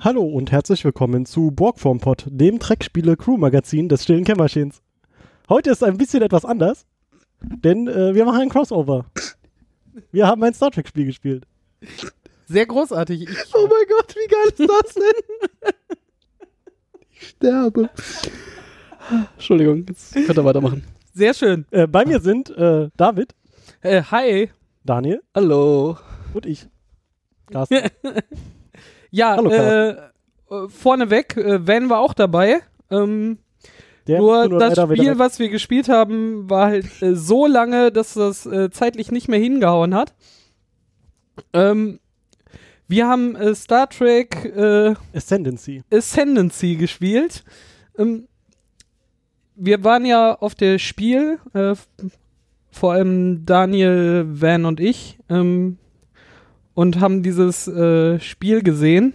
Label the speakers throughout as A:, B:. A: Hallo und herzlich willkommen zu Borgformpod, dem Treckspiele Crew Magazin des stillen Kämmerchens. Heute ist ein bisschen etwas anders, denn äh, wir machen ein Crossover. Wir haben ein Star Trek Spiel gespielt.
B: Sehr großartig. Ich,
C: Oh mein Gott, wie geil ist das denn? Ich sterbe. Entschuldigung, jetzt könnt ihr weitermachen.
B: sehr schön.
A: Äh, bei mir sind äh, David,
B: Äh, hi.
A: Daniel
C: Hallo.
A: und ich. Carsten.
B: Ja,
A: Hallo,
B: äh, äh, vorneweg, äh, Van war auch dabei. Ähm,
A: Der
B: nur
A: Bruno
B: das
A: leider wieder
B: Spiel,
A: weg.
B: was wir gespielt haben, war halt äh, so lange, dass das äh, zeitlich nicht mehr hingehauen hat. Ähm, wir haben äh, Star Trek äh,
A: Ascendancy.
B: Ascendancy gespielt. Ähm, wir waren ja auf der Spiel, äh, f- vor allem Daniel, Van und ich, ähm, und haben dieses äh, Spiel gesehen.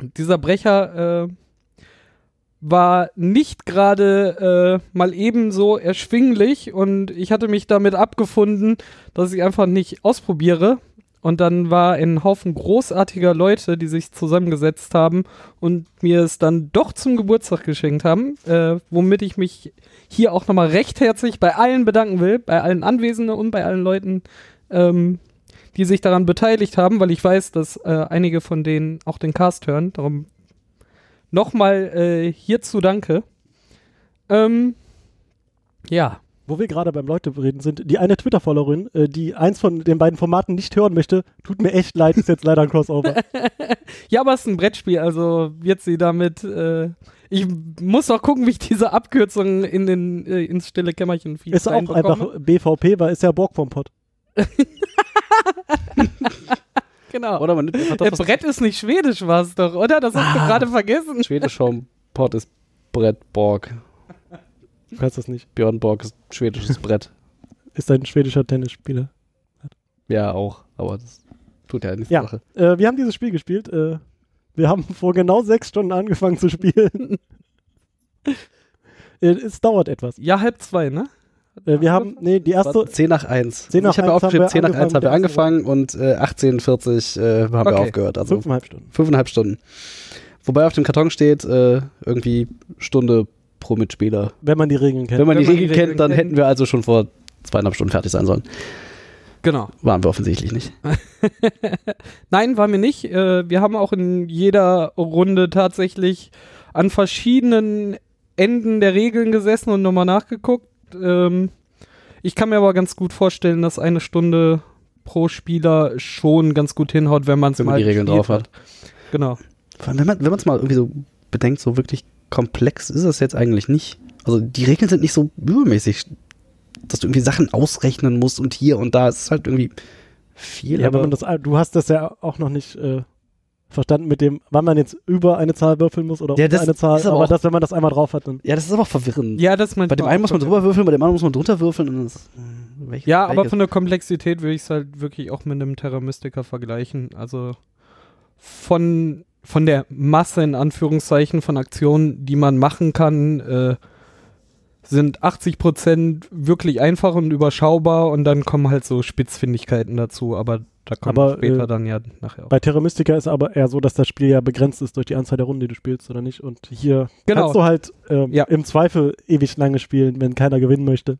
B: Und Dieser Brecher äh, war nicht gerade äh, mal ebenso erschwinglich und ich hatte mich damit abgefunden, dass ich einfach nicht ausprobiere. Und dann war ein Haufen großartiger Leute, die sich zusammengesetzt haben und mir es dann doch zum Geburtstag geschenkt haben, äh, womit ich mich hier auch nochmal recht herzlich bei allen bedanken will, bei allen Anwesenden und bei allen Leuten, ähm, die sich daran beteiligt haben, weil ich weiß, dass äh, einige von denen auch den Cast hören. Darum nochmal äh, hierzu danke. Ähm, ja.
A: Wo wir gerade beim Leute reden sind, die eine Twitter-Followerin, äh, die eins von den beiden Formaten nicht hören möchte, tut mir echt leid, ist jetzt leider ein Crossover.
B: Ja, aber es ist ein Brettspiel, also wird sie damit. Äh, ich muss noch gucken, wie ich diese Abkürzung in den, äh, ins stille Kämmerchen viel
A: Ist auch einfach BVP, weil ist ja Borg vom Pott.
B: Genau.
C: Oder man nimmt einfach
B: Äh,
C: das, was Ah.
B: Brett ist nicht schwedisch, war es doch, oder? Das hast du gerade vergessen.
C: Schwedisch vom Pott ist Brett Borg.
A: Du kannst das nicht.
C: Björn Borg ist schwedisches Brett.
A: Ist ein schwedischer Tennisspieler.
C: Ja, auch. Aber das tut ja nichts
A: Ja.
C: Sache.
A: Äh, wir haben dieses Spiel gespielt. Äh, wir haben vor genau sechs Stunden angefangen zu spielen. Äh, es dauert etwas.
B: Ja, halb zwei, ne?
A: Äh, wir haben, nee, die
C: War
A: erste,
C: 10 nach 1.
A: 10 nach
C: ich habe mir
A: 1 haben
C: aufgeschrieben,
A: wir
C: 10 nach 1 haben wir
A: angefangen,
C: angefangen und äh, 18.40 äh, haben wir
B: Okay.
C: aufgehört. Also
A: fünfeinhalb Stunden.
C: fünfeinhalb Stunden. Wobei auf dem Karton steht, äh, irgendwie Stunde pro Mitspieler.
A: Wenn man die Regeln kennt.
C: Wenn man
B: Wenn
C: die
B: man die
C: Regeln kennt, dann
B: Regeln
C: hätten wir also schon vor zweieinhalb Stunden fertig sein sollen.
B: Genau.
C: Waren wir offensichtlich nicht.
B: Nein, war mir nicht. Äh, wir haben auch in jeder Runde tatsächlich an verschiedenen Enden der Regeln gesessen und nochmal nachgeguckt. Ähm, ich kann mir aber ganz gut vorstellen, dass eine Stunde pro Spieler schon ganz gut hinhaut, wenn man es
C: Wenn man
B: mal
C: die Regeln
B: gespielt
C: drauf hat.
B: Genau.
C: Vor allem, wenn man es mal irgendwie so bedenkt, so wirklich komplex ist es jetzt eigentlich nicht. Also die Regeln sind nicht so übermäßig, dass du irgendwie Sachen ausrechnen musst und hier und da. Es ist halt irgendwie viel.
A: ja, wenn man das, du hast das ja auch noch nicht äh, verstanden mit dem, wann man jetzt über eine Zahl würfeln muss oder
C: Ja,
A: unter
C: das
A: eine Zahl.
C: ist aber
A: aber
C: auch-
A: das, wenn man das einmal drauf hat, dann
C: ja, das ist aber auch verwirrend.
B: Ja, das man
C: Bei dem einen muss man drüber würfeln, bei dem anderen muss man drunter würfeln. Und dann ist, hm, welches,
B: Ja, aber
C: welches?
B: von der Komplexität würde ich es halt wirklich auch mit einem Terra Mystica vergleichen. Also von, von der Masse in Anführungszeichen von Aktionen, die man machen kann, äh, sind 80% wirklich einfach und überschaubar und dann kommen halt so Spitzfindigkeiten dazu, aber da kommen
A: Aber,
B: wir später
A: äh,
B: dann ja nachher auch.
A: Bei Terra Mystica ist aber eher so, dass das Spiel ja begrenzt ist durch die Anzahl der Runden, die du spielst, oder nicht? Und hier
B: Genau.
A: kannst du halt ähm,
B: Ja.
A: im Zweifel ewig lange spielen, wenn keiner gewinnen möchte.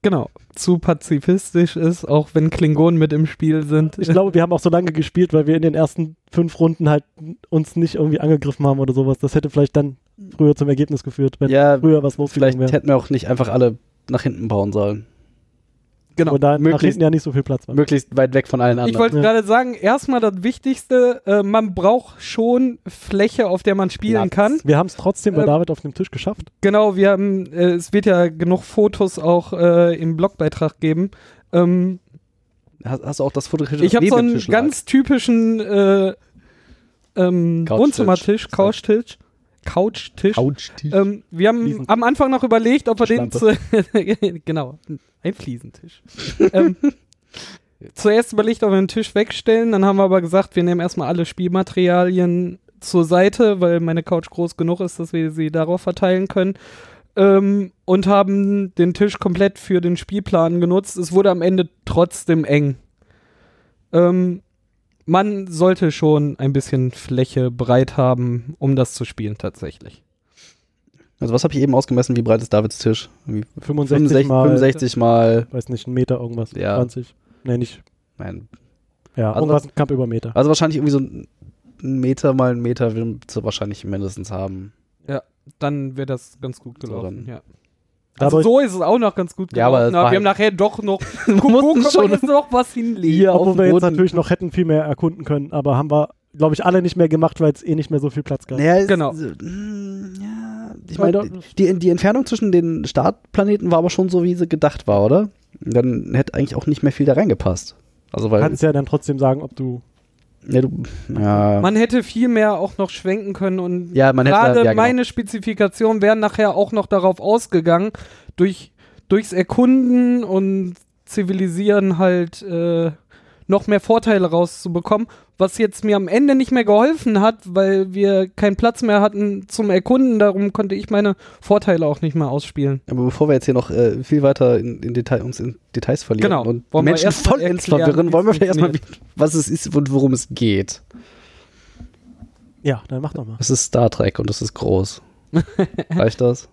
B: Genau, zu pazifistisch ist, auch wenn Klingonen mit im Spiel sind.
A: Ich glaube, wir haben auch so lange gespielt, weil wir in den ersten fünf Runden halt uns nicht irgendwie angegriffen haben oder sowas. Das hätte vielleicht dann früher zum Ergebnis geführt, wenn
C: ja,
A: früher was losgegangen
C: vielleicht
A: wäre.
C: hätten wir auch nicht einfach alle nach hinten bauen sollen.
B: genau.
A: Und da nach
C: möglichst-
A: hinten ja nicht so viel Platz war.
C: Möglichst weit weg von allen anderen.
B: Ich wollte
A: Ja.
B: gerade sagen, erstmal das Wichtigste, äh, man braucht schon Fläche, auf der man spielen
C: Platz.
B: kann.
A: Wir haben es trotzdem bei
B: Äh,
A: David auf dem Tisch geschafft.
B: Genau, wir haben, äh, es wird ja genug Fotos auch äh, im Blogbeitrag geben. Ähm,
C: hast, hast du auch das fotografiert?
B: ich habe so einen ganz typischen äh, ähm,
C: Couchtisch.
B: Wohnzimmertisch, Couchtisch, Couchtisch.
C: Couchtisch.
B: Ähm, wir haben
A: Fliesen-
B: am Anfang noch überlegt, ob wir den zu genau ein Fliesentisch. ähm, zuerst überlegt, ob wir den Tisch wegstellen, dann haben wir aber gesagt, wir nehmen erstmal alle Spielmaterialien zur Seite, weil meine Couch groß genug ist, dass wir sie darauf verteilen können. Ähm, und haben den Tisch komplett für den Spielplan genutzt. Es wurde am Ende trotzdem eng. Ähm, man sollte schon ein bisschen Fläche breit haben, um das zu spielen tatsächlich.
C: Also was habe ich eben ausgemessen? Wie breit ist Davids Tisch? Irgendwie
A: 65 mal,
C: 65 mal.
A: weiß nicht, einen Meter irgendwas.
C: Ja.
A: 20. Nee, nicht.
C: Nein.
A: Ja,
C: Also-
A: irgendwas knapp über einen Meter.
C: Also wahrscheinlich irgendwie so ein Meter mal einen Meter will sie wahrscheinlich mindestens haben.
B: Dann wäre das ganz gut
C: So,
B: gelaufen.
C: dann-
B: ja. Also
A: Dadurch,
B: so ist es auch noch ganz gut
C: Ja, aber
B: gelaufen.
C: das war
B: wir
C: halt-
B: haben nachher doch noch,
C: Wir
B: wo
C: mussten
B: kann man jetzt noch was hinlegen?
C: hier auf
A: obwohl
C: dem
A: wir jetzt
C: Boden.
A: natürlich noch hätten viel mehr erkunden können, aber haben wir, glaube ich, alle nicht mehr gemacht, weil es eh nicht mehr so viel Platz gab.
C: Naja, es-
B: Genau.
C: mm, ja, ich
A: Weil
C: meine,
A: da-
C: die, die Entfernung zwischen den Startplaneten war aber schon so, wie sie gedacht war, oder? Dann hätte eigentlich auch nicht mehr viel da reingepasst. Also
A: Du
C: weil
A: kannst ja dann trotzdem sagen, ob du.
C: ja, du, ja,
B: Man hätte viel mehr auch noch schwenken können und
C: ja, man hätte
B: gerade
C: ja, genau.
B: meine Spezifikationen wären nachher auch noch darauf ausgegangen, durch, durchs Erkunden und Zivilisieren halt äh, noch mehr Vorteile rauszubekommen, was jetzt mir am Ende nicht mehr geholfen hat, weil wir keinen Platz mehr hatten zum Erkunden, darum konnte ich meine Vorteile auch nicht mehr ausspielen.
C: Aber bevor wir jetzt hier noch äh, viel weiter in, in Detail, uns in Details verlieren
B: Genau.
C: und
B: Wollen wir
C: Menschen
B: erst mal
C: vollends
B: erklären,
C: verwirren,
B: wie
C: wollen wir
B: es
C: vielleicht erstmal, wie- was es ist und worum es geht.
A: Ja, dann mach doch mal.
C: Es ist Star Trek und es ist groß. Reicht das?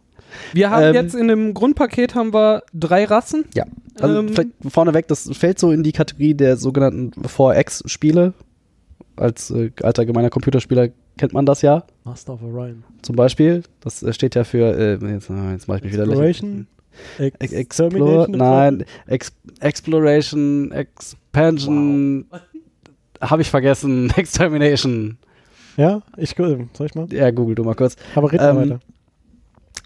B: Wir haben
C: Ähm,
B: jetzt in dem Grundpaket haben wir drei Rassen.
C: Ja. Also
B: Ähm,
C: vielleicht vorneweg, das fällt so in die Kategorie der sogenannten 4X-Spiele. Als äh, alter gemeiner Computerspieler kennt man das ja.
A: Master of Orion.
C: Zum Beispiel. Das äh, steht ja für, äh, jetzt, äh, jetzt mache ich mich wieder
A: Exploration? Ex
C: Ex Explore, nein, Ex Exploration, Expansion, habe ich vergessen, Extermination.
A: Ja, ich gu- ähm, soll ich mal.
C: Ja, google du mal kurz.
A: Aber red mal
C: Ähm,
A: weiter.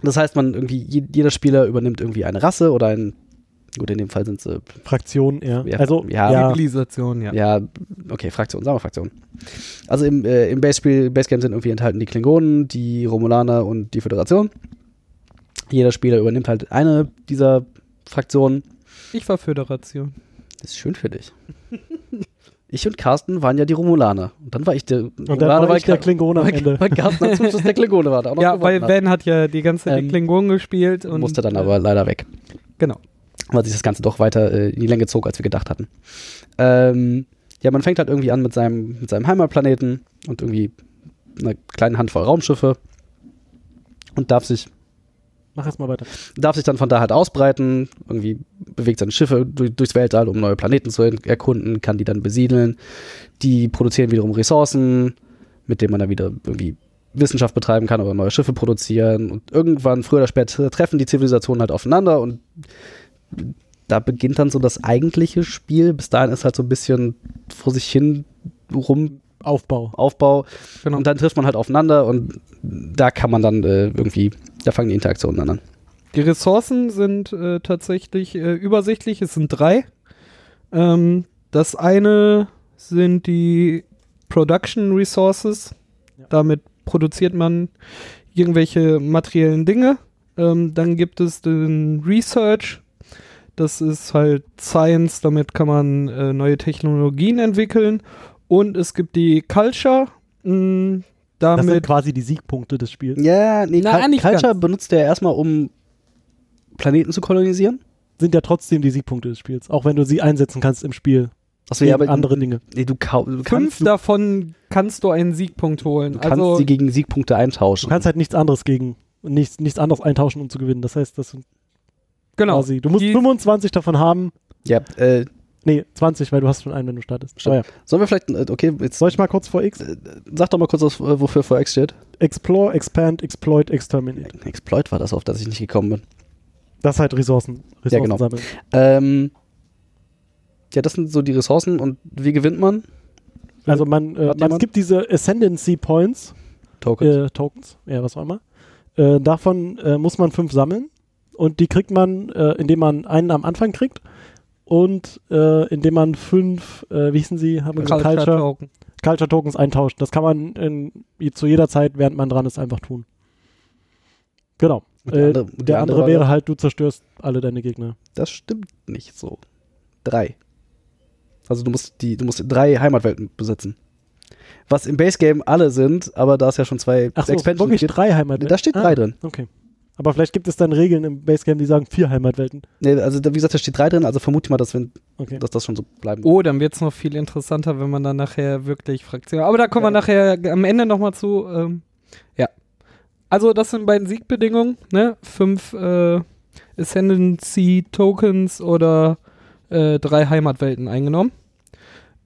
C: Das heißt, man irgendwie, je- jeder Spieler übernimmt irgendwie eine Rasse oder ein, gut, in dem Fall äh, sind sie,
A: Fraktionen eher.
C: ja,
A: also,
C: ja.
A: ja,
B: Zivilisation, ja.
C: ja. okay, Fraktion, sagen wir Fraktion. Also im, äh, im Base-Spiel, Basecamp sind irgendwie enthalten die Klingonen, die Romulaner und die Föderation. Jeder Spieler übernimmt halt eine dieser Fraktionen.
B: Ich war Föderation.
C: Das ist schön für dich. ich und Carsten waren ja die Romulaner. Und dann war ich der
A: Und dann war ich der
C: Ka-
A: Klingon am
C: weil,
A: Ende.
C: weil Carsten hat zum Schluss der Klingone war. der Auch noch
B: Ja, weil
C: gewonnen
B: Van hat ja die ganze Zeit
C: Ähm,
B: die Klingonen gespielt
C: hat.
B: und äh,
C: musste dann aber leider weg.
B: Genau.
C: weil sich das Ganze doch weiter äh, in die Länge zog, als wir gedacht hatten. Ähm, ja, man fängt halt irgendwie an mit seinem, mit seinem Heimatplaneten und irgendwie einer kleinen Handvoll Raumschiffe und darf sich,
A: Mach erst mal weiter.
C: darf sich dann von da halt ausbreiten, irgendwie bewegt seine Schiffe durch, durchs Weltall, um neue Planeten zu en- erkunden, kann die dann besiedeln. Die produzieren wiederum Ressourcen, mit denen man dann wieder irgendwie Wissenschaft betreiben kann oder neue Schiffe produzieren und irgendwann, früher oder später, treffen die Zivilisationen halt aufeinander und da beginnt dann so das eigentliche Spiel. Bis dahin ist halt so ein bisschen vor sich hin rum
A: Aufbau.
C: Aufbau
B: Genau.
C: und dann trifft man halt aufeinander und da kann man dann äh, irgendwie, da fangen die Interaktionen dann an.
B: Die Ressourcen sind äh, tatsächlich äh, übersichtlich. Es sind drei. Ähm, das eine sind die Production Resources.
A: Ja.
B: Damit produziert man irgendwelche materiellen Dinge. Ähm, dann gibt es den Research. Das ist halt Science. Damit kann man äh, neue Technologien entwickeln. Und es gibt die Culture. Mm,
A: Das sind
B: damit
A: quasi die Siegpunkte des Spiels.
C: Ja, nee,
B: Na,
C: Cul-
B: nicht
C: Culture
B: ganz.
C: benutzt er erstmal, um Planeten zu kolonisieren.
A: Sind ja trotzdem die Siegpunkte des Spiels, auch wenn du sie einsetzen kannst im Spiel.
C: Achso,
A: Gegen andere Dinge.
C: Nee, du, kau- du
B: fünf
C: kannst, du,
B: davon kannst du einen Siegpunkt holen.
C: du kannst
B: also,
C: sie gegen Siegpunkte
A: Du
C: eintauschen.
A: kannst halt nichts anderes gegen, nichts, nichts anderes eintauschen, um zu gewinnen. Das heißt, das sind
B: Genau.
A: quasi, du musst
B: Die-
A: 25 davon haben.
C: ja, äh,
A: Nee, 20, weil du hast schon einen, wenn du startest.
C: Stimmt.
A: Aber ja.
C: sollen wir vielleicht, äh, okay, jetzt
A: Soll ich mal kurz vor X?
C: sag doch mal kurz, was, äh, wofür 4X steht.
A: Explore, Expand, Exploit, Exterminate.
C: Exploit war das, auf das ich nicht gekommen bin.
A: Das ist halt Ressourcen. Ressourcen
C: genau.
A: sammeln.
C: Ähm, ja, das sind so die Ressourcen und wie gewinnt man?
A: Also man, äh,
C: Hat
A: man, es
C: jemand-
A: gibt diese Ascendancy Points,
C: Tokens.
A: äh, Tokens, ja, was auch immer. Äh, davon äh, muss man fünf sammeln und die kriegt man, äh, indem man einen am Anfang kriegt und äh, indem man fünf, äh, wie hießen sie, haben wir gesagt,
B: Culture
A: Culture, Mhm.
B: Token.
A: Culture Tokens eintauscht. Das kann man in, zu jeder Zeit, während man dran ist, einfach tun. Genau.
C: Und der
A: äh,
C: andere- und die
A: der
C: andere
A: andere
C: war-
A: wäre halt, du zerstörst alle deine Gegner.
C: Das stimmt nicht so. Drei. Also du musst die, du musst drei Heimatwelten besitzen. Was im Base Game alle sind, aber da es ja schon zwei
A: Ach so,
C: Expansions
A: wirklich drei Heimat. ne? Ah,
C: Da steht drei drin.
A: Okay. Aber vielleicht gibt es dann Regeln im Basecamp, die sagen vier Heimatwelten.
C: Nee, also da- wie gesagt, da steht drei drin, also vermute ich mal, dass, wenn,
A: Okay.
C: dass das schon so bleiben wird.
B: Oh, dann wird es noch viel interessanter, wenn man dann nachher wirklich Fraktionen. Aber da kommen wir nachher am Ende nochmal zu. Ähm, ja. Also, das sind beiden Siegbedingungen, ne? Fünf äh, Ascendancy Tokens oder äh, drei Heimatwelten eingenommen.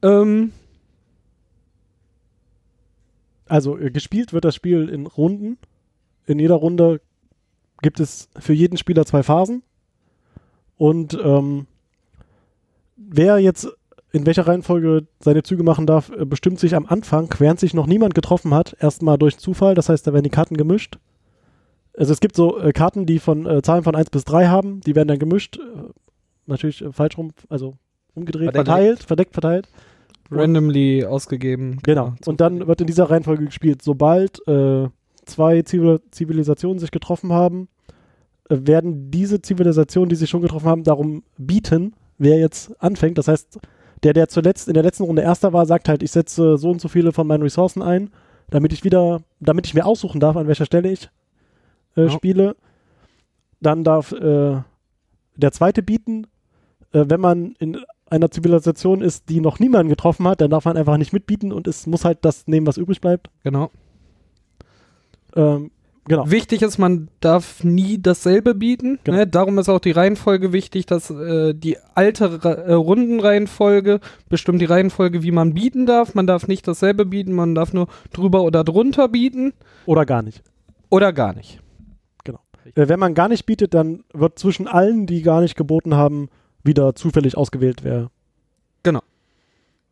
B: Ähm,
A: Also äh, gespielt wird das Spiel in Runden. In jeder Runde gibt es für jeden Spieler zwei Phasen. Und ähm, wer jetzt in welcher Reihenfolge seine Züge machen darf, äh, bestimmt sich am Anfang, während sich noch niemand getroffen hat, erstmal durch Zufall. Das heißt, da werden die Karten gemischt. Also es gibt so äh, Karten, die von äh, Zahlen von 1 bis 3 haben, die werden dann gemischt. Äh, natürlich äh, falsch rum, also umgedreht,
C: Verdeckt.
A: verteilt, verdeckt verteilt.
B: randomly ausgegeben.
A: Genau. Und dann wird in dieser Reihenfolge gespielt. Sobald äh, zwei Zivil Zivilisationen sich getroffen haben, äh, werden diese Zivilisationen, die sich schon getroffen haben, darum bieten, wer jetzt anfängt. Das heißt, der, der zuletzt in der letzten Runde erster war, sagt halt, ich setze so und so viele von meinen Ressourcen ein, damit ich wieder, damit ich mir aussuchen darf, an welcher Stelle ich äh,
B: Ja.
A: spiele. Dann darf äh, der zweite bieten. Äh, wenn man in einer Zivilisation ist, die noch niemanden getroffen hat, dann darf man einfach nicht mitbieten und es muss halt das nehmen, was übrig bleibt.
B: Genau.
A: Ähm, genau.
B: Wichtig ist, man darf nie dasselbe bieten.
A: Genau.
B: Ne? Darum ist auch die Reihenfolge wichtig, dass äh, die alte Ra- äh, Rundenreihenfolge bestimmt die Reihenfolge, wie man bieten darf. Man darf nicht dasselbe bieten, man darf nur drüber oder drunter bieten
A: Oder gar nicht.
B: oder gar nicht.
A: Äh, wenn man gar nicht bietet, dann wird zwischen allen, die gar nicht geboten haben, wieder zufällig ausgewählt, wer,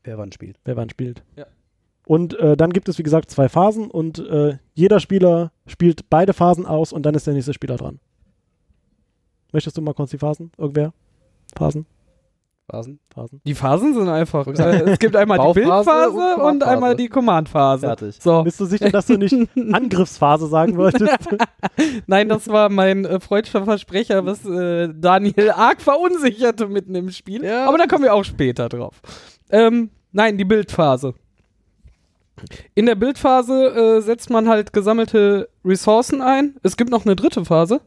C: Wer wann spielt.
A: wer wann spielt.
B: Ja.
A: Und äh, dann gibt es, wie gesagt, zwei Phasen und äh, jeder Spieler spielt beide Phasen aus und dann ist der nächste Spieler dran. Möchtest du mal kurz die Phasen? Irgendwer? Phasen?
C: Phasen?
A: Phasen.
B: Die Phasen sind einfach.
C: Wollte ich sagen.
B: Äh, es gibt einmal die
C: Bauphase
B: Bildphase
C: und
B: und,
C: Command-Phase.
B: einmal die Command-Phase.
C: Fertig.
B: So,
A: Bist du sicher, dass du nicht Angriffsphase sagen wolltest?
B: nein, das war mein äh, freudscher Versprecher, was äh, Daniel arg verunsicherte mitten im Spiel.
C: Ja.
B: Aber da kommen wir auch später drauf. Ähm, nein, die Bildphase. In der Bildphase äh, setzt man halt gesammelte Ressourcen ein. Es gibt noch eine dritte Phase,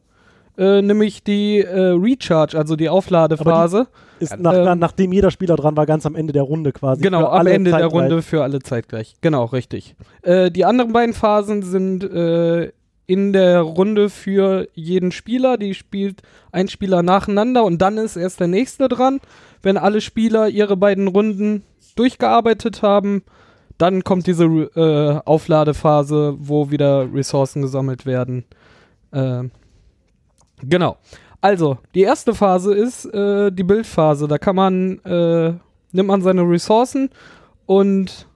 B: äh, nämlich die äh, Recharge, also die Aufladephase.
A: Ist nach,
B: Ähm.
A: nachdem jeder Spieler dran war, ganz am Ende der Runde quasi.
B: Genau,
A: Für
B: am
A: alle
B: Ende der
A: zeitgleich.
B: Runde für alle zeitgleich. Genau, richtig. Äh, die anderen beiden Phasen sind äh, in der Runde für jeden Spieler. Die spielt ein Spieler nacheinander und dann ist erst der nächste dran. Wenn alle Spieler ihre beiden Runden durchgearbeitet haben, dann kommt diese äh, Aufladephase, wo wieder Ressourcen gesammelt werden. Ähm, genau. Also, die erste Phase ist äh, die Bildphase. Da kann man, äh, nimmt man seine Ressourcen und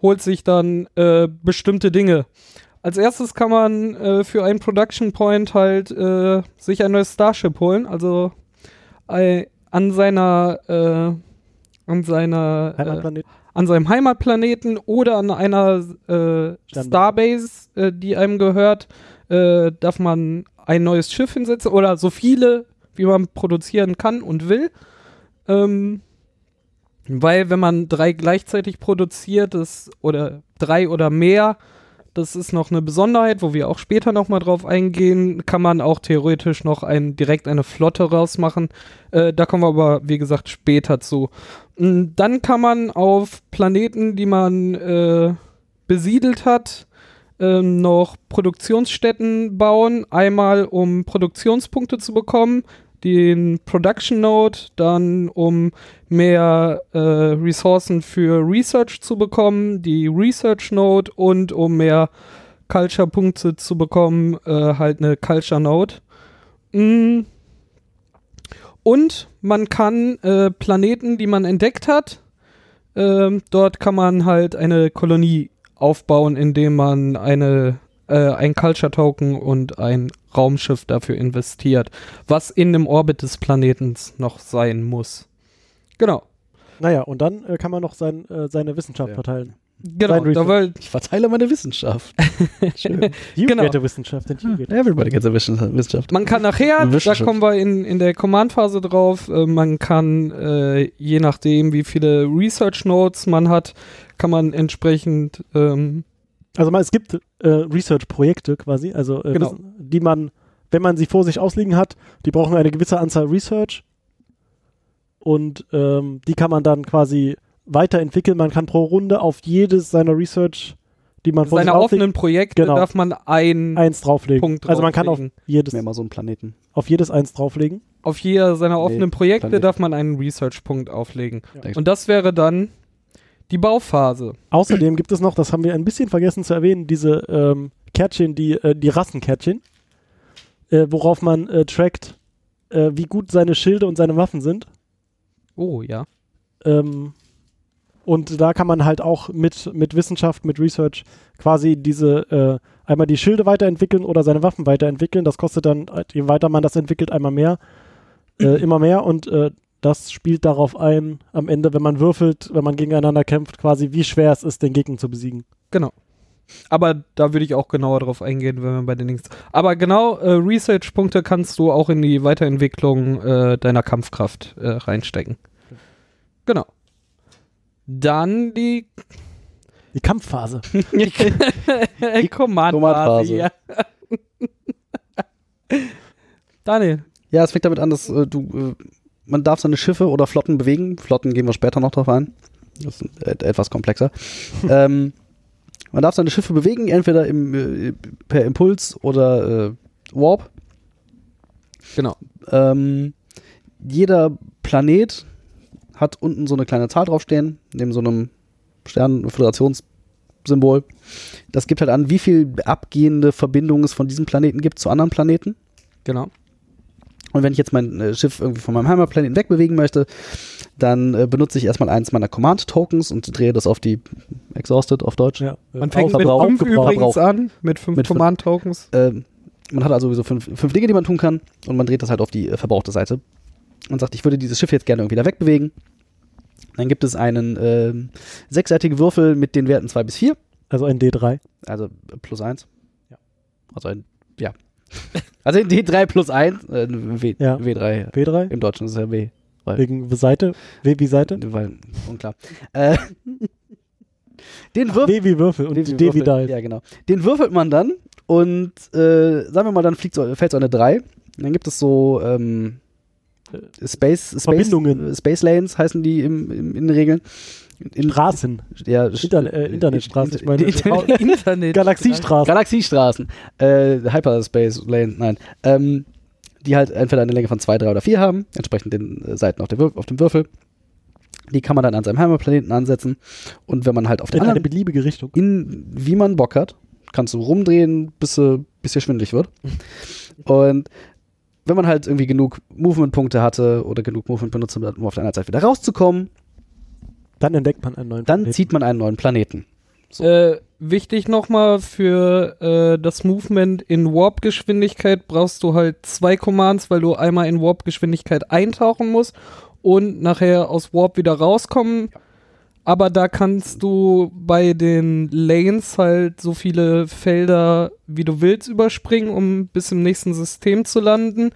B: holt sich dann äh, bestimmte Dinge. Als erstes kann man äh, für einen Production Point halt äh, sich ein neues Starship holen. Also ei- an seiner, äh, an seiner äh,
A: Heimatplanet.
B: an seinem Heimatplaneten oder an einer äh,
A: Sternbahn.
B: Starbase, äh, die einem gehört, äh, darf man ein neues Schiff hinsetzen oder so viele, wie man produzieren kann und will. Ähm, weil wenn man drei gleichzeitig produziert, das, oder drei oder mehr, das ist noch eine Besonderheit, wo wir auch später nochmal drauf eingehen, kann man auch theoretisch noch ein, direkt eine Flotte rausmachen. Äh, da kommen wir aber, wie gesagt, später zu. Mm, Dann kann man auf Planeten, die man äh, besiedelt hat, ähm, noch Produktionsstätten bauen. Einmal, um Produktionspunkte zu bekommen, den Production Node, dann um mehr äh, Ressourcen für Research zu bekommen, die Research Node und um mehr Culture-Punkte zu bekommen, äh, halt eine Culture Node. Mm. Und man kann äh, Planeten, die man entdeckt hat, ähm, dort kann man halt eine Kolonie aufbauen, indem man eine, äh, ein Culture Token und ein Raumschiff dafür investiert, was in dem Orbit des Planeten noch sein muss. Genau,
A: Naja, und dann äh, kann man noch sein, äh, seine Wissenschaft
C: Ja.
A: verteilen.
B: genau.
A: Sein
B: Da
A: Research.
B: war,
C: Ich verteile meine Wissenschaft. Schön.
A: You
B: Genau.
A: get a Wissenschaft, denn you get
C: Everybody gets a Wissen- Wissenschaft.
B: Man kann nachher,
C: Ein
B: da
C: Wissenschaft.
B: kommen wir in, in der Command-Phase drauf, äh, man kann, äh, je nachdem, wie viele Research-Nodes man hat, kann man entsprechend ähm,
A: Also mal, es gibt äh, Research-Projekte quasi, also äh,
B: Genau.
A: Wissen, die man wenn man sie vor sich ausliegen hat, die brauchen eine gewisse Anzahl Research und ähm, die kann man dann quasi weiterentwickeln. Man kann pro Runde auf jedes seiner Research, die man vor sich
B: Seine
A: auflegt,
B: offenen Projekte
A: Genau.
B: darf man ein
A: eins drauflegen.
B: Punkt
A: also man kann auf
B: drauflegen.
A: jedes,
C: Mir mal so einen Planeten.
A: auf jedes eins drauflegen.
B: auf jeder seiner offenen
C: Nee,
B: Projekte
C: Planet.
B: darf man einen Research-Punkt auflegen.
C: Ja.
B: Und das wäre dann die Bauphase.
A: Außerdem gibt es noch, das haben wir ein bisschen vergessen zu erwähnen, diese ähm, Kärtchen, die, äh, die Rassenkärtchen, äh, worauf man äh, trackt, äh, wie gut seine Schilde und seine Waffen sind.
B: Oh ja.
A: Ähm, und da kann man halt auch mit, mit Wissenschaft, mit Research quasi diese, äh, einmal die Schilde weiterentwickeln oder seine Waffen weiterentwickeln. Das kostet dann, äh, je weiter man das entwickelt, einmal mehr, äh, immer mehr. Und äh, das spielt darauf ein, am Ende, wenn man würfelt, wenn man gegeneinander kämpft, quasi, wie schwer es ist, den Gegner zu besiegen.
B: Aber da würde ich auch genauer drauf eingehen, wenn wir bei den Links. Aber genau, äh, Research-Punkte kannst du auch in die Weiterentwicklung äh, deiner Kampfkraft äh, reinstecken. Genau. Dann die,
A: Die Kampfphase.
B: die Command-Phase.
C: Command-Phase.
B: Ja. Daniel,
C: Ja, es fängt damit an, dass äh, du, äh, man darf seine Schiffe oder Flotten bewegen. Flotten gehen wir später noch drauf ein. Das ist äh, et etwas komplexer. ähm, man darf seine Schiffe bewegen, entweder im, äh, per Impuls oder äh, Warp.
B: genau.
C: Ähm, jeder Planet hat unten so eine kleine Zahl draufstehen, neben so einem Stern-Föderationssymbol. Das gibt halt an, wie viel abgehende Verbindungen es von diesem Planeten gibt zu anderen Planeten.
B: Genau.
C: Und wenn ich jetzt mein äh, Schiff irgendwie von meinem Heimatplaneten wegbewegen möchte, dann äh, benutze ich erstmal eins meiner Command-Tokens und drehe das auf die Exhausted auf Deutsch.
A: Ja. äh,
B: Man fängt mit
A: Aufgebrauch-
B: fünf
A: aufgebraucht.
B: übrigens an, mit fünf
C: Mit fünf.
B: Command-Tokens.
C: Ähm, man hat also sowieso fünf, fünf Dinge, die man tun kann und man dreht das halt auf die äh, verbrauchte Seite und sagt, ich würde dieses Schiff jetzt gerne irgendwie da wegbewegen. Dann gibt es einen ähm, sechsseitigen Würfel mit den Werten 2 bis 4,
A: Also ein D3.
C: also äh, plus 1.
A: Ja.
C: Also ein, ja. Also ein D3 plus 1, äh, ein w,
A: Ja.
C: W3 ja.
A: W3.
C: im Deutschen ist es ja W.
A: Wegen Seite. W wie Seite.
C: Ne, Weil, unklar. Äh, den Würfel.
A: W wie Würfel und
C: den
A: D wie
C: würfelt-
A: Dice.
C: Ja, genau. Den würfelt man dann und äh, sagen wir mal, dann fliegt so, fällt so eine 3. Und dann gibt es so ähm, Space, Space,
A: Äh, Verbindungen.
C: äh, Space Lanes heißen die im, im, in den Regeln. In,
A: Straßen.
C: ja, st-
A: Interne- äh, Internetstraßen. Ich meine,
C: Internet-
B: Internet.
A: Galaxiestraßen.
C: Galaxiestraßen. Äh, Hyperspace Lane, nein. Ähm, die halt entweder eine Länge von 2, 3 oder 4 haben, entsprechend den äh, Seiten auf, der Würf auf dem Würfel. Die kann man dann an seinem Heimatplaneten ansetzen. Und wenn man halt auf
A: In
C: der
A: eine
C: anderen,
A: beliebige Richtung.
C: in, wie man Bock hat, kannst du rumdrehen, bis, sie- bis dir schwindelig wird. Und wenn man halt irgendwie genug Movement-Punkte hatte oder genug Movement benutzt, hat, um auf der anderen Seite wieder rauszukommen,
A: Dann entdeckt man einen neuen
C: dann
A: Planeten.
C: zieht man einen neuen Planeten.
B: Äh, wichtig nochmal für äh, das Movement in Warp-Geschwindigkeit brauchst du halt zwei Commands, weil du einmal in Warp-Geschwindigkeit eintauchen musst und nachher aus Warp wieder rauskommen. Aber da kannst du bei den Lanes halt so viele Felder, wie du willst, überspringen, um bis im nächsten System zu landen.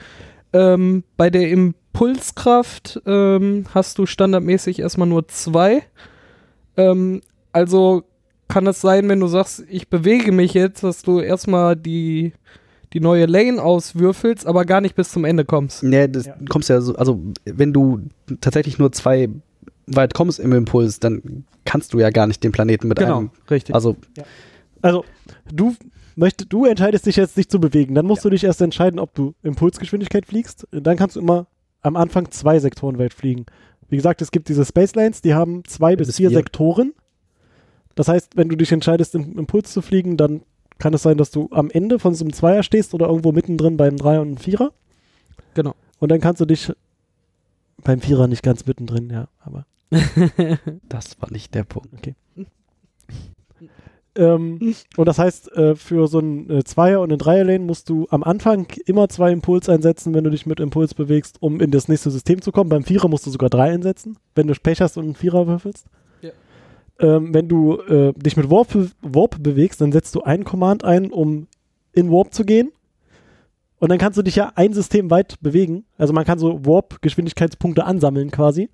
B: Ähm, bei der Impulskraft ähm, hast du standardmäßig erstmal nur zwei. Ähm, also kann es sein, wenn du sagst, ich bewege mich jetzt, dass du erstmal die, die neue Lane auswürfelst, aber gar nicht bis zum Ende kommst.
C: Nee, das
A: Ja.
C: kommst ja so, also wenn du tatsächlich nur zwei weit kommst im Impuls, dann kannst du ja gar nicht den Planeten mit
A: Genau,
C: einem.
B: richtig.
C: Also
A: Also, du möchtest, du entscheidest dich jetzt, dich zu bewegen. Dann musst du dich erst entscheiden, ob du Impulsgeschwindigkeit fliegst. Dann kannst du immer am Anfang zwei Sektoren weit fliegen. Wie gesagt, es gibt diese Space Lanes, die haben zwei bis,
C: Bis
A: vier,
C: vier.
A: Sektoren. Das heißt, wenn du dich entscheidest, im Impuls zu fliegen, dann kann es sein, dass du am Ende von so einem Zweier stehst oder irgendwo mittendrin beim Dreier und einem Vierer.
B: Genau.
A: Und dann kannst du dich beim Vierer nicht ganz mittendrin, ja, aber
C: das war nicht der Punkt.
A: Ähm, und das heißt, äh, für so ein äh, Zweier- und ein Dreier-Lane musst du am Anfang immer zwei Impuls einsetzen, wenn du dich mit Impuls bewegst, um in das nächste System zu kommen. Beim Vierer musst du sogar drei einsetzen, wenn du Pech hast und einen Vierer würfelst.
B: Ja.
A: Ähm, wenn du äh, dich mit Warp, be- Warp bewegst, dann setzt du einen Command ein, um in Warp zu gehen. Und dann kannst du dich ja ein System weit bewegen. Also man kann so Warp-Geschwindigkeitspunkte ansammeln quasi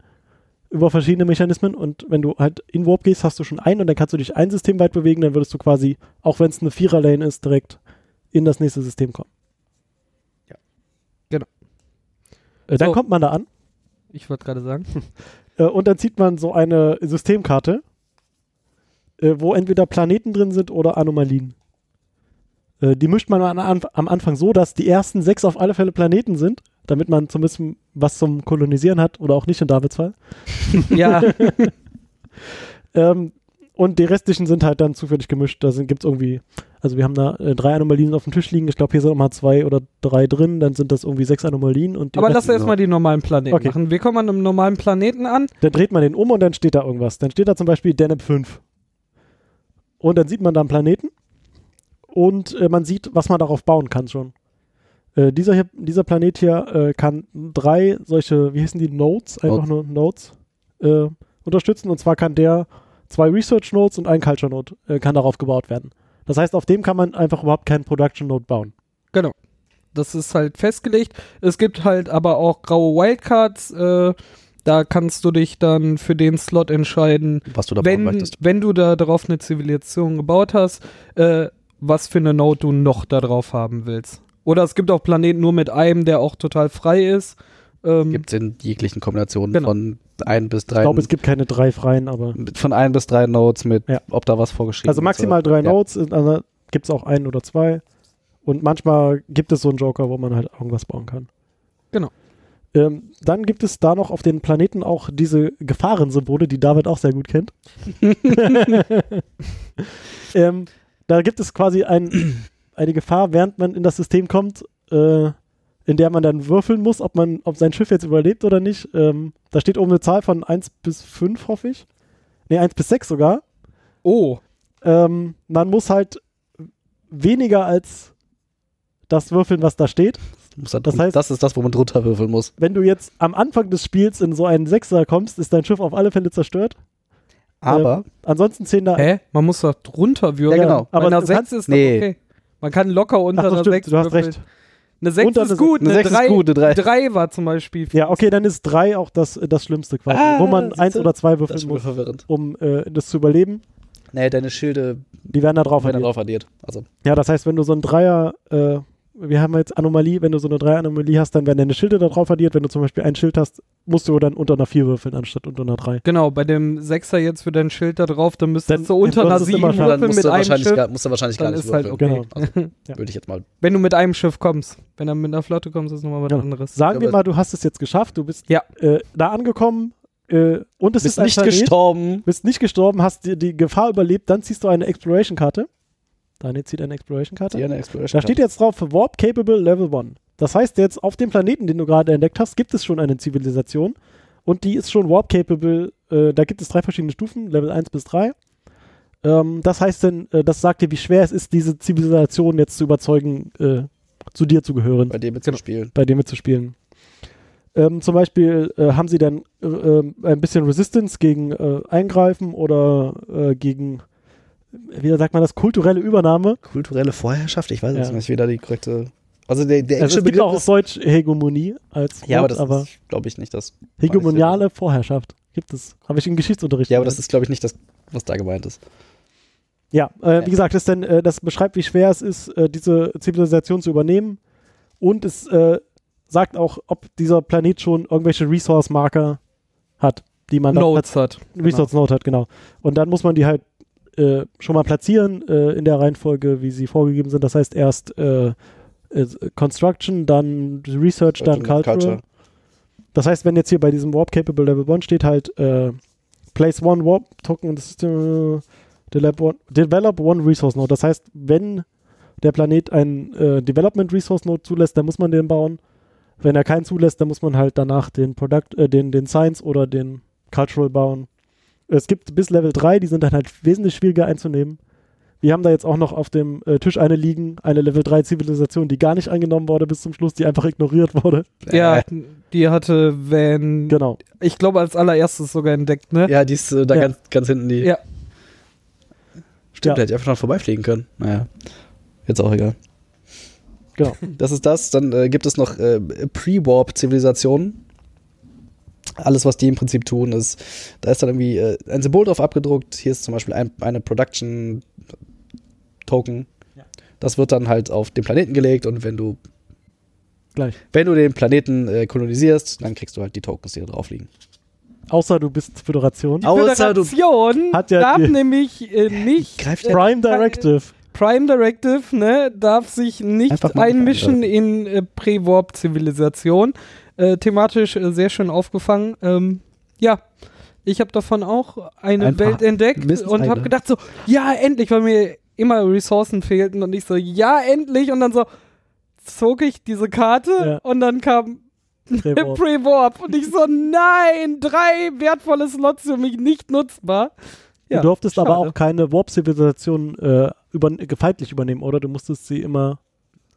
A: über verschiedene Mechanismen und wenn du halt in Warp gehst, hast du schon einen und dann kannst du dich ein System weit bewegen, dann würdest du quasi, auch wenn es eine Vierer-Lane ist, direkt in das nächste System kommen. Äh, dann
B: So.
A: kommt man da an
B: Ich wollte gerade sagen.
A: äh, und dann zieht man so eine Systemkarte, äh, wo entweder Planeten drin sind oder Anomalien. Äh, die mischt man an, an, am Anfang so, dass die ersten sechs auf alle Fälle Planeten sind, damit man zumindest was zum Kolonisieren hat oder auch nicht in Davids Fall.
B: ja,
A: Ähm, und die restlichen sind halt dann zufällig gemischt. Da gibt es irgendwie, also wir haben da äh, drei Anomalien auf dem Tisch liegen. Ich glaube, hier sind nochmal zwei oder drei drin. Dann sind das irgendwie sechs Anomalien. Und die
B: aber
A: Rest-
B: lass erstmal die normalen Planeten
A: Okay.
B: machen. Wir kommen an einem normalen Planeten an.
A: dann dreht man den um und dann steht da irgendwas. Dann steht da zum Beispiel Deneb 5. Und dann sieht man da einen Planeten. Und äh, man sieht, was man darauf bauen kann schon. Äh, dieser, hier, dieser Planet hier äh, kann drei solche, wie heißen die, Nodes, einfach
C: Nodes.
A: nur Nodes, äh, unterstützen. Und zwar kann der zwei Research Nodes und ein Culture Node äh, kann darauf gebaut werden. Das heißt, auf dem kann man einfach überhaupt keinen Production Node bauen.
B: Das ist halt festgelegt. Es gibt halt aber auch graue Wildcards. Äh, da kannst du dich dann für den Slot entscheiden,
C: was du da bauen
B: wenn,
C: möchtest.
B: wenn du da drauf eine Zivilisation gebaut hast, äh, was für eine Note du noch da drauf haben willst. Oder es gibt auch Planeten nur mit einem, der auch total frei ist. Ähm,
C: Gibt es in jeglichen Kombinationen
B: Genau.
C: von ein bis drei.
A: Ich glaube, es gibt keine drei freien, aber.
C: mit- von ein bis drei Notes mit,
A: Ja.
C: ob da was vorgeschrieben
A: Also maximal
C: ist.
A: drei
C: Ja.
A: Nodes, also gibt es auch einen oder zwei. Und manchmal gibt es so einen Joker, wo man halt irgendwas bauen kann.
B: Genau.
A: Ähm, dann gibt es da noch auf den Planeten auch diese Gefahrensymbole, die David auch sehr gut kennt. ähm, da gibt es quasi ein, eine Gefahr, während man in das System kommt, äh, in der man dann würfeln muss, ob man, ob sein Schiff jetzt überlebt oder nicht. Ähm, da steht oben eine Zahl von 1 bis 5, hoffe ich. Ne, 1 bis 6 sogar
B: oh,
A: ähm, man muss halt weniger als das würfeln, was da steht.
C: Muss dann-
A: Das
C: und
A: heißt-
C: das ist das, wo man drunter würfeln muss.
A: Wenn du jetzt am Anfang des Spiels in so einen Sechser kommst, ist dein Schiff auf alle Fälle zerstört.
C: Aber
A: Ansonsten zehn da.
B: hä? Man muss doch drunter würfeln.
C: Ja, genau.
B: Aber
A: Aber
B: eine
A: du
B: 6 ist doch
C: nee.
B: okay. Man kann locker unter
A: Ach, das
B: einer
A: stimmt,
B: 6
A: du hast
B: würfeln.
A: recht.
B: Eine 6
A: Unter
B: ist
A: eine-
B: gut,
C: eine
B: eine,
C: sechs ist
B: 3,
C: gut, eine drei.
B: war zum Beispiel.
A: Ja, okay, dann ist drei auch das, äh, das Schlimmste quasi,
C: Ah,
A: wo man
C: siehst
A: eins
C: du?
A: oder zwei
C: das
A: würfeln
C: ist wohl
A: muss,
C: verwirrend.
A: um äh, das zu überleben.
C: Nee, deine Schilde
A: Die werden da drauf.
C: werden
A: addiert.
C: darauf addiert. Also
A: Ja, das heißt, wenn du so ein Dreier, äh, wir haben jetzt Anomalie, wenn du so eine Dreier-Anomalie hast, dann werden deine Schilde da drauf addiert. Wenn du zum Beispiel ein Schild hast, musst du dann unter einer vier würfeln anstatt unter einer drei.
B: Genau, bei dem Sechser jetzt für dein Schild da drauf, dann müsstest
A: Dann-
B: du unter
A: dann
B: einer
A: würdest du immer
B: 7
A: schon-
C: dann
B: würfeln
C: musst
B: mit
C: du,
B: einem
C: wahrscheinlich
B: Schiff.
C: gar, musst du wahrscheinlich gar
B: dann
C: nicht
B: ist halt
C: würfeln.
B: Okay.
A: Genau. Ja.
C: Würde ich jetzt mal.
B: Wenn du mit einem Schiff kommst. Wenn du mit einer Flotte kommst, ist nochmal was
A: Ja.
B: anderes.
A: Sagen wir
C: Aber-
A: mal, du hast es jetzt geschafft, du bist
B: Ja.
A: äh, da angekommen äh, und es ist
C: Bist
A: ein
C: nicht
A: Planet,
C: gestorben.
A: bist nicht gestorben, hast die, die Gefahr überlebt, dann ziehst du eine Exploration-Karte. Daniel zieht eine Exploration-Karte.
C: Hier eine Exploration.
A: Da steht jetzt drauf Warp Capable Level 1. Das heißt jetzt, auf dem Planeten, den du gerade entdeckt hast, gibt es schon eine Zivilisation und die ist schon Warp Capable. Äh, da gibt es drei verschiedene Stufen, Level 1 bis 3. Ähm, das heißt denn, äh, das sagt dir, wie schwer es ist, diese Zivilisation jetzt zu überzeugen, äh, zu dir zu gehören
C: bei dir mit
B: Genau.
C: zum Spielen.
A: bei dem mitzuspielen. Ähm, zum Beispiel äh, haben sie dann äh, ähm, ein bisschen Resistance gegen äh, Eingreifen oder äh, gegen, wie sagt man das, kulturelle Übernahme.
C: Kulturelle Vorherrschaft, ich weiß
A: Ja.
C: jetzt nicht, wie da die korrekte. Also der, der
A: Also
C: englische
A: es gibt auch
C: Begriff
A: auf Deutsch Hegemonie als Wort,
C: Ja, aber das
A: aber
C: ist, glaube ich, nicht das.
A: hegemoniale Vorherrschaft gibt es. Habe ich im Geschichtsunterricht.
C: Ja, aber das
A: gelernt.
C: ist, glaube ich, nicht das, was da gemeint ist.
A: Ja, äh, wie
C: Ja.
A: gesagt, das, denn, äh, das beschreibt, wie schwer es ist, äh, diese Zivilisation zu übernehmen. Und es äh, sagt auch, ob dieser Planet schon irgendwelche Resource-Marker hat, die man dann
B: Notes hat.
A: Resource Note hat, genau. Und dann muss man die halt äh, schon mal platzieren äh, in der Reihenfolge, wie sie vorgegeben sind. Das heißt erst äh, äh, Construction, dann Research, dann
C: Culture.
A: Culture. Das heißt, wenn jetzt hier bei diesem Warp Capable Level 1 steht halt äh, Place One Warp Token, das ist, äh, develop, one, develop One Resource Node. Das heißt, wenn der Planet einen äh, Development Resource Node zulässt, dann muss man den bauen. Wenn er keinen zulässt, dann muss man halt danach den Product, äh, den, den Science oder den Cultural bauen. Es gibt bis Level 3, die sind dann halt wesentlich schwieriger einzunehmen. Wir haben da jetzt auch noch auf dem äh, Tisch eine liegen, eine Level 3 Zivilisation, die gar nicht eingenommen wurde bis zum Schluss, die einfach ignoriert wurde.
B: Ja,
C: Äh,
B: die hatte Van,
A: Genau.
B: ich glaube, als allererstes sogar entdeckt, ne?
C: Ja, die ist äh, da
A: Ja.
C: Ganz, ganz hinten die.
B: Ja.
A: Ja.
C: Stimmt, der hätte einfach noch vorbeifliegen können. Naja. Jetzt auch egal.
A: Genau.
C: Das ist das. Dann äh, gibt es noch äh, Pre-Warp-Zivilisationen. Alles, was die im Prinzip tun, ist, da ist dann irgendwie äh, ein Symbol drauf abgedruckt. Hier ist zum Beispiel ein, eine Production-Token. Das wird dann halt auf den Planeten gelegt und wenn du
A: Gleich.
C: Wenn du den Planeten äh, kolonisierst, dann kriegst du halt die Tokens, die da drauf liegen.
A: Außer du bist Föderation.
C: Au- Außer du-
B: Föderation
A: Hat ja
B: darf
A: die-
B: nämlich äh, nicht
C: Greift
B: äh,
A: Prime Directive.
B: Prime Directive ne, darf sich
C: Einfach
B: nicht
C: mal
B: einmischen in äh, Pre-Warp-Zivilisation. Äh, thematisch äh, sehr schön aufgefangen. Ähm, ja, ich habe davon auch eine
C: Ein paar.
B: Welt entdeckt
C: Mindestens
B: und habe
C: eine.
B: gedacht so, ja, endlich, weil mir immer Ressourcen fehlten und ich so, ja, endlich. Und dann so zog ich diese Karte
A: Ja.
B: und dann kam
A: Pre-Warp.
B: Pre-Warp und ich so, nein, drei wertvolle Slots für mich nicht nutzbar. Ja,
A: du durftest aber
B: schade.
A: auch keine Warp-Zivilisation äh, über, feindlich übernehmen, oder? Du musstest sie immer.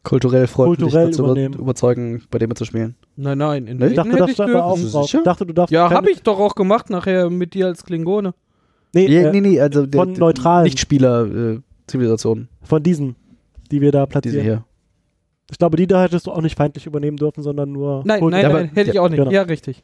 C: Kulturell freundlich
A: Kulturell
C: dazu über-
A: übernehmen.
C: überzeugen, bei dem mitzuspielen.
B: Nein, nein, in
C: Ne?
A: Ich dachte,
B: Dayton
A: das
B: hätte ich
A: stand da
B: dürfen.
A: auch
C: dürfen.
A: drauf.
C: Sicher?
A: Ich dachte, du darfst.
B: Ja,
A: keine-
B: habe ich doch auch gemacht nachher mit dir als Klingone.
A: Nee,
C: Nee,
A: äh,
C: nee, nee, also der, äh,
A: von neutralen.
C: Nichtspieler-Zivilisationen,
A: Von diesen, die wir da
C: diese
A: platzieren.
C: hier.
A: Ich glaube, die da hättest du auch nicht feindlich übernehmen dürfen, sondern nur.
B: Nein,
A: Kult-
B: nein,
C: aber-
B: nein, hätte ich
C: ja,
B: auch nicht.
A: genau.
B: Ja, richtig.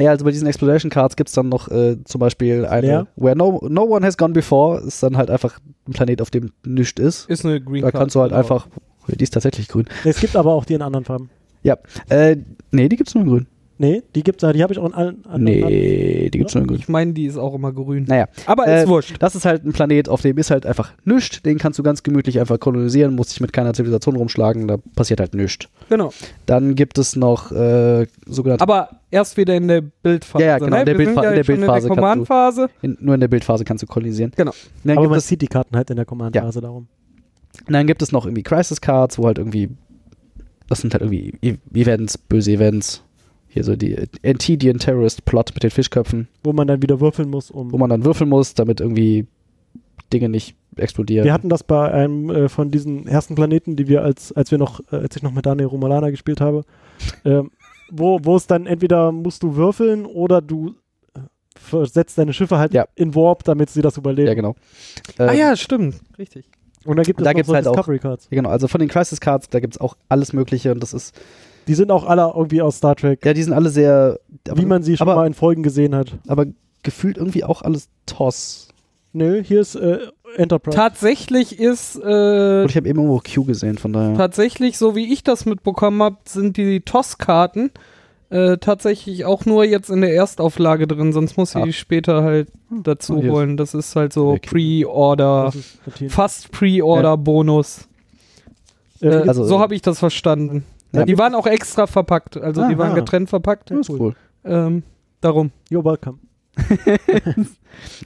C: Ja, also bei diesen Exploration Cards gibt es dann noch äh, zum Beispiel eine,
A: Leer.
C: Where no, no One Has Gone Before, ist dann halt einfach ein Planet, auf dem nichts ist.
B: Ist eine Green
C: Da
B: Card.
C: kannst du halt
B: genau.
C: einfach, die ist tatsächlich grün.
A: Es gibt aber auch die in anderen Farben.
C: Ja, äh, nee, die gibt's nur in grün.
A: Nee, die gibt's ja, die habe ich auch in allen anderen Farben.
C: Nee, die gibt's nur in grün.
B: Ich meine, die ist auch immer grün.
C: Naja,
B: Aber
C: Äh,
B: ist wurscht.
C: Das ist halt ein Planet, auf dem ist halt einfach nichts. Den kannst du ganz gemütlich einfach kolonisieren, musst dich mit keiner Zivilisation rumschlagen, da passiert halt nichts.
B: Genau.
C: Dann gibt es noch äh, sogenannte.
B: Aber erst wieder in der Bildphase.
C: Ja, ja, genau,
B: ne?
C: in der
B: Wir sind
C: Bildpha-
B: ja
C: in der
B: jetzt schon
C: Bildphase
B: In
C: kannst
B: der
C: du-
B: Command-Phase.
C: In, nur in der Bildphase kannst du kolonisieren.
B: Genau.
C: Dann
A: Aber
C: gibt,
A: man
C: es,
A: sieht die Karten halt in der Command-Phase darum.
C: dann gibt es noch irgendwie Crisis Cards, wo halt irgendwie. Das sind halt irgendwie E- Events, böse Events. Hier so die Antidian Terrorist Plot mit den Fischköpfen,
A: Wo man dann wieder würfeln muss, um.
C: wo man dann würfeln muss, damit irgendwie Dinge nicht explodieren.
A: Wir hatten das bei einem äh, von diesen ersten Planeten, die wir als, als wir noch, äh, als ich noch mit Daniel Romulana gespielt habe, ähm, wo, wo es dann entweder musst du würfeln oder du äh, versetzt deine Schiffe halt
C: Ja.
A: in Warp, damit sie das überleben.
C: ja, genau.
B: ah
C: Äh,
B: ja, stimmt. Richtig.
A: Und dann gibt es
C: Da
A: noch
C: gibt's
A: so
C: halt auch-
A: Discovery Cards.
C: Ja, genau. Also von den Crisis Cards, da gibt es auch alles Mögliche und das ist.
A: Die sind auch alle irgendwie aus Star Trek,
C: Ja, die sind alle sehr. Aber,
A: wie man sie schon
C: aber,
A: mal in Folgen gesehen hat.
C: aber gefühlt irgendwie auch alles Toss.
A: Nö, hier ist äh, Enterprise.
B: Tatsächlich ist, äh,
C: Und ich habe eben irgendwo Q gesehen, von daher.
B: tatsächlich, so wie ich das mitbekommen habe, sind die TOS-Karten äh, tatsächlich auch nur jetzt in der Erstauflage drin. Sonst muss ich
C: Ah.
B: die später halt
C: Ah,
B: dazu
C: hier ist-
B: holen. Das ist halt so
C: Okay.
B: Pre-Order.
A: Das ist Routine.
B: Fast Pre-Order-Bonus.
A: Äh,
B: Äh,
C: also-
B: so habe ich das verstanden.
C: Ja.
B: Die waren auch extra verpackt, also
A: Ah,
B: die waren
A: ah.
B: getrennt verpackt.
C: Ja, ist cool.
B: Ähm, darum.
A: You're welcome.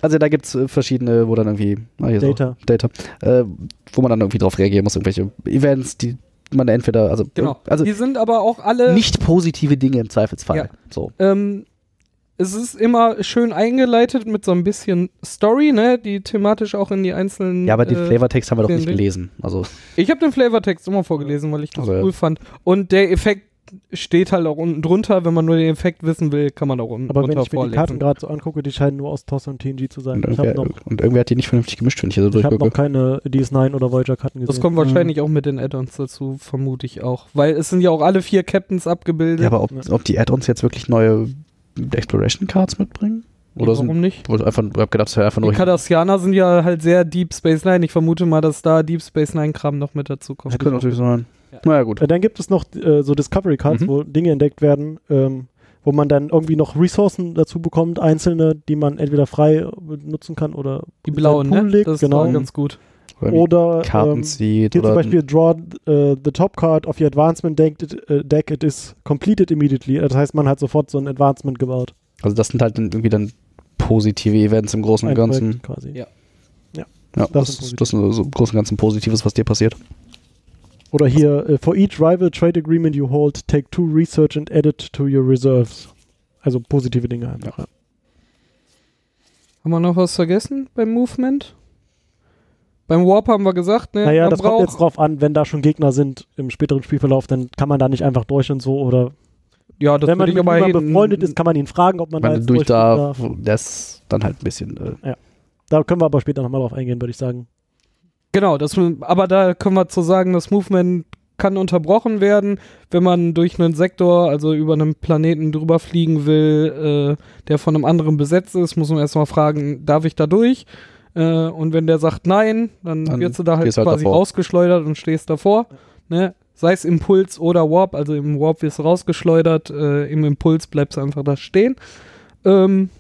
C: Also da gibt es äh, verschiedene, wo dann irgendwie. Ah, hier ist auch-
A: Data.
C: Data. Äh, wo man dann irgendwie drauf reagieren muss, irgendwelche Events, die man entweder. Also,
B: Genau.
C: also
B: die sind aber auch alle.
C: nicht positive Dinge im Zweifelsfall.
B: Ja.
C: So.
B: Ähm, es ist immer schön eingeleitet mit so ein bisschen Story, ne, die thematisch auch in die einzelnen.
C: Ja, aber den
B: äh,
C: Flavortext haben wir doch nicht
B: den-
C: gelesen. Also,
B: Ich habe den Flavortext immer vorgelesen, weil ich das
C: Also, ja.
B: cool fand. Und der Effekt steht halt auch unten drunter. Wenn man nur den Effekt wissen will, kann man auch unten
A: Aber wenn
B: drunter
A: ich mir die Karten
B: vorlesen.
A: gerade so angucke, die scheinen nur aus TOS und TNG zu sein.
C: und,
A: Ich habe
C: irgendwer,
A: noch,
C: und irgendwer hat die nicht vernünftig gemischt, wenn ich hier so
A: ich hab noch
C: also
A: keine
C: durchgucke.
A: DS9 oder Voyager-Karten gesehen.
B: Das kommt
A: Mhm.
B: wahrscheinlich auch mit den Add-ons dazu, vermute ich auch. Weil es sind ja auch alle vier Captains abgebildet.
C: Ja, aber ob,
A: Ja.
C: ob die Add-ons jetzt wirklich neue Exploration Cards mitbringen? Oder sind
B: Warum nicht?
C: Ich wollte einfach, ich hab gedacht, es wäre einfach
B: Die
C: nur.
B: Cardassianer sind ja halt sehr Deep Space Nine. Ich vermute mal, dass da Deep Space Nine-Kram noch mit dazu kommt.
C: Das könnte natürlich sein.
B: Ja.
C: Naja, gut.
A: Äh, Dann gibt es noch äh, so Discovery Cards,
C: Mhm.
A: wo Dinge entdeckt werden, ähm, wo man dann irgendwie noch Ressourcen dazu bekommt, einzelne, die man entweder frei äh, nutzen kann oder
B: Die
A: in seinen
B: blauen,
A: Pool
B: ne?
A: legt,
B: das war
A: genau.
B: ganz gut.
C: Oder
A: Oder
C: Karten
A: ähm,
C: zieht
A: hier zum
C: oder
A: Beispiel Draw äh, the top card of your advancement deck, it, äh, deck, it is completed immediately. Das heißt, man hat sofort so ein Advancement gebaut.
C: Also das sind halt dann irgendwie dann positive Events im Großen und
A: Ein
C: Ganzen.
A: Projekt quasi.
B: Ja.
C: Ja,
A: Das
C: das,
A: sind
C: ist- das ist so im Großen und Ganzen Positives, was dir passiert.
A: Oder hier, äh, for each rival trade agreement you hold, take two research and add it to your reserves. Also positive Dinge einfach. Ja.
B: Haben wir noch was vergessen beim Movement? Beim Warp haben wir gesagt, ne?
A: Naja,
B: man
A: das kommt jetzt drauf an, wenn da schon Gegner sind im späteren Spielverlauf, dann kann man da nicht einfach durch und so. Oder
B: ja, das
A: wenn man
B: würde
A: mit
B: ich aber
A: jemandem
B: hinten-
A: befreundet ist, kann man ihn fragen, ob man
C: Ich meine,
A: da jetzt
C: durch da,
A: durchgehen
C: das dann halt ein bisschen. Äh,
A: Da können wir aber später nochmal drauf eingehen, würde ich sagen.
B: Genau, das, aber da können wir zu sagen, das Movement kann unterbrochen werden, wenn man durch einen Sektor, also über einen Planeten drüber fliegen will, äh, der von einem anderen besetzt ist, muss man erstmal fragen, darf ich da durch? Äh, und wenn der sagt nein, dann,
C: Dann
B: wirst du da halt
C: gehst halt
B: quasi
C: davor.
B: rausgeschleudert und stehst davor. Ne? sei es Impuls oder Warp, also im Warp wirst du rausgeschleudert, äh, im Impuls bleibst du einfach da stehen. Ähm,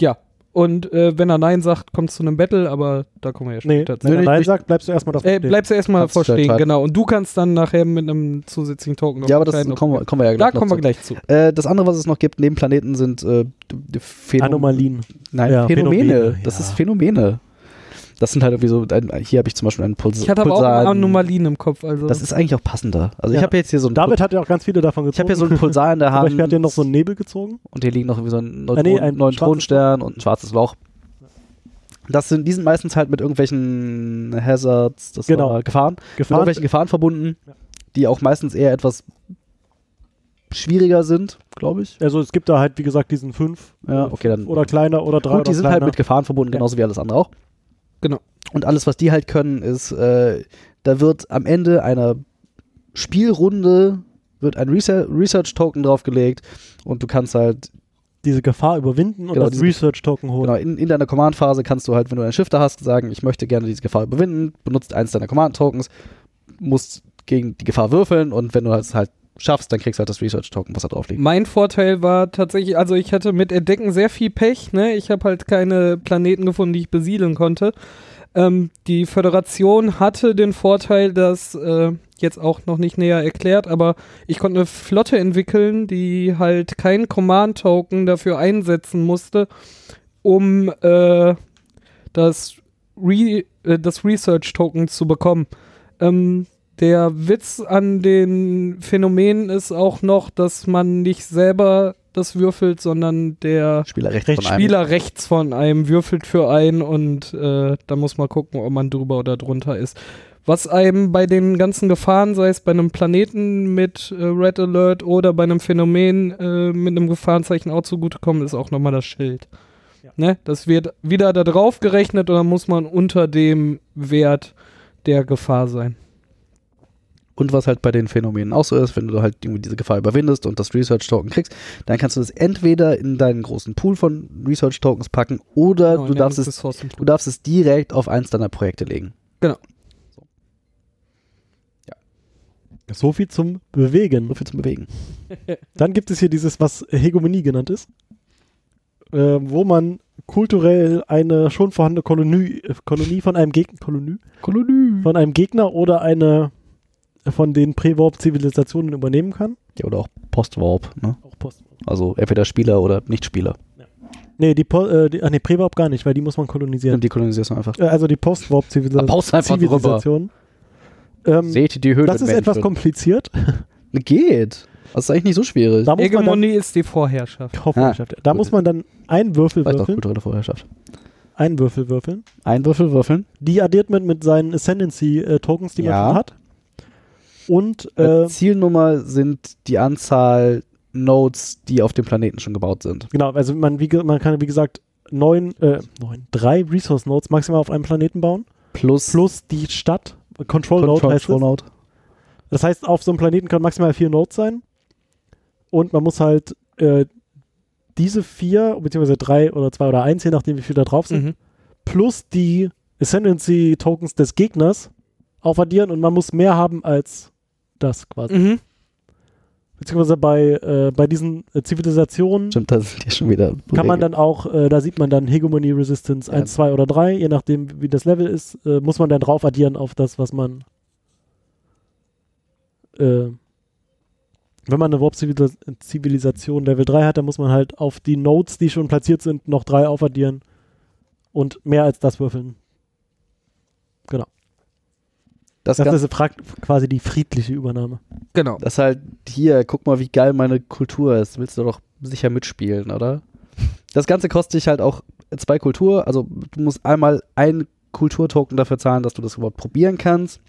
B: ja, und äh, wenn er Nein sagt, kommt es zu einem Battle, aber da kommen wir ja
A: Nee,
B: später zu.
A: wenn er
C: Nee,
A: Nein
C: ich-
A: sagt, bleibst du erstmal da
B: Äh, bleibst du erstmal
C: Hab's gehört,
B: vorstehen,
C: halt.
B: genau. Und du kannst dann nachher mit einem zusätzlichen Token noch
C: Ja, aber das
B: entscheiden, ob-
C: kommen wir, kommen wir ja
B: da
C: gleich noch
B: kommen wir
C: zu.
B: gleich zu.
C: Äh, das andere, was es noch gibt, neben Planeten sind äh, Phänomene.
A: Anomalien.
C: Nein,
A: Ja,
C: Phänomene.
A: Phänomene,
C: Das
A: ja.
C: ist Phänomene. Das sind halt irgendwie so, ein, hier habe ich zum Beispiel einen Puls.
B: Ich hatte aber auch
C: Pulsar,
B: Anomalien im Kopf, also
C: Das ist eigentlich auch passender. Also ich
A: Ja.
C: habe jetzt hier so einen,
A: David hat ja auch ganz viele davon
C: Pul- ich habe
A: gezogen.
C: hier so einen Pulsar in der
A: Zum
C: Hand Genau,
A: Beispiel hat er noch so einen Nebel gezogen.
C: und hier liegen noch irgendwie so ein Neutron,
A: Ah, nee, ein
C: Neutronenstern und ein schwarzes Loch. Das sind, die sind meistens halt mit irgendwelchen Hazards, das
A: Genau.
C: war Gefahren, mit
A: Gefahren.
C: irgendwelchen Gefahren verbunden,
A: Ja.
C: die auch meistens eher etwas schwieriger sind, glaube ich.
A: Also es gibt da halt, wie gesagt, diesen fünf
C: Ja,
A: äh,
C: okay, dann-
A: oder kleiner oder drei
C: Gut, die
A: oder
C: sind halt
A: kleiner.
C: mit Gefahren verbunden,
A: Ja.
C: genauso wie alles andere auch.
B: Genau.
C: Und alles, was die halt können, ist, äh, da wird am Ende einer Spielrunde wird ein Rese- Research-Token draufgelegt und du kannst halt,
A: diese Gefahr überwinden
C: Genau,
A: und das
C: diese-
A: Research-Token holen.
C: genau, in, in deiner Command-Phase kannst du halt, wenn du ein Schiff da hast, sagen, ich möchte gerne diese Gefahr überwinden, benutzt eins deiner Command-Tokens, musst gegen die Gefahr würfeln und wenn du es halt schaffst, dann kriegst du halt das Research-Token, was da drauf liegt.
B: Mein Vorteil war tatsächlich, also ich hatte mit Entdecken sehr viel Pech. Ne? Ich habe halt keine Planeten gefunden, die ich besiedeln konnte. Ähm, die Föderation hatte den Vorteil, dass äh, jetzt auch noch nicht näher erklärt, aber ich konnte eine Flotte entwickeln, die halt keinen Command-Token dafür einsetzen musste, um äh, das, Re äh, das Research-Token zu bekommen. Ähm, der Witz an den Phänomenen ist auch noch, dass man nicht selber das würfelt, sondern der
C: Spieler rechts
A: Recht
C: von einem.
B: Spieler rechts von einem würfelt für einen und äh, da muss man gucken, ob man drüber oder drunter ist. Was einem bei den ganzen Gefahren, sei es bei einem Planeten mit äh, Red Alert oder bei einem Phänomen äh, mit einem Gefahrenzeichen auch zugutekommen, ist auch nochmal das Schild.
A: Ja.
B: Ne? Das wird wieder da drauf gerechnet und dann muss man unter dem Wert der Gefahr sein.
C: Und was halt bei den Phänomenen auch so ist, wenn du halt irgendwie diese Gefahr überwindest und das Research-Token kriegst, dann kannst du das entweder in deinen großen Pool von Research-Tokens packen oder
B: Genau,
C: du,
B: in der
C: darfst es,
B: Ressourcen-
C: du darfst es direkt auf eins deiner Projekte legen. Genau.
A: So viel zum Bewegen.
C: So viel zum Bewegen.
A: Dann gibt es hier dieses, was Hegemonie genannt ist, äh, wo man kulturell eine schon vorhandene Kolonie, äh, Kolonie von einem Gegner, Kolonie,
C: Kolonie.
A: von einem Gegner oder eine von den Pre-Warp-Zivilisationen übernehmen kann.
C: Ja, oder auch Post-Warp. Ne?
A: Auch Post.
C: Also entweder Spieler oder Nicht-Spieler.
A: Nee, die, po äh, die ach nee, Pre-Warp gar nicht, weil die muss man
C: Ja.
A: kolonisieren.
C: Die kolonisierst du einfach.
A: Äh, also die Post-Warp-Zivilisation.
C: Paust Ah, einfach drüber.
A: Ähm,
C: Seht ihr die Höhle?
A: das ist etwas kompliziert.
C: Geht. Das ist eigentlich nicht so schwierig.
A: Da muss man dann,
B: Hegemonie ist die Vorherrschaft.
A: Kaufmannschaft. da
C: gut.
A: muss man dann einen Würfel
C: Vielleicht auch
A: würfeln.
C: kulturelle Vorherrschaft.
A: Einen Würfel würfeln.
C: Ein Würfel würfeln.
A: Die addiert man mit seinen Ascendancy-Tokens, die
C: Ja.
A: man schon hat. Und äh,
C: Äh, Zielnummer sind die Anzahl Nodes, die auf dem Planeten schon gebaut sind.
A: genau, also man, wie, ge- man kann, wie gesagt, neun, äh, neun, drei Resource Nodes maximal auf einem Planeten bauen.
C: Plus,
A: Plus die Stadt, äh, Control Node
C: Control-
A: heißt
C: Control
A: es.
C: Node.
A: Das heißt, auf so einem Planeten können maximal vier Nodes sein. Und man muss halt äh, diese vier, beziehungsweise drei oder zwei oder eins, je nachdem, wie viel da drauf sind,
B: Mhm.
A: plus die Ascendancy-Tokens des Gegners aufaddieren und man muss mehr haben als das quasi.
B: Mhm.
A: Beziehungsweise bei, äh, bei diesen äh, Zivilisationen
C: Stimmt, da sind ja schon wieder.
A: kann man dann auch, äh, da sieht man dann Hegemony Resistance
C: Ja.
A: 1, 2 oder 3, je nachdem wie das Level ist, äh, muss man dann drauf addieren auf das, was man äh, wenn man eine Warp-Zivilisation Level 3 hat, dann muss man halt auf die Nodes, die schon platziert sind, noch 3 aufaddieren und mehr als das würfeln.
C: Das,
A: Das,
C: Ganze,
A: ist frag- quasi die friedliche Übernahme.
B: Genau.
C: das ist halt hier, guck mal, wie geil meine Kultur ist. Willst du doch sicher mitspielen, oder? Das Ganze kostet dich halt auch zwei Kultur. Also du musst einmal einen Kulturtoken dafür zahlen, dass du das überhaupt probieren kannst.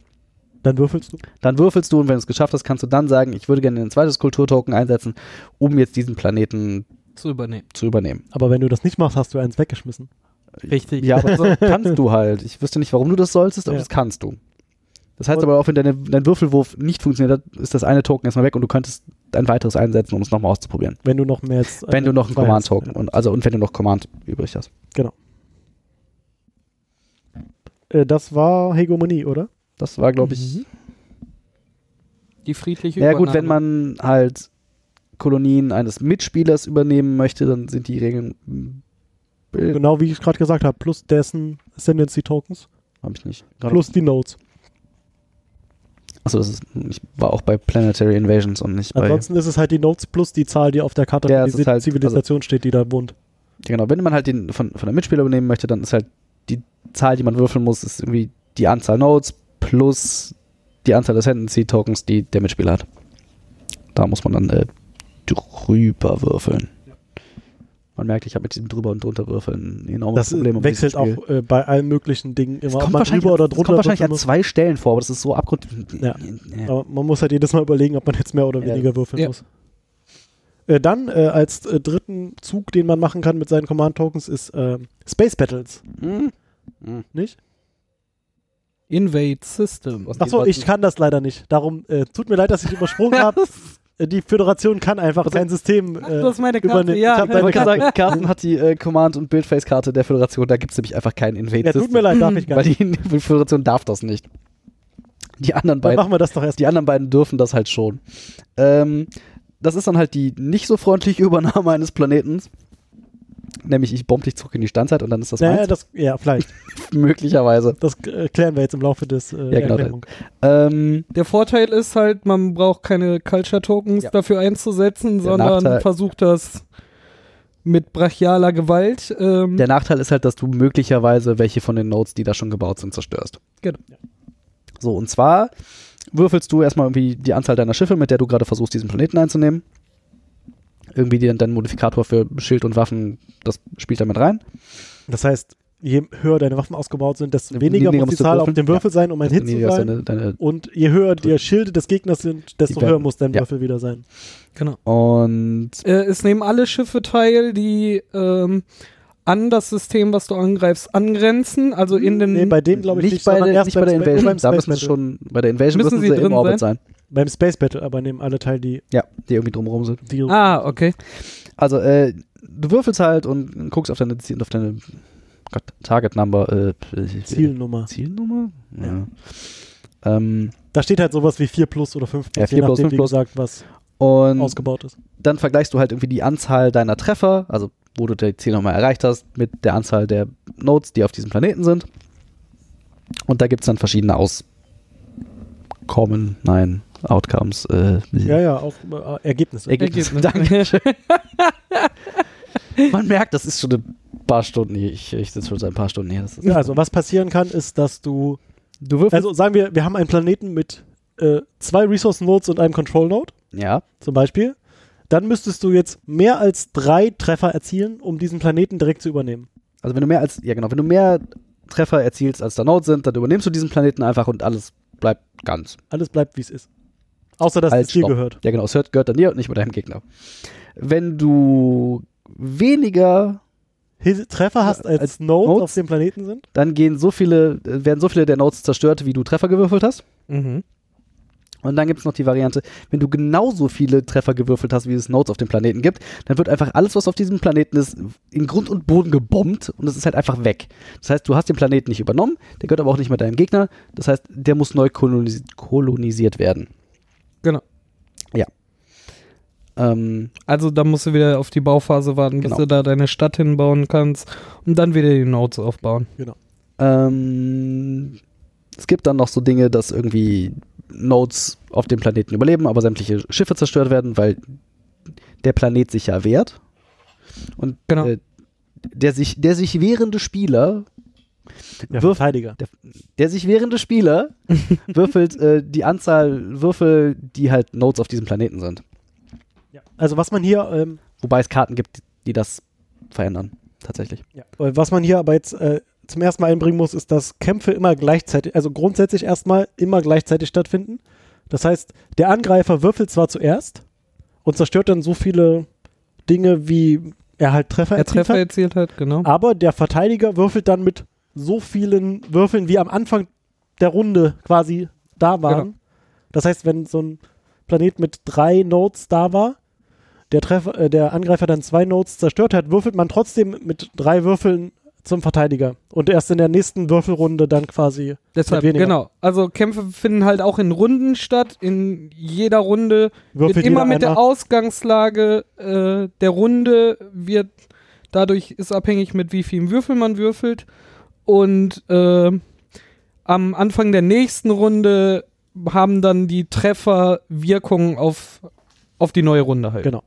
A: Dann würfelst du.
C: Dann würfelst du und wenn du es geschafft hast, kannst du dann sagen, ich würde gerne ein zweites Kulturtoken einsetzen, um jetzt diesen Planeten
B: Zu übernehmen.
C: zu übernehmen.
A: Aber wenn du das nicht machst, hast du eins weggeschmissen.
B: Richtig.
C: Ja, aber so kannst du halt. Ich wüsste nicht, warum du das solltest, aber
A: Ja.
C: das kannst du. Das heißt
A: Und-
C: aber auch, wenn deine, dein Würfelwurf nicht funktioniert hat, ist das eine Token erstmal weg und du könntest ein weiteres einsetzen, um es nochmal auszuprobieren.
A: Wenn du noch mehr als äh,
C: wenn du noch einen
A: zwei hast.
C: Command-Token und also und wenn du noch Command übrig hast.
A: Äh, das war Hegemonie, oder? Mhm.
C: Das war, glaube ich,
B: Die friedliche
C: Ja gut, wenn
B: Übernahme.
C: man halt Kolonien eines Mitspielers übernehmen möchte, dann sind die Regeln hm, äh,
A: Genau wie ich gerade gesagt habe, plus dessen Ascendancy Tokens,
C: hab ich nicht.
A: plus die Nodes.
C: Achso, das ist, ich war auch bei Planetary Invasions und nicht bei.
A: Ansonsten ist es halt die Nodes plus die Zahl, die auf der Karte
C: Ah, Ja,
A: die
C: es ist halt-
A: Zivilisation steht, die da wohnt.
C: Ja, genau, wenn man halt den von, von einem Mitspieler übernehmen möchte, dann ist halt die Zahl, die man würfeln muss, ist irgendwie die Anzahl Nodes plus die Anzahl Ascendancy-Tokens, die der Mitspieler hat. Da muss man dann äh, drüber würfeln. Man merkt, ich habe mit diesem drüber und drunter würfeln ein
A: Das
C: enormes Problem. um
A: wechselt
C: dieses Spiel.
A: auch äh, bei allen möglichen Dingen
C: Es
A: immer, ob
C: kommt
A: man
C: wahrscheinlich,
A: drüber oder
C: es
A: drunter
C: kommt wahrscheinlich
A: würfeln
C: an zwei Stellen vor, aber das ist so abgrund.
A: Ja. Aber man muss halt jedes Mal überlegen, ob man jetzt mehr oder
C: Ja.
A: weniger würfeln
B: Ja.
A: muss. Äh, dann äh, als äh, dritten Zug, den man machen kann mit seinen Command-Tokens, ist äh, Space Battles,
C: Hm? Hm.
A: nicht?
B: Invade System.
C: Was-
A: Achso, ich kann das leider nicht. Darum, äh, tut mir leid, dass ich übersprungen habe. Äh, Die Föderation kann einfach kein System.
B: Ach,
A: Äh,
B: du hast meine
A: überne-
B: Karte, ja.
A: ich hab
C: Ich
A: deine
C: wollte
A: Karte.
C: gerade sagen, Carsten hat die äh, Command- und Bildface-Karte der Föderation, da gibt es nämlich einfach keinen Invade.
A: ja, tut mir leid, darf ich gar
C: Weil
A: nicht.
C: die, die Föderation darf das nicht. Die
A: Dann
C: anderen, beiden,
A: machen wir das doch erst.
C: die anderen beiden dürfen das halt schon. Ähm, das ist dann halt die nicht so freundliche Übernahme eines Planeten. Nämlich, ich bomb dich zurück in die Standzeit und dann ist das
A: naja,
C: meins.
A: das, ja, vielleicht.
C: Möglicherweise.
A: Das äh, klären wir jetzt im Laufe des äh,
C: Ja, genau.
A: Erklärung. Mhm.
C: Ähm,
B: Der Vorteil ist halt, man braucht keine Culture-Tokens
C: Ja.
B: dafür einzusetzen,
C: Der
B: sondern
C: Nachteil-
B: versucht das mit brachialer Gewalt. Ähm,
C: der Nachteil ist halt, dass du möglicherweise welche von den Nodes, die da schon gebaut sind, zerstörst.
B: Genau.
C: So, und zwar würfelst du erstmal irgendwie die Anzahl deiner Schiffe, mit der du gerade versuchst, diesen Planeten einzunehmen. Irgendwie dir- dein Modifikator für Schild und Waffen, das spielt damit rein.
A: Das heißt, je höher deine Waffen ausgebaut sind, desto weniger muss die
C: weniger musst du
A: Zahl auf
C: würfeln.
A: dem Würfel sein, um ein Hit zu
C: Nee, du hast
A: sein.
C: deine, deine
A: Und je höher die Schilde des Gegners sind, desto
C: Die werden-
A: höher muss dein
C: ja.
A: Würfel wieder sein.
B: genau.
C: Und
B: Äh, es nehmen alle Schiffe teil, die ähm, an das System, was du angreifst, angrenzen. Also in dem
A: Nee, bei dem glaube ich nicht,
C: nicht, Hm? bei
A: sondern
C: der,
A: erst
C: nicht
A: beim
C: bei der
A: Spa-
C: Invasion.
A: beim
C: Da
A: Space
C: müssen sie
A: Battle.
C: schon, bei der Invasion
B: Müssen
C: müssen,
B: sie
C: sie,
B: drin
C: im Orbit sein.
A: Beim Space Battle aber nehmen alle teil, die,
C: Ja, die irgendwie drumherum sind.
A: die
B: Ah, okay.
C: Also, äh, du würfelst halt und guckst auf deine, Ziel- auf deine Gott, Target Number. Äh,
A: Zielnummer.
C: Zielnummer? Ja.
A: Ja.
C: Ähm,
A: Da steht halt sowas wie 4 plus oder 5 plus,
C: Ja, 4
A: je
C: plus,
A: nachdem,
C: 5
A: wie
C: plus. Hm.
A: gesagt, was
C: und
A: ausgebaut ist.
C: dann vergleichst du halt irgendwie die Anzahl deiner Treffer, also wo du die Zielnummer erreicht hast, mit der Anzahl der Nodes, die auf diesem Planeten sind. Und da gibt es dann verschiedene Auskommen, nein, Outcomes. Äh,
A: Ja, ja, auch äh, Ergebnisse.
C: Ergebnisse. Dankeschön. Man merkt, das ist schon ein paar Stunden hier. Ich, ich sitze schon seit ein paar Stunden hier. Das ist
A: Ja, also was passieren kann, ist, dass du,
C: du würfelst.
A: also sagen wir, wir haben einen Planeten mit äh, zwei Resource Nodes und einem Control Node
C: ja,
A: zum Beispiel. Dann müsstest du jetzt mehr als drei Treffer erzielen, um diesen Planeten direkt zu übernehmen.
C: also wenn du mehr als, ja genau, wenn du mehr Treffer erzielst, als da Nodes sind, dann übernimmst du diesen Planeten einfach und alles bleibt ganz.
A: Alles bleibt, wie es ist. Außer, dass
C: als
A: es dir
C: Stopp.
A: gehört.
C: Ja, genau, es hört, gehört dann dir und nicht mehr deinem Gegner. Wenn du weniger,
A: Hil- Treffer hast als,
C: Als
A: Nodes,
C: Nodes?
A: auf dem Planeten sind.
C: dann gehen so viele, äh, werden so viele der Nodes zerstört, wie du Treffer gewürfelt hast.
B: Mhm.
C: Und dann gibt es noch die Variante, wenn du genauso viele Treffer gewürfelt hast, wie es Nodes auf dem Planeten gibt, dann wird einfach alles, was auf diesem Planeten ist, in Grund und Boden gebombt und es ist halt einfach weg. Das heißt, du hast den Planeten nicht übernommen, der gehört aber auch nicht mehr deinem Gegner. Das heißt, der muss neu kolonis kolonisiert werden.
B: Genau.
C: Ja. Ähm,
B: Also da musst du wieder auf die Bauphase warten,
C: Genau.
B: bis du da deine Stadt hinbauen kannst und dann wieder die Nodes aufbauen.
C: Ähm, es gibt dann noch so Dinge, dass irgendwie Nodes auf dem Planeten überleben, aber sämtliche Schiffe zerstört werden, weil der Planet sich ja wehrt. Und
B: Genau.
C: äh, der, sich, der sich wehrende Spieler,
A: Der
C: Wirf-
A: Verteidiger.
C: der sich wehrende Spieler würfelt äh, die Anzahl Würfel, die halt Nodes auf diesem Planeten sind.
A: Also was man hier, ähm,
C: Wobei es Karten gibt, die das verändern, tatsächlich.
A: äh, was man hier aber jetzt äh, zum ersten Mal einbringen muss, ist, dass Kämpfe immer gleichzeitig, also grundsätzlich erstmal immer gleichzeitig stattfinden. Das heißt, der Angreifer würfelt zwar zuerst und zerstört dann so viele Dinge, wie er halt Treffer
B: Er
A: erzielt
B: Treffer
A: hat,
B: erzielt hat, genau.
A: aber der Verteidiger würfelt dann mit so vielen Würfeln, wie am Anfang der Runde quasi da waren.
B: Genau.
A: Das heißt, wenn so ein Planet mit drei Nodes da war, der, Treffer, äh, der Angreifer dann zwei Nodes zerstört hat, würfelt man trotzdem mit drei Würfeln zum Verteidiger. Und erst in der nächsten Würfelrunde dann quasi.
B: Deshalb,
A: weniger.
B: genau. Also Kämpfe finden halt auch in Runden statt. In jeder Runde
A: Würfelt
B: wird immer
A: jeder
B: mit der
A: einmal.
B: Ausgangslage äh, der Runde wird dadurch ist abhängig mit wie vielen Würfel man würfelt und äh, am Anfang der nächsten Runde haben dann die Treffer Wirkung auf auf die neue Runde halt.
A: Genau.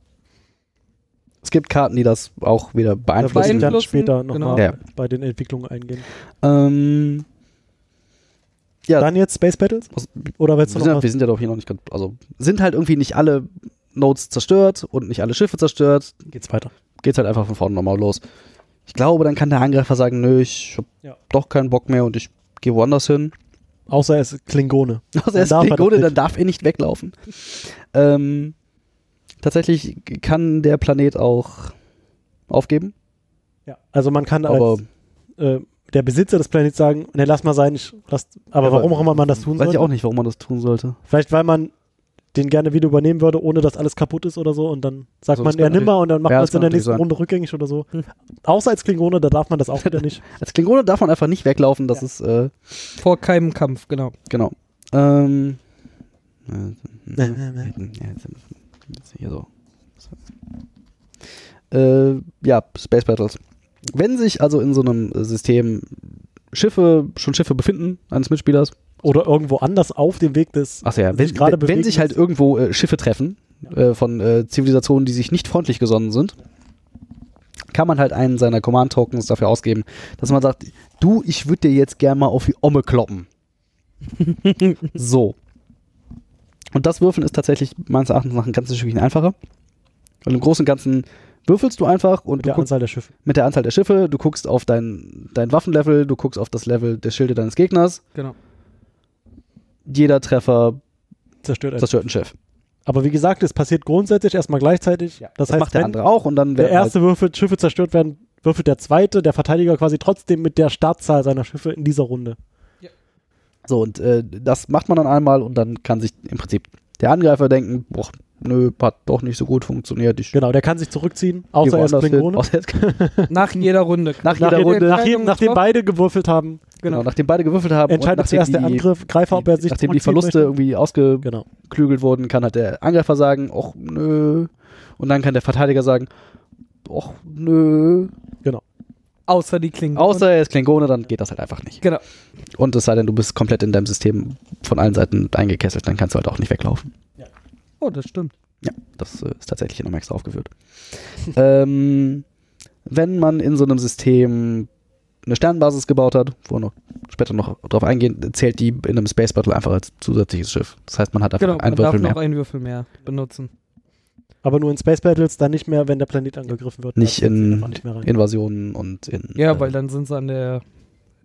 C: Es gibt Karten, die das auch wieder
A: Da würde ich
C: beeinflussen.
B: Beeinflussen,
A: dann später nochmal
B: genau.
C: Ja.
A: bei den Entwicklungen eingehen.
C: Ähm, Ja.
A: Dann jetzt Space Battles?
C: Was-
A: Oder
C: wir,
A: willst du
C: sind, ja-
A: noch
C: wir
A: was?
C: sind ja doch hier noch nicht ganz. Also sind halt irgendwie nicht alle Nodes zerstört und nicht alle Schiffe zerstört.
A: Geht's weiter.
C: Geht's halt einfach von vorne nochmal los. Ich glaube, dann kann der Angreifer sagen, nö, ich hab
A: Ja.
C: doch keinen Bock mehr und ich gehe woanders hin.
A: Außer es ist Klingone.
C: Also
A: Dann
C: er ist
A: darf er doch
C: Klingone,
A: nicht.
C: dann darf er nicht weglaufen. ähm, tatsächlich kann der Planet auch aufgeben,
A: Ja. Also man kann
C: aber
A: als äh, der Besitzer des Planets sagen, ne, lass mal sein, ich lass, aber
C: Ja,
A: warum
C: aber-
A: auch immer man das tun
C: weiß ich
A: sollte.
C: auch nicht, warum man das tun sollte.
A: Vielleicht weil man den gerne wieder übernehmen würde, ohne dass alles kaputt ist oder so und dann sagt
C: Also,
A: man
C: das
A: ja
C: kann
A: nimmer und dann macht
C: ja,
A: man
C: das
A: es in
C: kann
A: der
C: natürlich
A: nächsten
C: sein.
A: Runde rückgängig oder so. Außer als Klingone, da darf man das auch wieder nicht.
C: Als Klingone darf man einfach nicht weglaufen, das
A: Ja.
C: ist, äh,
B: Vor keinem Kampf, genau.
C: genau. Ähm, äh,
A: Nee, nee, nee.
C: Hm, ja, jetzt sind- jetzt hier so. Äh, ja, Space Battles. Wenn sich also in so einem äh, System Schiffe, schon Schiffe befinden, eines Mitspielers,
A: Oder irgendwo anders auf dem Weg des.
C: Ach so, ja,
A: sich
C: wenn,
A: gerade
C: wenn, wenn
A: bewegen
C: sich halt
A: ist.
C: irgendwo äh, Schiffe treffen äh, von äh, Zivilisationen, die sich nicht freundlich gesonnen sind, kann man halt einen seiner Command-Tokens dafür ausgeben, dass man sagt, du, ich würde dir jetzt gern mal auf die Omme kloppen. so. Und das Würfeln ist tatsächlich meines Erachtens nach ein ganzes Stückchen einfacher. Und im Großen und Ganzen würfelst du einfach und
A: Mit
C: du
A: der
C: guckst
A: Anzahl der Schiffe.
C: mit der Anzahl der Schiffe, du guckst auf dein, dein Waffenlevel, du guckst auf das Level der Schilde deines Gegners.
B: Genau.
C: Jeder Treffer
A: Zerstört ein.
C: zerstört ein Schiff.
A: Aber wie gesagt, es passiert grundsätzlich erstmal gleichzeitig. das,
C: Das
A: heißt,
C: macht der
A: wenn
C: andere auch und dann
A: der
C: werden halt
A: erste würfelt, Schiffe zerstört werden, würfelt der zweite, der Verteidiger quasi trotzdem mit der Startzahl seiner Schiffe in dieser Runde.
C: halt, so und äh, das macht man dann einmal und dann kann sich im Prinzip der Angreifer denken, boah, nö, hat doch nicht so gut funktioniert. Ich
A: Genau, der kann sich zurückziehen,
C: geh
A: außer er ist
C: woanders hin.
A: Klingone.
C: Außer er ist Klingone.
B: Nach jeder Runde.
C: Nach
A: Nach
C: jeder
A: jedem-
C: Runde,
A: nach jedem, nachdem
B: getroffen.
A: beide gewürfelt haben,
C: genau.
B: Genau.
C: nachdem beide gewürfelt haben
A: entscheidet
C: und nachdem
A: zuerst der
C: die,
A: Angriff, Greifer, ob er sich
C: nachdem die
A: zurückziehen
C: Verluste
A: möchte.
C: irgendwie ausgeklügelt
A: Genau.
C: wurden, kann halt der Angreifer sagen, och nö. Und dann kann der Verteidiger sagen, och nö.
B: Außer die Klingen.
C: Außer er ist Klingone, dann geht das halt einfach nicht.
B: Genau.
C: Und es sei denn, du bist komplett in deinem System von allen Seiten eingekesselt, dann kannst du halt auch nicht weglaufen.
B: Oh, das stimmt.
C: Ja, das äh, ist tatsächlich hier nochmal extra aufgeführt. ähm, wenn man in so einem System eine Sternbasis gebaut hat, wo wir noch später noch drauf eingehen, zählt die in einem Space Battle einfach als zusätzliches Schiff. Das heißt, man hat einfach
B: Genau, man
C: einen
B: darf
C: Würfel
B: noch
C: mehr.
B: einen Würfel mehr benutzen.
A: Aber nur in Space Battles, dann nicht mehr, wenn der Planet angegriffen wird.
C: Nicht
A: Da zählt
C: in-
A: einfach nicht mehr rein.
C: Invasionen und in.
B: Ja,
C: äh,
B: weil dann sind sie an der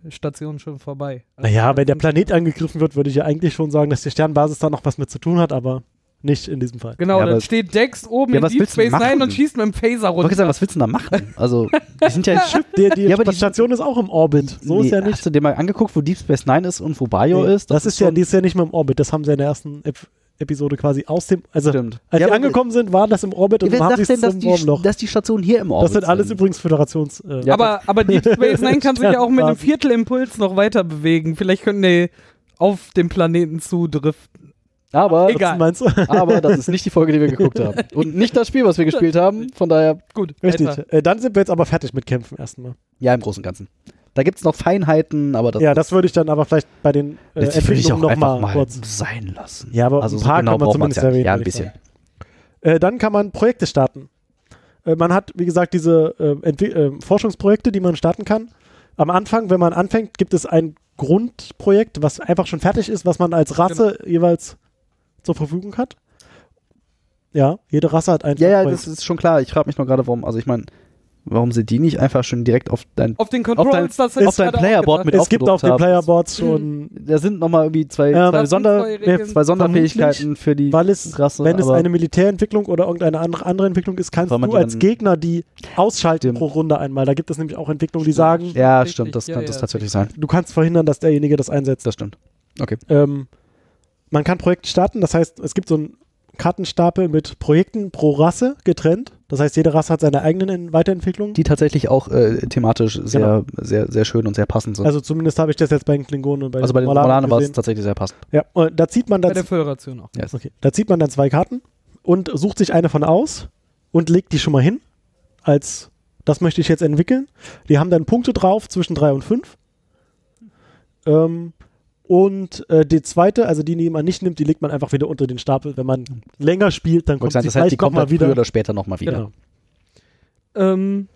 B: Station schon vorbei. Also
A: Naja,
B: dann
A: wenn der
B: sind-
A: Planet angegriffen wird, würde ich ja eigentlich schon sagen, dass die Sternbasis da noch was mit zu tun hat, aber nicht in diesem Fall.
B: Genau,
C: Ja,
B: dann
C: aber-
B: steht Dex oben
C: Ja,
B: in
C: was
B: Deep
C: willst du
B: Space
C: machen?
B: Nine und schießt mit dem Phaser
C: Ich wollte
B: runter.
C: sagen, was willst du denn da machen? Also, die sind ja ein Schiff.
A: Die, die
C: Ja, aber die-
A: Station ist auch im Orbit. So ist ja nicht.
C: Hast du dir mal angeguckt, wo Deep Space Nine ist und wo Bayo
A: Nee,
C: ist?
A: das, ist ja,
C: schon-
A: die ist ja nicht mehr im Orbit. Das haben sie in der ersten Ep Episode quasi aus dem. Also,
C: Stimmt.
A: als
C: Ja,
A: sie
C: aber-
A: angekommen sind, waren das im Orbit und
C: Wer
A: haben
C: sagt
A: sie
C: denn, dass
A: zum
C: die,
A: Wurmloch.
C: dass die Station hier im Orbit
A: Das sind alles übrigens Föderations. Äh,
C: Ja,
B: aber, aber Deep Space Nine kann sich ja auch mit einem
A: Sternbasen.
B: Viertelimpuls noch weiter bewegen. Vielleicht könnten die auf dem Planeten zudriften.
C: Aber
B: Egal.
A: meinst du?
C: Aber das ist nicht die Folge, die wir geguckt haben. Und nicht das Spiel, was wir gespielt haben. Von daher,
B: Gut,
A: Richtig.
B: weiter.
A: Äh, dann sind wir jetzt aber fertig mit Kämpfen erstmal.
C: ja, im Großen und Ganzen. Da gibt es noch Feinheiten, aber das,
A: ja, das würde ich dann aber vielleicht bei den äh,
C: das würde ich auch
A: Entwicklungen
C: einfach
A: nochmal
C: mal
A: kurz.
C: sein lassen.
A: Ja, aber
C: also
A: ein paar
C: so genau
A: kann man
C: braucht man's
A: zumindest
C: ja.
A: erwähnen.
C: Ja, ein
A: würde ich
C: bisschen.
A: sagen. Äh, dann kann man Projekte starten. Äh, man hat, wie gesagt, diese äh, Entwi- äh, Forschungsprojekte, die man starten kann. Am Anfang, wenn man anfängt, gibt es ein Grundprojekt, was einfach schon fertig ist, was man als Rasse jeweils zur Verfügung hat. Ja, jede Rasse hat ein
C: Ja, ja,
A: Projekt.
C: das ist schon klar. Ich frage mich nur gerade, warum, also ich meine, warum sie die nicht einfach schon direkt auf dein,
B: Auf den
C: dein-
B: Controls, das hätte
C: auf
B: ich
C: dein
B: gerade auch
C: Playerboard
B: gedacht.
C: mit
A: es gibt auf
C: aufgedruckt
A: den
C: haben.
A: Playerboards schon,
C: Da sind nochmal irgendwie zwei,
B: Äh,
A: Ja,
C: zwei,
A: das
C: Sonder,
B: Regeln.
C: zwei Sonderfähigkeiten für die
A: weil es,
C: Rasse.
A: wenn es
C: aber
A: eine Militärentwicklung oder irgendeine andere, andere Entwicklung ist, kannst
C: Soll man
A: du
C: die
A: als
C: dann-
A: Gegner die ausschalten
C: Stimmt.
A: pro Runde einmal. Da gibt es nämlich auch Entwicklungen, die sagen,
C: ja,
B: Richtig,
C: stimmt, das
B: ja,
C: könnte
B: ja,
C: es tatsächlich sein.
A: du kannst verhindern, dass derjenige das einsetzt.
C: Das stimmt.
A: Ähm, man kann Projekte starten, das heißt, es gibt so einen Kartenstapel mit Projekten pro Rasse getrennt. Das heißt, jede Rasse hat seine eigenen In- Weiterentwicklungen.
C: Die tatsächlich auch äh, thematisch sehr, sehr, sehr schön und sehr passend sind. Also,
A: Genau. also zumindest habe ich das jetzt bei den Klingonen und bei,
C: bei den Romulanen war es
A: gesehen.
C: tatsächlich sehr passend.
A: Ja, und da zieht man
B: Bei
A: dann
B: der Föderation auch.
C: Yes.
A: Okay. Da zieht man dann zwei Karten und sucht sich eine von aus und legt die schon mal hin, als das möchte ich jetzt entwickeln. Die haben dann Punkte drauf zwischen drei und fünf. Ähm, und äh, die zweite, also die, die man nicht nimmt, die legt man einfach wieder unter den Stapel. Wenn man länger spielt, dann
C: Wollte
A: kommt
C: sagen,
A: sie
C: das heißt, die
A: vielleicht
C: kommt
A: nochmal
C: halt früher
A: wieder.
C: oder später nochmal wieder.
A: Genau.
B: Ähm,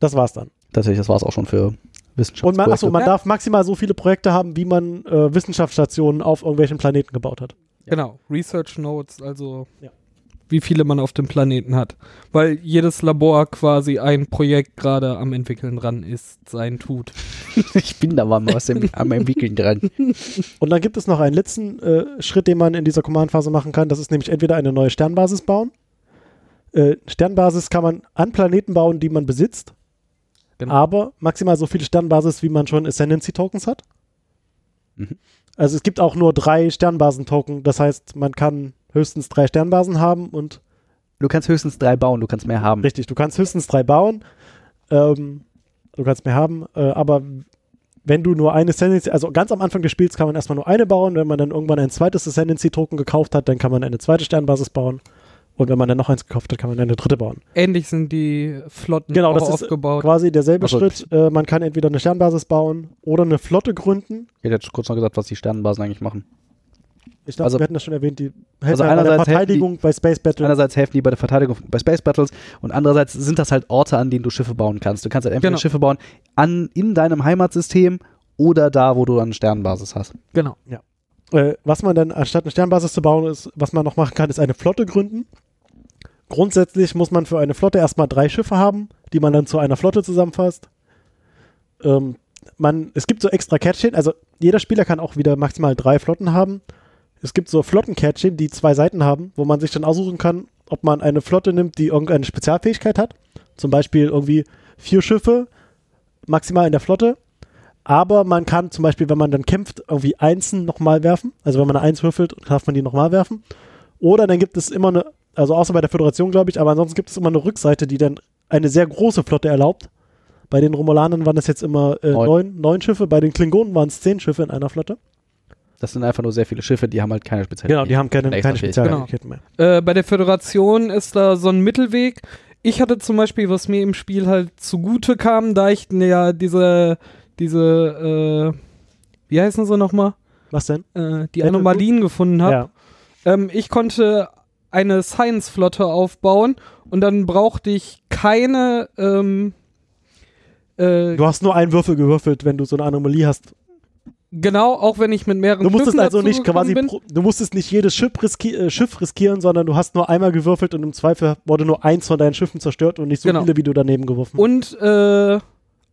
A: Das war's dann.
C: Tatsächlich, das war es auch schon für
A: Und man,
C: Wissenschaftsprojekte.
A: achso, man
B: Ja.
A: darf maximal so viele Projekte haben, wie man äh, Wissenschaftsstationen auf irgendwelchen Planeten gebaut hat.
B: Genau, Research Notes, also
A: Ja.
B: wie viele man auf dem Planeten hat. Weil jedes Labor quasi ein Projekt gerade am entwickeln dran ist, sein tut.
C: ich bin da mal was im, am entwickeln dran.
A: Und dann gibt es noch einen letzten äh, Schritt, den man in dieser Command-Phase machen kann. Das ist nämlich entweder eine neue Sternbasis bauen. Äh, Sternbasis kann man an Planeten bauen, die man besitzt.
B: Genau.
A: Aber maximal so viele Sternbasis, wie man schon Ascendancy-Tokens hat.
C: Mhm.
A: Also es gibt auch nur drei Sternbasen-Token. Das heißt, man kann höchstens drei Sternbasen haben und
C: Du kannst höchstens drei bauen, du kannst mehr haben.
A: Richtig, du kannst höchstens drei bauen. Ähm, du kannst mehr haben, äh, aber wenn du nur eine Ascendancy, also ganz am Anfang des Spiels kann man erstmal nur eine bauen. Wenn man dann irgendwann ein zweites Ascendancy-Token gekauft hat, dann kann man eine zweite Sternbasis bauen. Und wenn man dann noch eins gekauft hat, kann man eine dritte bauen.
B: Ähnlich sind die Flotten
A: Genau,
B: auch
A: das ist, äh,
B: aufgebaut.
A: Quasi derselbe
C: Ach so.
A: Schritt. Äh, man kann entweder eine Sternbasis bauen oder eine Flotte gründen.
C: Ich hätte jetzt kurz noch gesagt, was die Sternenbasen eigentlich machen.
A: Ich glaube,
C: Also-
A: wir hatten das schon erwähnt, die helfen
C: Also
A: halt bei der
C: einerseits helfen die-
A: Verteidigung bei Space Battle.
C: Einerseits helfen die bei der Verteidigung bei Space Battles und andererseits sind das halt Orte, an denen du Schiffe bauen kannst. Du kannst halt entweder
B: Genau.
C: Schiffe bauen an, in deinem Heimatsystem oder da, wo du eine Sternenbasis hast.
B: Genau.
A: äh, was man dann anstatt eine Sternbasis zu bauen ist, was man noch machen kann, ist eine Flotte gründen. Grundsätzlich muss man für eine Flotte erstmal drei Schiffe haben, die man dann zu einer Flotte zusammenfasst. Ähm, man, es gibt so extra Kärtchen, also jeder Spieler kann auch wieder maximal drei Flotten haben. Es gibt so Flottenkärtchen, die zwei Seiten haben, wo man sich dann aussuchen kann, ob man eine Flotte nimmt, die irgendeine Spezialfähigkeit hat. Zum Beispiel irgendwie vier Schiffe maximal in der Flotte aber man kann zum Beispiel, wenn man dann kämpft, irgendwie Einsen nochmal werfen. Also wenn man eine Eins würfelt, darf man die nochmal werfen. Oder dann gibt es immer eine, also außer bei der Föderation, glaube ich, aber ansonsten gibt es immer eine Rückseite, die dann eine sehr große Flotte erlaubt. Bei den Romulanern waren das jetzt immer äh,
C: Neun.
A: neun, neun Schiffe, bei den Klingonen waren es zehn Schiffe in einer Flotte.
C: Das sind einfach nur sehr viele Schiffe, die haben halt keine Spezialität.
A: Genau, die haben keine,
C: Extra
A: keine
C: Fähigkeit.
A: Spezialfähigkeiten mehr.
B: Äh, bei der Föderation ist da so ein Mittelweg. Ich hatte zum Beispiel, was mir im Spiel halt zugute kam, da ich ja diese, diese, äh, wie heißen sie nochmal?
A: Was denn?
B: Äh, die
A: Battle
B: Anomalien gefunden habe.
A: Ja.
B: Ähm, ich konnte eine Science-Flotte aufbauen und dann brauchte ich keine. Ähm, äh,
A: Du hast nur einen Würfel gewürfelt, wenn du so eine Anomalie hast.
B: genau, auch wenn ich mit mehreren
A: Du musstest
B: Schiffen
A: also nicht
B: dazugekommen
A: quasi,
B: bin.
A: pro, du musstest nicht jedes Schiff, riski äh, Schiff riskieren, sondern du hast nur einmal gewürfelt und im Zweifel wurde nur eins von deinen Schiffen zerstört und nicht so
B: Genau.
A: viele, wie du daneben geworfen hast.
B: Und äh,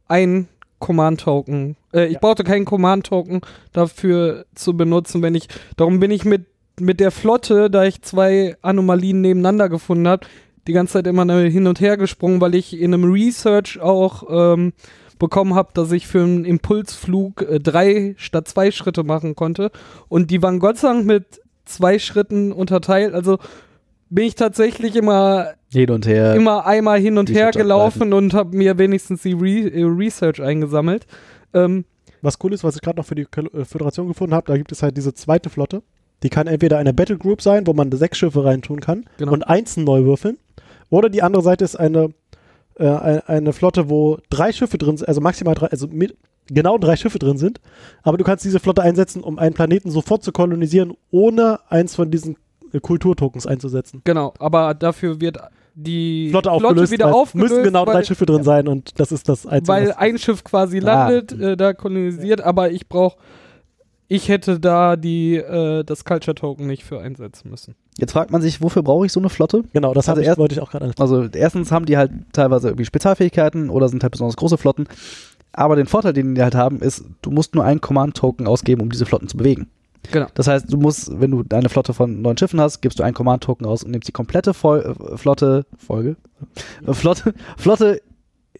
B: ein Command-Token. Äh, ich
A: Ja.
B: brauchte keinen Command-Token dafür zu benutzen, wenn ich. Darum bin ich mit, mit der Flotte, da ich zwei Anomalien nebeneinander gefunden habe, die ganze Zeit immer nur hin und her gesprungen, weil ich in einem Research auch ähm, bekommen habe, dass ich für einen Impulsflug äh, drei statt zwei Schritte machen konnte. Und die waren Gott sei Dank mit zwei Schritten unterteilt. Also bin ich tatsächlich immer
C: Hin und her.
B: immer einmal hin und
C: Die
B: her
C: Schritte
B: gelaufen und habe mir wenigstens die Re äh, Research eingesammelt. Ähm,
A: Was cool ist, was ich gerade noch für die Kol- äh, Föderation gefunden habe, da gibt es halt diese zweite Flotte. Die kann entweder eine Battle Group sein, wo man sechs Schiffe reintun kann
B: Genau.
A: und einzeln neu würfeln. Oder die andere Seite ist eine, äh, ein- eine Flotte, wo drei Schiffe drin sind, also maximal drei, also mit, genau drei Schiffe drin sind. Aber du kannst diese Flotte einsetzen, um einen Planeten sofort zu kolonisieren, ohne eins von diesen äh, Kulturtokens einzusetzen.
B: genau, aber dafür wird die
A: Flotte aufgelöst,
B: wieder
A: weil es
B: aufgelöst,
A: müssen genau
B: weil,
A: drei Schiffe drin sein und das ist das Einzige.
B: weil
A: was-
B: ein Schiff quasi
C: Ah.
B: landet, äh, da kolonisiert, aber ich brauche ich hätte da die äh, das Culture Token nicht für einsetzen müssen.
C: Jetzt fragt man sich, wofür brauche ich so eine Flotte?
A: genau, das
C: also
A: hab ich,
C: erst-
A: wollte ich auch gerade ansprechen.
C: Also erstens haben die halt teilweise irgendwie Spezialfähigkeiten oder sind halt besonders große Flotten. Aber den Vorteil, den die halt haben, ist, du musst nur einen Command-Token ausgeben, um diese Flotten zu bewegen.
B: Genau.
C: Das heißt, du musst, wenn du eine Flotte von neun Schiffen hast, gibst du einen Command-Token aus und nimmst die komplette Fol äh, Flotte, Folge, äh, Flotte, Flotte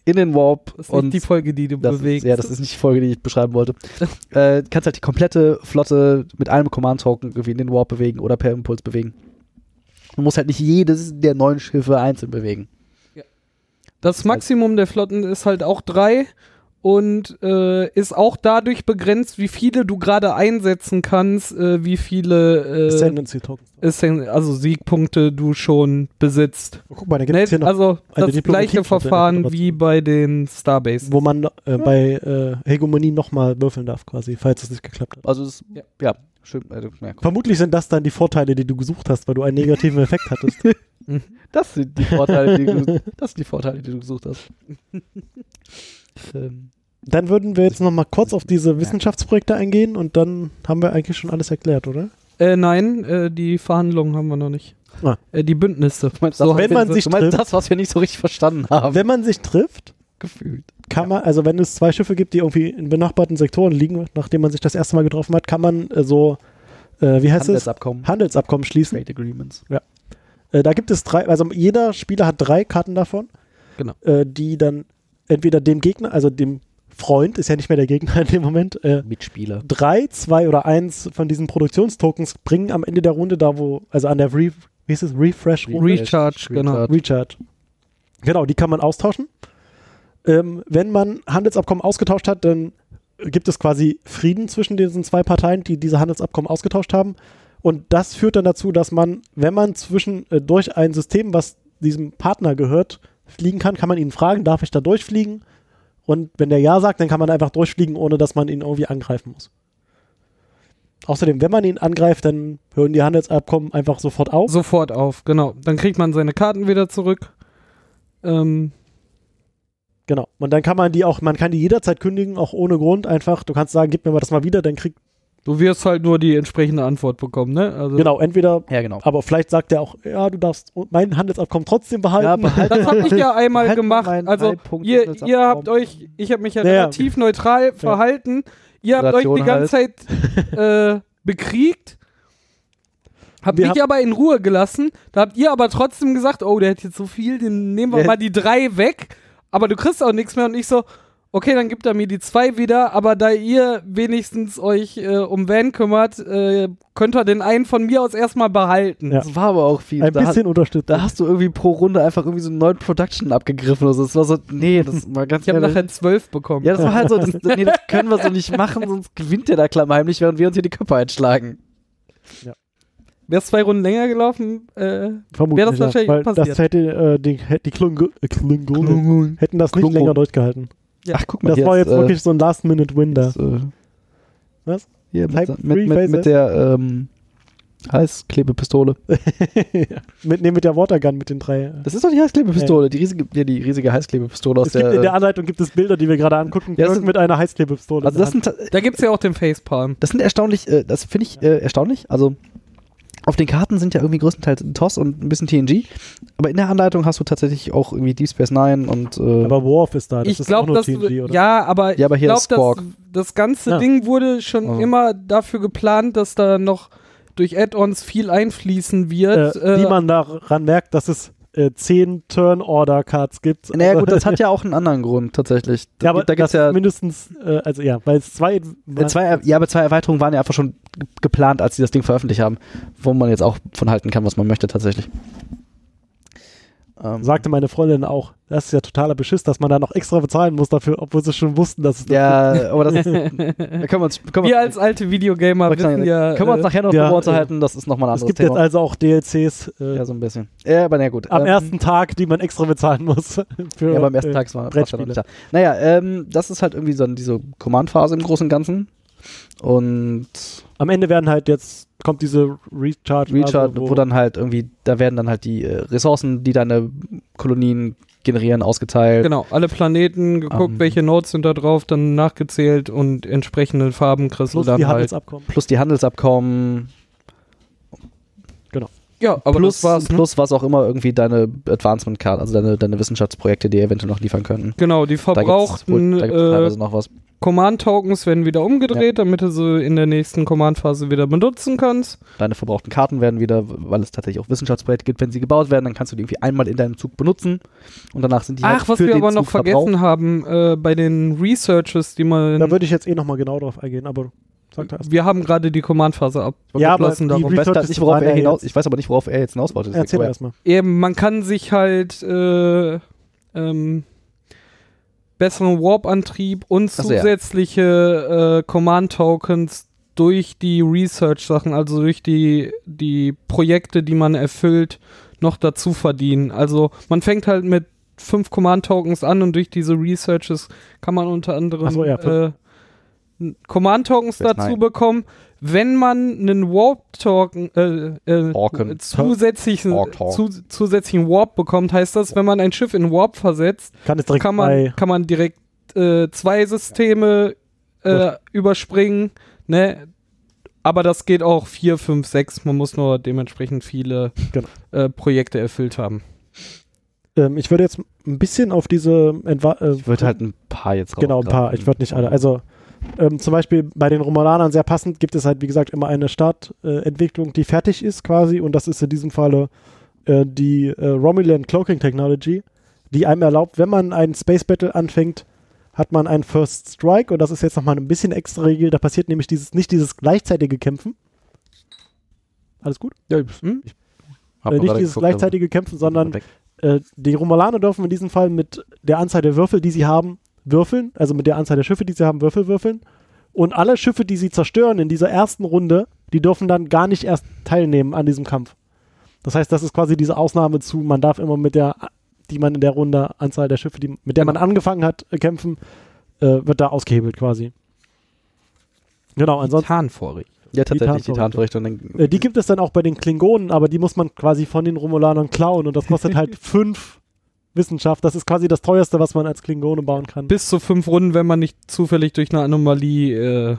C: in den Warp
B: Das ist
C: und
B: nicht die Folge, die du
C: das
B: bewegst.
C: ist, ja, das ist nicht die Folge, die ich beschreiben wollte. äh, kannst halt die komplette Flotte mit einem Command-Token irgendwie in den Warp bewegen oder per Impuls bewegen. Du musst halt nicht jedes der neun Schiffe einzeln bewegen.
B: Das Maximum der Flotten ist halt auch drei und äh, ist auch dadurch begrenzt, wie viele du gerade einsetzen kannst, äh, wie viele äh,
A: Ascendancy Tokens.
B: Ascend also Siegpunkte du schon besitzt.
A: Oh, guck mal, da gibt
B: Ne?
A: es hier noch,
B: Also
A: eine
B: das
A: Diplomatie-
B: gleiche Verfahren wie bei den Starbase.
A: wo man äh, bei äh, Hegemonie nochmal würfeln darf, quasi, falls es nicht geklappt hat.
C: Also es,
B: Ja.
C: ja. schön. Also, ja, guck.
A: Vermutlich sind das dann die Vorteile, die du gesucht hast, weil du einen negativen Effekt hattest.
C: Das sind die Vorteile, die du, das sind die Vorteile, die du gesucht hast. ähm,
A: Dann würden wir jetzt nochmal kurz auf diese Wissenschaftsprojekte eingehen und dann haben wir eigentlich schon alles erklärt, oder?
B: Äh, nein, äh, die Verhandlungen haben wir noch nicht.
A: Ah.
B: Äh, die Bündnisse.
C: du meinst,
B: So,
C: das,
A: wenn
C: wir-
A: man
C: du
A: sich
C: meinst
A: trifft.
C: das, was wir nicht so richtig verstanden haben,
A: Wenn man sich trifft,
C: gefühlt.
A: kann man, also wenn es zwei Schiffe gibt, die irgendwie in benachbarten Sektoren liegen, nachdem man sich das erste Mal getroffen hat, kann man äh, so, äh, wie heißt es?
C: Handelsabkommen,
A: Handelsabkommen schließen.
C: Trade Agreements.
A: Äh, da gibt es drei, also jeder Spieler hat drei Karten davon.
B: Genau.
A: Äh, die dann entweder dem Gegner, also dem Freund, ist ja nicht mehr der Gegner in dem Moment, äh,
C: Mitspieler.
A: drei, zwei oder eins von diesen Produktionstokens bringen am Ende der Runde da, wo, also an der Re wie hieß es? Refresh Runde.
B: Recharge, genau.
A: Recharge. Genau, die kann man austauschen. Ähm, wenn man Handelsabkommen ausgetauscht hat, dann gibt es quasi Frieden zwischen diesen zwei Parteien, die diese Handelsabkommen ausgetauscht haben. Und das führt dann dazu, dass man, wenn man zwischen äh, durch ein System, was diesem Partner gehört, fliegen kann, kann man ihn fragen, darf ich da durchfliegen? Und wenn der Ja sagt, dann kann man einfach durchfliegen, ohne dass man ihn irgendwie angreifen muss. Außerdem, wenn man ihn angreift, dann hören die Handelsabkommen einfach sofort auf.
B: Sofort auf, genau. Dann kriegt man seine Karten wieder zurück. Ähm,
A: Genau. Und dann kann man die auch, man kann die jederzeit kündigen, auch ohne Grund. Einfach, du kannst sagen, gib mir mal das mal wieder, dann kriegt,
B: du wirst halt nur die entsprechende Antwort bekommen, ne? Also,
A: genau, entweder,
C: Ja, genau.
A: aber vielleicht sagt er auch, ja, du darfst mein Handelsabkommen trotzdem
C: Ja, halt,
A: behalten.
C: behalten
B: Äh, Das habe ich ja einmal
C: Halt mal
B: gemacht.
C: meinen
B: Also
C: Halbpunkt
B: ihr,
C: Handelsabkommen.
B: ihr habt euch, ich habe mich ja
A: Ja, ja.
B: relativ neutral verhalten. Ihr habt euch die
C: Moderation
B: ganze Zeit äh, bekriegt. Habt
A: Wir
B: mich aber in Ruhe gelassen. Da habt ihr aber trotzdem gesagt, oh, der hat jetzt so viel, den nehmen wir
C: Ja.
B: mal die drei weg. Aber du kriegst auch nichts mehr und ich so, okay, dann gibt er mir die zwei wieder. Aber da ihr wenigstens euch äh, um Van kümmert, äh, könnt ihr den einen von mir aus erstmal behalten.
A: Ja.
C: Das war aber auch viel.
A: ein
C: da,
A: bisschen unterstützt.
C: da hast du irgendwie pro Runde einfach irgendwie so einen neuen Production abgegriffen. Also das war so, nee, das war ganz
B: Ich habe
C: ehrlich-
B: nachher zwölf bekommen.
C: Ja, das war halt so, das, nee, das können wir so nicht machen, sonst gewinnt der da klammheimlich, während wir uns hier die Köpfe einschlagen.
B: Wäre es zwei Runden länger gelaufen, äh,
A: Vermutlich.
B: Wäre das wahrscheinlich
A: ja, weil
B: passiert.
A: Das hätte, äh, die, hätte die Klung Klingonen hätten das nicht
C: Klingonen.
A: länger durchgehalten.
B: Ja.
C: Ach, guck mal,
A: Das
C: hier
A: war
C: ist,
A: jetzt
C: äh,
A: wirklich so ein Last-Minute-Win da.
C: ist, äh,
A: Was?
C: Hier,
A: Type
C: mit,
A: three
C: mit, mit,
A: Phaser?
C: mit der ähm, Heißklebepistole.
A: mit, nee, mit der Watergun, mit den drei.
C: Das ist doch die Heißklebepistole, die riesige, ja, die riesige Heißklebepistole aus
A: Es gibt, in der
C: der. äh,
A: Anleitung gibt es Bilder, die wir gerade angucken
C: Ja, das
A: können,
C: ist-
A: mit einer Heißklebepistole.
C: Also
A: in der
C: das sind, ta-
B: Da gibt es ja auch den Facepalm.
C: das sind erstaunlich, äh, das finde ich äh, erstaunlich. Also auf den Karten sind ja irgendwie größtenteils TOS und ein bisschen TNG, aber in der Anleitung hast du tatsächlich auch irgendwie Deep Space Nine und äh,
A: Hand. Aber Worf ist da. Das
B: ich
A: ist auch
B: glaube,
A: nur
B: dass
A: TNG, oder?
B: ja, aber,
C: Ja, aber hier
B: ich
C: ist
B: glaube,
C: Quark.
B: das, das ganze
A: Ja.
B: Ding wurde schon
C: Also.
B: immer dafür geplant, dass da noch durch Add-ons viel einfließen wird.
A: äh,
B: Äh,
A: wie man daran merkt, dass es äh, zehn Turn-Order-Cards gibt.
C: naja gut, das hat ja auch einen anderen Grund tatsächlich.
A: ja, aber
C: da gibt's
A: das ist mindestens, äh, also ja, weil es zwei,
C: Äh, Zwei, ja, aber zwei Erweiterungen waren ja einfach schon ge- geplant, als sie das Ding veröffentlicht haben, wo man jetzt auch von halten kann, was man möchte tatsächlich. Ähm,
A: sagte meine Freundin auch, das ist ja totaler Beschiss, dass man da noch extra bezahlen muss dafür, obwohl sie schon wussten, dass es
C: ja, aber das ist, da können wir uns, können wir
B: wir als alte Videogamer
C: können wir
B: wissen
C: uns-
B: ja.
C: können wir uns
B: äh,
C: nachher noch
A: ja,
C: drüber unterhalten, das ist nochmal ein
A: Es
C: anderes
A: gibt jetzt
C: Thema.
A: also auch DLCs äh,
C: ja, so ein bisschen. Ja, aber na gut.
A: am
C: ähm,
A: ersten Tag, die man extra bezahlen muss. Für,
C: ja, beim ersten
A: äh,
C: Tag war war's ja
A: Brettspiele.
C: noch nicht da. Naja, ähm, das ist halt irgendwie so diese Command-Phase im Großen und Ganzen. Und
A: Am Ende werden halt jetzt, kommt diese Recharge.
C: Recharge,
A: also
C: wo, dann halt irgendwie, da werden dann halt die äh, Ressourcen, die deine Kolonien generieren, ausgeteilt.
B: Genau, alle Planeten geguckt,
C: Ähm.
B: welche Notes sind da drauf, dann nachgezählt und entsprechende Farben kriegst du
A: plus
B: dann
A: die
B: halt.
A: Handelsabkommen.
C: plus die Handelsabkommen,
B: Ja, aber
C: plus,
B: das war's. Ne?
C: plus was auch immer irgendwie deine Advancement-Card, also deine, deine Wissenschaftsprojekte, die eventuell noch liefern könnten.
B: Genau, die
C: Da gibt's wohl-
B: verbrauchten
C: da gibt's
B: äh,
C: teilweise noch was.
B: Command-Tokens werden wieder umgedreht, damit du sie in der nächsten Command-Phase wieder benutzen kannst.
C: Deine verbrauchten Karten werden wieder, weil es tatsächlich auch Wissenschaftsprojekte gibt, wenn sie gebaut werden, dann kannst du die irgendwie einmal in deinem Zug benutzen und danach sind die
B: Ach,
C: halt
B: was
C: für
B: wir
C: den
B: aber
C: Zug
B: noch vergessen haben, äh, bei den Researches, die
A: Da
B: man.
A: würde ich jetzt eh nochmal genau drauf eingehen, aber sag da erst.
B: Wir haben gerade die Command-Phase ab.
A: Ja, aber die
B: abgeschlossen, darum.
C: Ich weiß,
A: Research
C: gar
A: ist
C: nicht, worauf
A: dran,
C: er
A: ja,
C: hinaus,
A: jetzt.
C: ich weiß aber nicht, worauf er jetzt hinaus wollte. deswegen-
A: Erzähl
C: aber-
A: erstmal.
B: Eben, man kann sich halt äh, ähm, besseren Warp-Antrieb und
C: Ach so, ja.
B: zusätzliche äh, Command-Tokens durch die Research-Sachen, also durch die, die Projekte, die man erfüllt, noch dazu verdienen. Also man fängt halt mit fünf Command-Tokens an und durch diese Researches kann man unter anderem
A: Ach so, ja,
B: äh, n- Command-Tokens
C: Jetzt
B: dazu
C: nein.
B: bekommen. Wenn man einen Warp-Token, äh, äh,
C: Orken.
B: zusätzlichen,
C: Ork-Talk.
B: zu, zusätzlichen Warp bekommt, heißt das, wenn man ein Schiff in Warp versetzt,
A: Kann es direkt
B: kann man,
A: bei-
B: kann man direkt äh, zwei Systeme äh, überspringen. Ne? Aber das geht auch 4, 5, 6. Man muss nur dementsprechend viele
A: Genau.
B: äh, Projekte erfüllt haben.
A: ähm, ich würde jetzt ein bisschen auf diese Entwa äh,
C: Ich würde halt ein paar jetzt
A: Genau, ein paar. Ich würde nicht alle. Also ähm, zum Beispiel bei den Romulanern sehr passend gibt es halt, wie gesagt, immer eine Startentwicklung, äh, Entwicklung, die fertig ist quasi. Und das ist in diesem Falle äh, die äh, Romulan Cloaking Technology, die einem erlaubt, wenn man einen Space Battle anfängt, hat man einen First Strike. Und das ist jetzt nochmal ein bisschen extra Regel. Da passiert nämlich dieses, nicht dieses gleichzeitige Kämpfen. Alles gut?
C: Ja,
B: Hm?
A: Äh, nicht dieses
C: also.
A: gleichzeitige Kämpfen, sondern äh, die Romulaner dürfen in diesem Fall mit der Anzahl der Würfel, die sie haben, würfeln, also mit der Anzahl der Schiffe, die sie haben, Würfel würfeln. Und alle Schiffe, die sie zerstören in dieser ersten Runde, die dürfen dann gar nicht erst teilnehmen an diesem Kampf. Das heißt, das ist quasi diese Ausnahme zu, man darf immer mit der, die man in der Runde, Anzahl der Schiffe, die, mit der man angefangen hat, äh, kämpfen, äh, wird da ausgehebelt quasi. Genau, ansonsten.
B: Tarnvorricht.
C: Ja, tatsächlich,
A: die
C: die Tarnvorrichtung. dann-
A: Äh, Die gibt es dann auch bei den Klingonen, aber die muss man quasi von den Romulanern klauen und das kostet halt fünf Wissenschaft. Das ist quasi das teuerste, was man als Klingone bauen kann.
B: Bis zu fünf Runden, wenn man nicht zufällig durch eine Anomalie äh,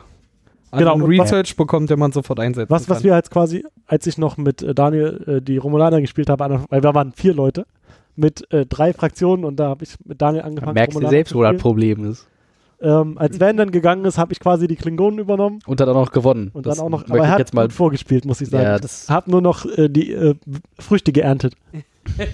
B: einen
A: Genau, und wa-
B: Research bekommt, den man sofort einsetzen
A: Was,
B: kann.
A: was wir als quasi, als ich noch mit äh, Daniel äh, die Romulaner gespielt habe, angefangen- weil wir waren vier Leute mit äh, drei Fraktionen und da habe ich mit Daniel
C: Dann
A: angefangen.
C: merkst du
A: Romulaner
C: selbst,
A: zu
C: wo das
A: spielen.
C: Problem ist.
A: ähm, Als Van dann gegangen ist, habe ich quasi die Klingonen übernommen
C: Und dann auch noch gewonnen.
A: und
C: Das
A: dann auch noch.
C: möchte
A: Aber er
C: ich
A: hat
C: jetzt mal
A: gut vorgespielt, muss ich sagen.
C: Ja, das-
A: hab nur noch äh, die äh, Früchte geerntet.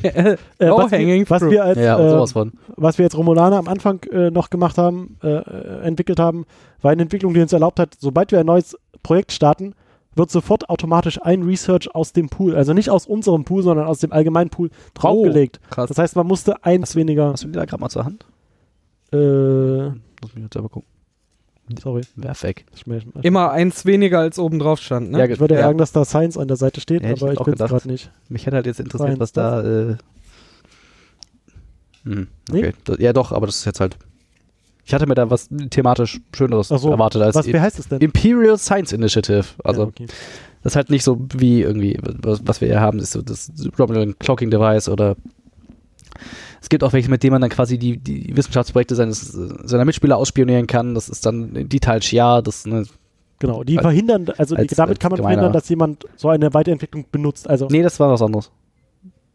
A: Äh, was,
B: Low-hanging
A: wir, was
B: fruit.
A: wir als
C: Oh, ja, und
A: äh,
C: sowas von.
A: was wir jetzt Romulaner am Anfang äh, noch gemacht haben, äh, äh, entwickelt haben, war eine Entwicklung, die uns erlaubt hat, sobald wir ein neues Projekt starten, wird sofort automatisch ein Research aus dem Pool, also nicht aus unserem Pool, sondern aus dem allgemeinen Pool draufgelegt.
C: Krass.
A: das heißt, man musste eins weniger.
C: Oh. Hast du die da gerade mal zur Hand?
A: Äh,
C: Muss mich jetzt aber gucken.
A: sorry.
C: Werf weg.
A: Ich, mein- ich
B: Immer eins weniger als oben drauf stand. Ne?
C: ge-
A: würde sagen, dass da Science an der Seite steht,
C: Hätte ich
A: aber ich
C: auch
A: bin es
C: gedacht.
A: gerade nicht.
C: Mich hätte halt jetzt interessiert,
A: Science,
C: was da. Äh, hm,
A: Nee?
C: okay. Das, ja, doch, aber das ist jetzt halt. Ich hatte mir da was thematisch Schöneres
A: Ach so,
C: erwartet als
A: Was,
C: I-
A: wie heißt es denn?
C: Imperial Science Initiative. Also,
A: ja, okay.
C: das ist halt nicht so wie irgendwie, was, was wir hier haben, ist so das Romulan Clocking Device oder. Es gibt auch welche, mit denen man dann quasi die, die Wissenschaftsprojekte seines, seiner Mitspieler ausspionieren kann. Das ist dann die Tal Shia, das ne,
A: Genau, die
C: als-
A: verhindern, also
C: als-
A: die, damit
C: als
A: kann man
C: gemeiner-
A: verhindern, dass jemand so eine Weiterentwicklung benutzt. Also
C: Nee, das war was anderes.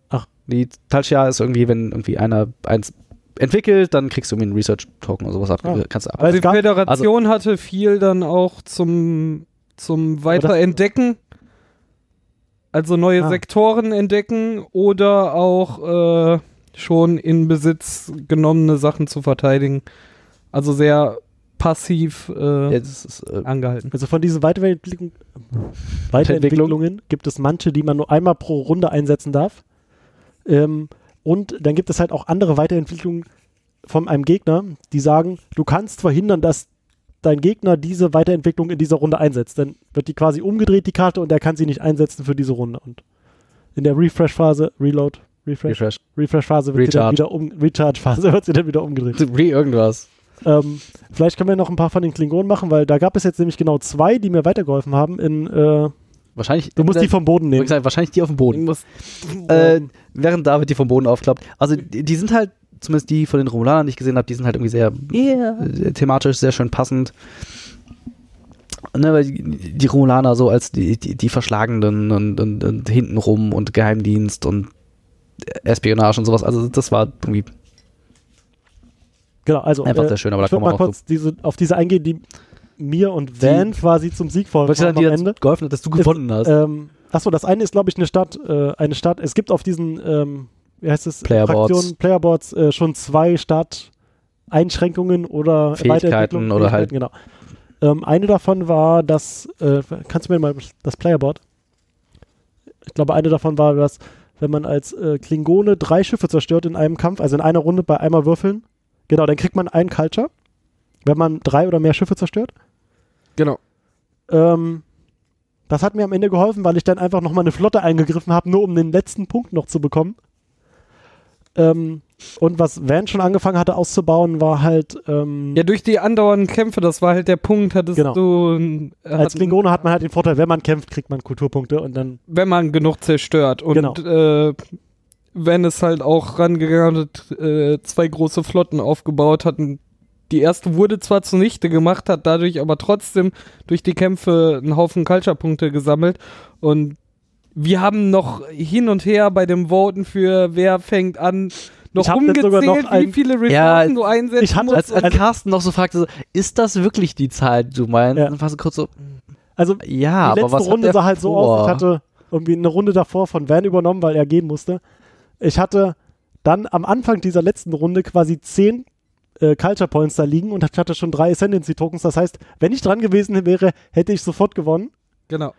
A: Ach.
C: Die Talshia ist irgendwie, wenn irgendwie einer eins entwickelt, dann kriegst du irgendwie einen Research-Token oder sowas ab.
A: Ah.
C: Kannst du ab.
A: Weil
B: Also
A: es
B: die
A: gab-
B: Föderation hatte viel dann auch zum, zum Weiterentdecken. Also neue
A: Ah.
B: Sektoren entdecken oder auch äh, schon in Besitz genommene Sachen zu verteidigen. Also sehr passiv äh,
C: Ja, das ist, äh,
B: angehalten.
A: Also von diesen Weiterentwicklung, Weiterentwicklungen gibt es manche, die man nur einmal pro Runde einsetzen darf. Ähm, und dann gibt es halt auch andere Weiterentwicklungen von einem Gegner, die sagen, du kannst verhindern, dass dein Gegner diese Weiterentwicklung in dieser Runde einsetzt. Dann wird die quasi umgedreht, die Karte, und er kann sie nicht einsetzen für diese Runde. Und in der Refresh-Phase, Reload, Refresh,
C: Refresh.
A: Refresh-Phase wird sie dann
C: Recharge.
A: wieder um, Recharge-Phase wird sie dann wieder umgedreht.
C: Re irgendwas.
A: Ähm, vielleicht können wir noch ein paar von den Klingonen machen, weil da gab es jetzt nämlich genau zwei, die mir weitergeholfen haben. In, äh,
C: Wahrscheinlich.
A: du musst die vom Boden
C: Ich
A: nehmen.
C: sag, wahrscheinlich die auf dem Boden. Äh,
A: Ähm,
C: während David die vom Boden aufklappt. Also die, die sind halt, zumindest die von den Romulanern, die ich gesehen habe, die sind halt irgendwie sehr äh, thematisch, sehr schön passend. Ne, weil die, die Romulaner so als die, die, die Verschlagenden und, und, und hintenrum und Geheimdienst und Espionage und sowas. Also das war irgendwie
A: genau, also
C: einfach
A: äh,
C: sehr schön, aber da
A: ich würde
C: kommen wir
A: mal
C: noch zu.
A: kurz diese, auf diese eingehen, die mir und Van quasi zum Sieg
C: Wolltest
A: verholfen
C: du dann
A: haben am
C: dir dazu
A: Ende.
C: geholfen hat, dass du
A: Ist-
C: gewonnen hast?
A: Ähm, achso, das eine ist, glaube ich, eine Stadt, äh, eine Stadt. Es gibt auf diesen, ähm, wie heißt es,
C: Playerboards.
A: Fraktionen, Playerboards äh, schon zwei Stadt Einschränkungen oder
C: Fähigkeiten
A: Weiterentwicklungen,
C: oder halt-
A: Fähigkeiten, Genau. Ähm, eine davon war, dass, äh, kannst du mir mal das Playerboard? Ich glaube, eine davon war, dass wenn man als äh, Klingone drei Schiffe zerstört in einem Kampf, also in einer Runde bei einmal würfeln, genau, dann kriegt man einen Culture, wenn man drei oder mehr Schiffe zerstört.
B: Genau.
A: Ähm, das hat mir am Ende geholfen, weil ich dann einfach nochmal eine Flotte eingegriffen habe, nur um den letzten Punkt noch zu bekommen. Ähm, und was Van schon angefangen hatte auszubauen, war halt. Ähm,
B: Ja, durch die andauernden Kämpfe, das war halt der Punkt, hattest
A: Genau.
B: du. ein- äh,
A: als
B: hatten-
A: Klingone hat man halt den Vorteil, wenn man kämpft, kriegt man Kulturpunkte und dann.
B: wenn man genug zerstört. Und
A: Genau.
B: äh, wenn es halt auch rangegangen hat, äh, zwei große Flotten aufgebaut hatten. Die erste wurde zwar zunichte gemacht, hat dadurch aber trotzdem durch die Kämpfe einen Haufen Culture-Punkte gesammelt. Und wir haben noch hin und her bei dem Voten für wer fängt an noch
A: Ich hab jetzt
B: umgezählt,
A: sogar noch
B: wie
A: ein-
B: viele Ressourcen
C: Ja,
B: du einsetzt.
A: Ich hatte
C: Als,
A: als,
C: als Carsten noch so fragte, so, ist das wirklich die Zahl, die du meinst?
A: Ja.
C: Dann war sie kurz so,
A: also
C: ja,
A: die
C: aber was
A: letzte
C: hat
A: Runde
C: der
A: sah halt so
C: vor?
A: aus. Ich hatte irgendwie eine Runde davor von Van übernommen, weil er gehen musste. Ich hatte dann am Anfang dieser letzten Runde quasi zehn äh, Culture Points da liegen und ich hatte schon drei Ascendancy Tokens. Das heißt, wenn ich dran gewesen wäre, hätte ich sofort gewonnen.
B: genau.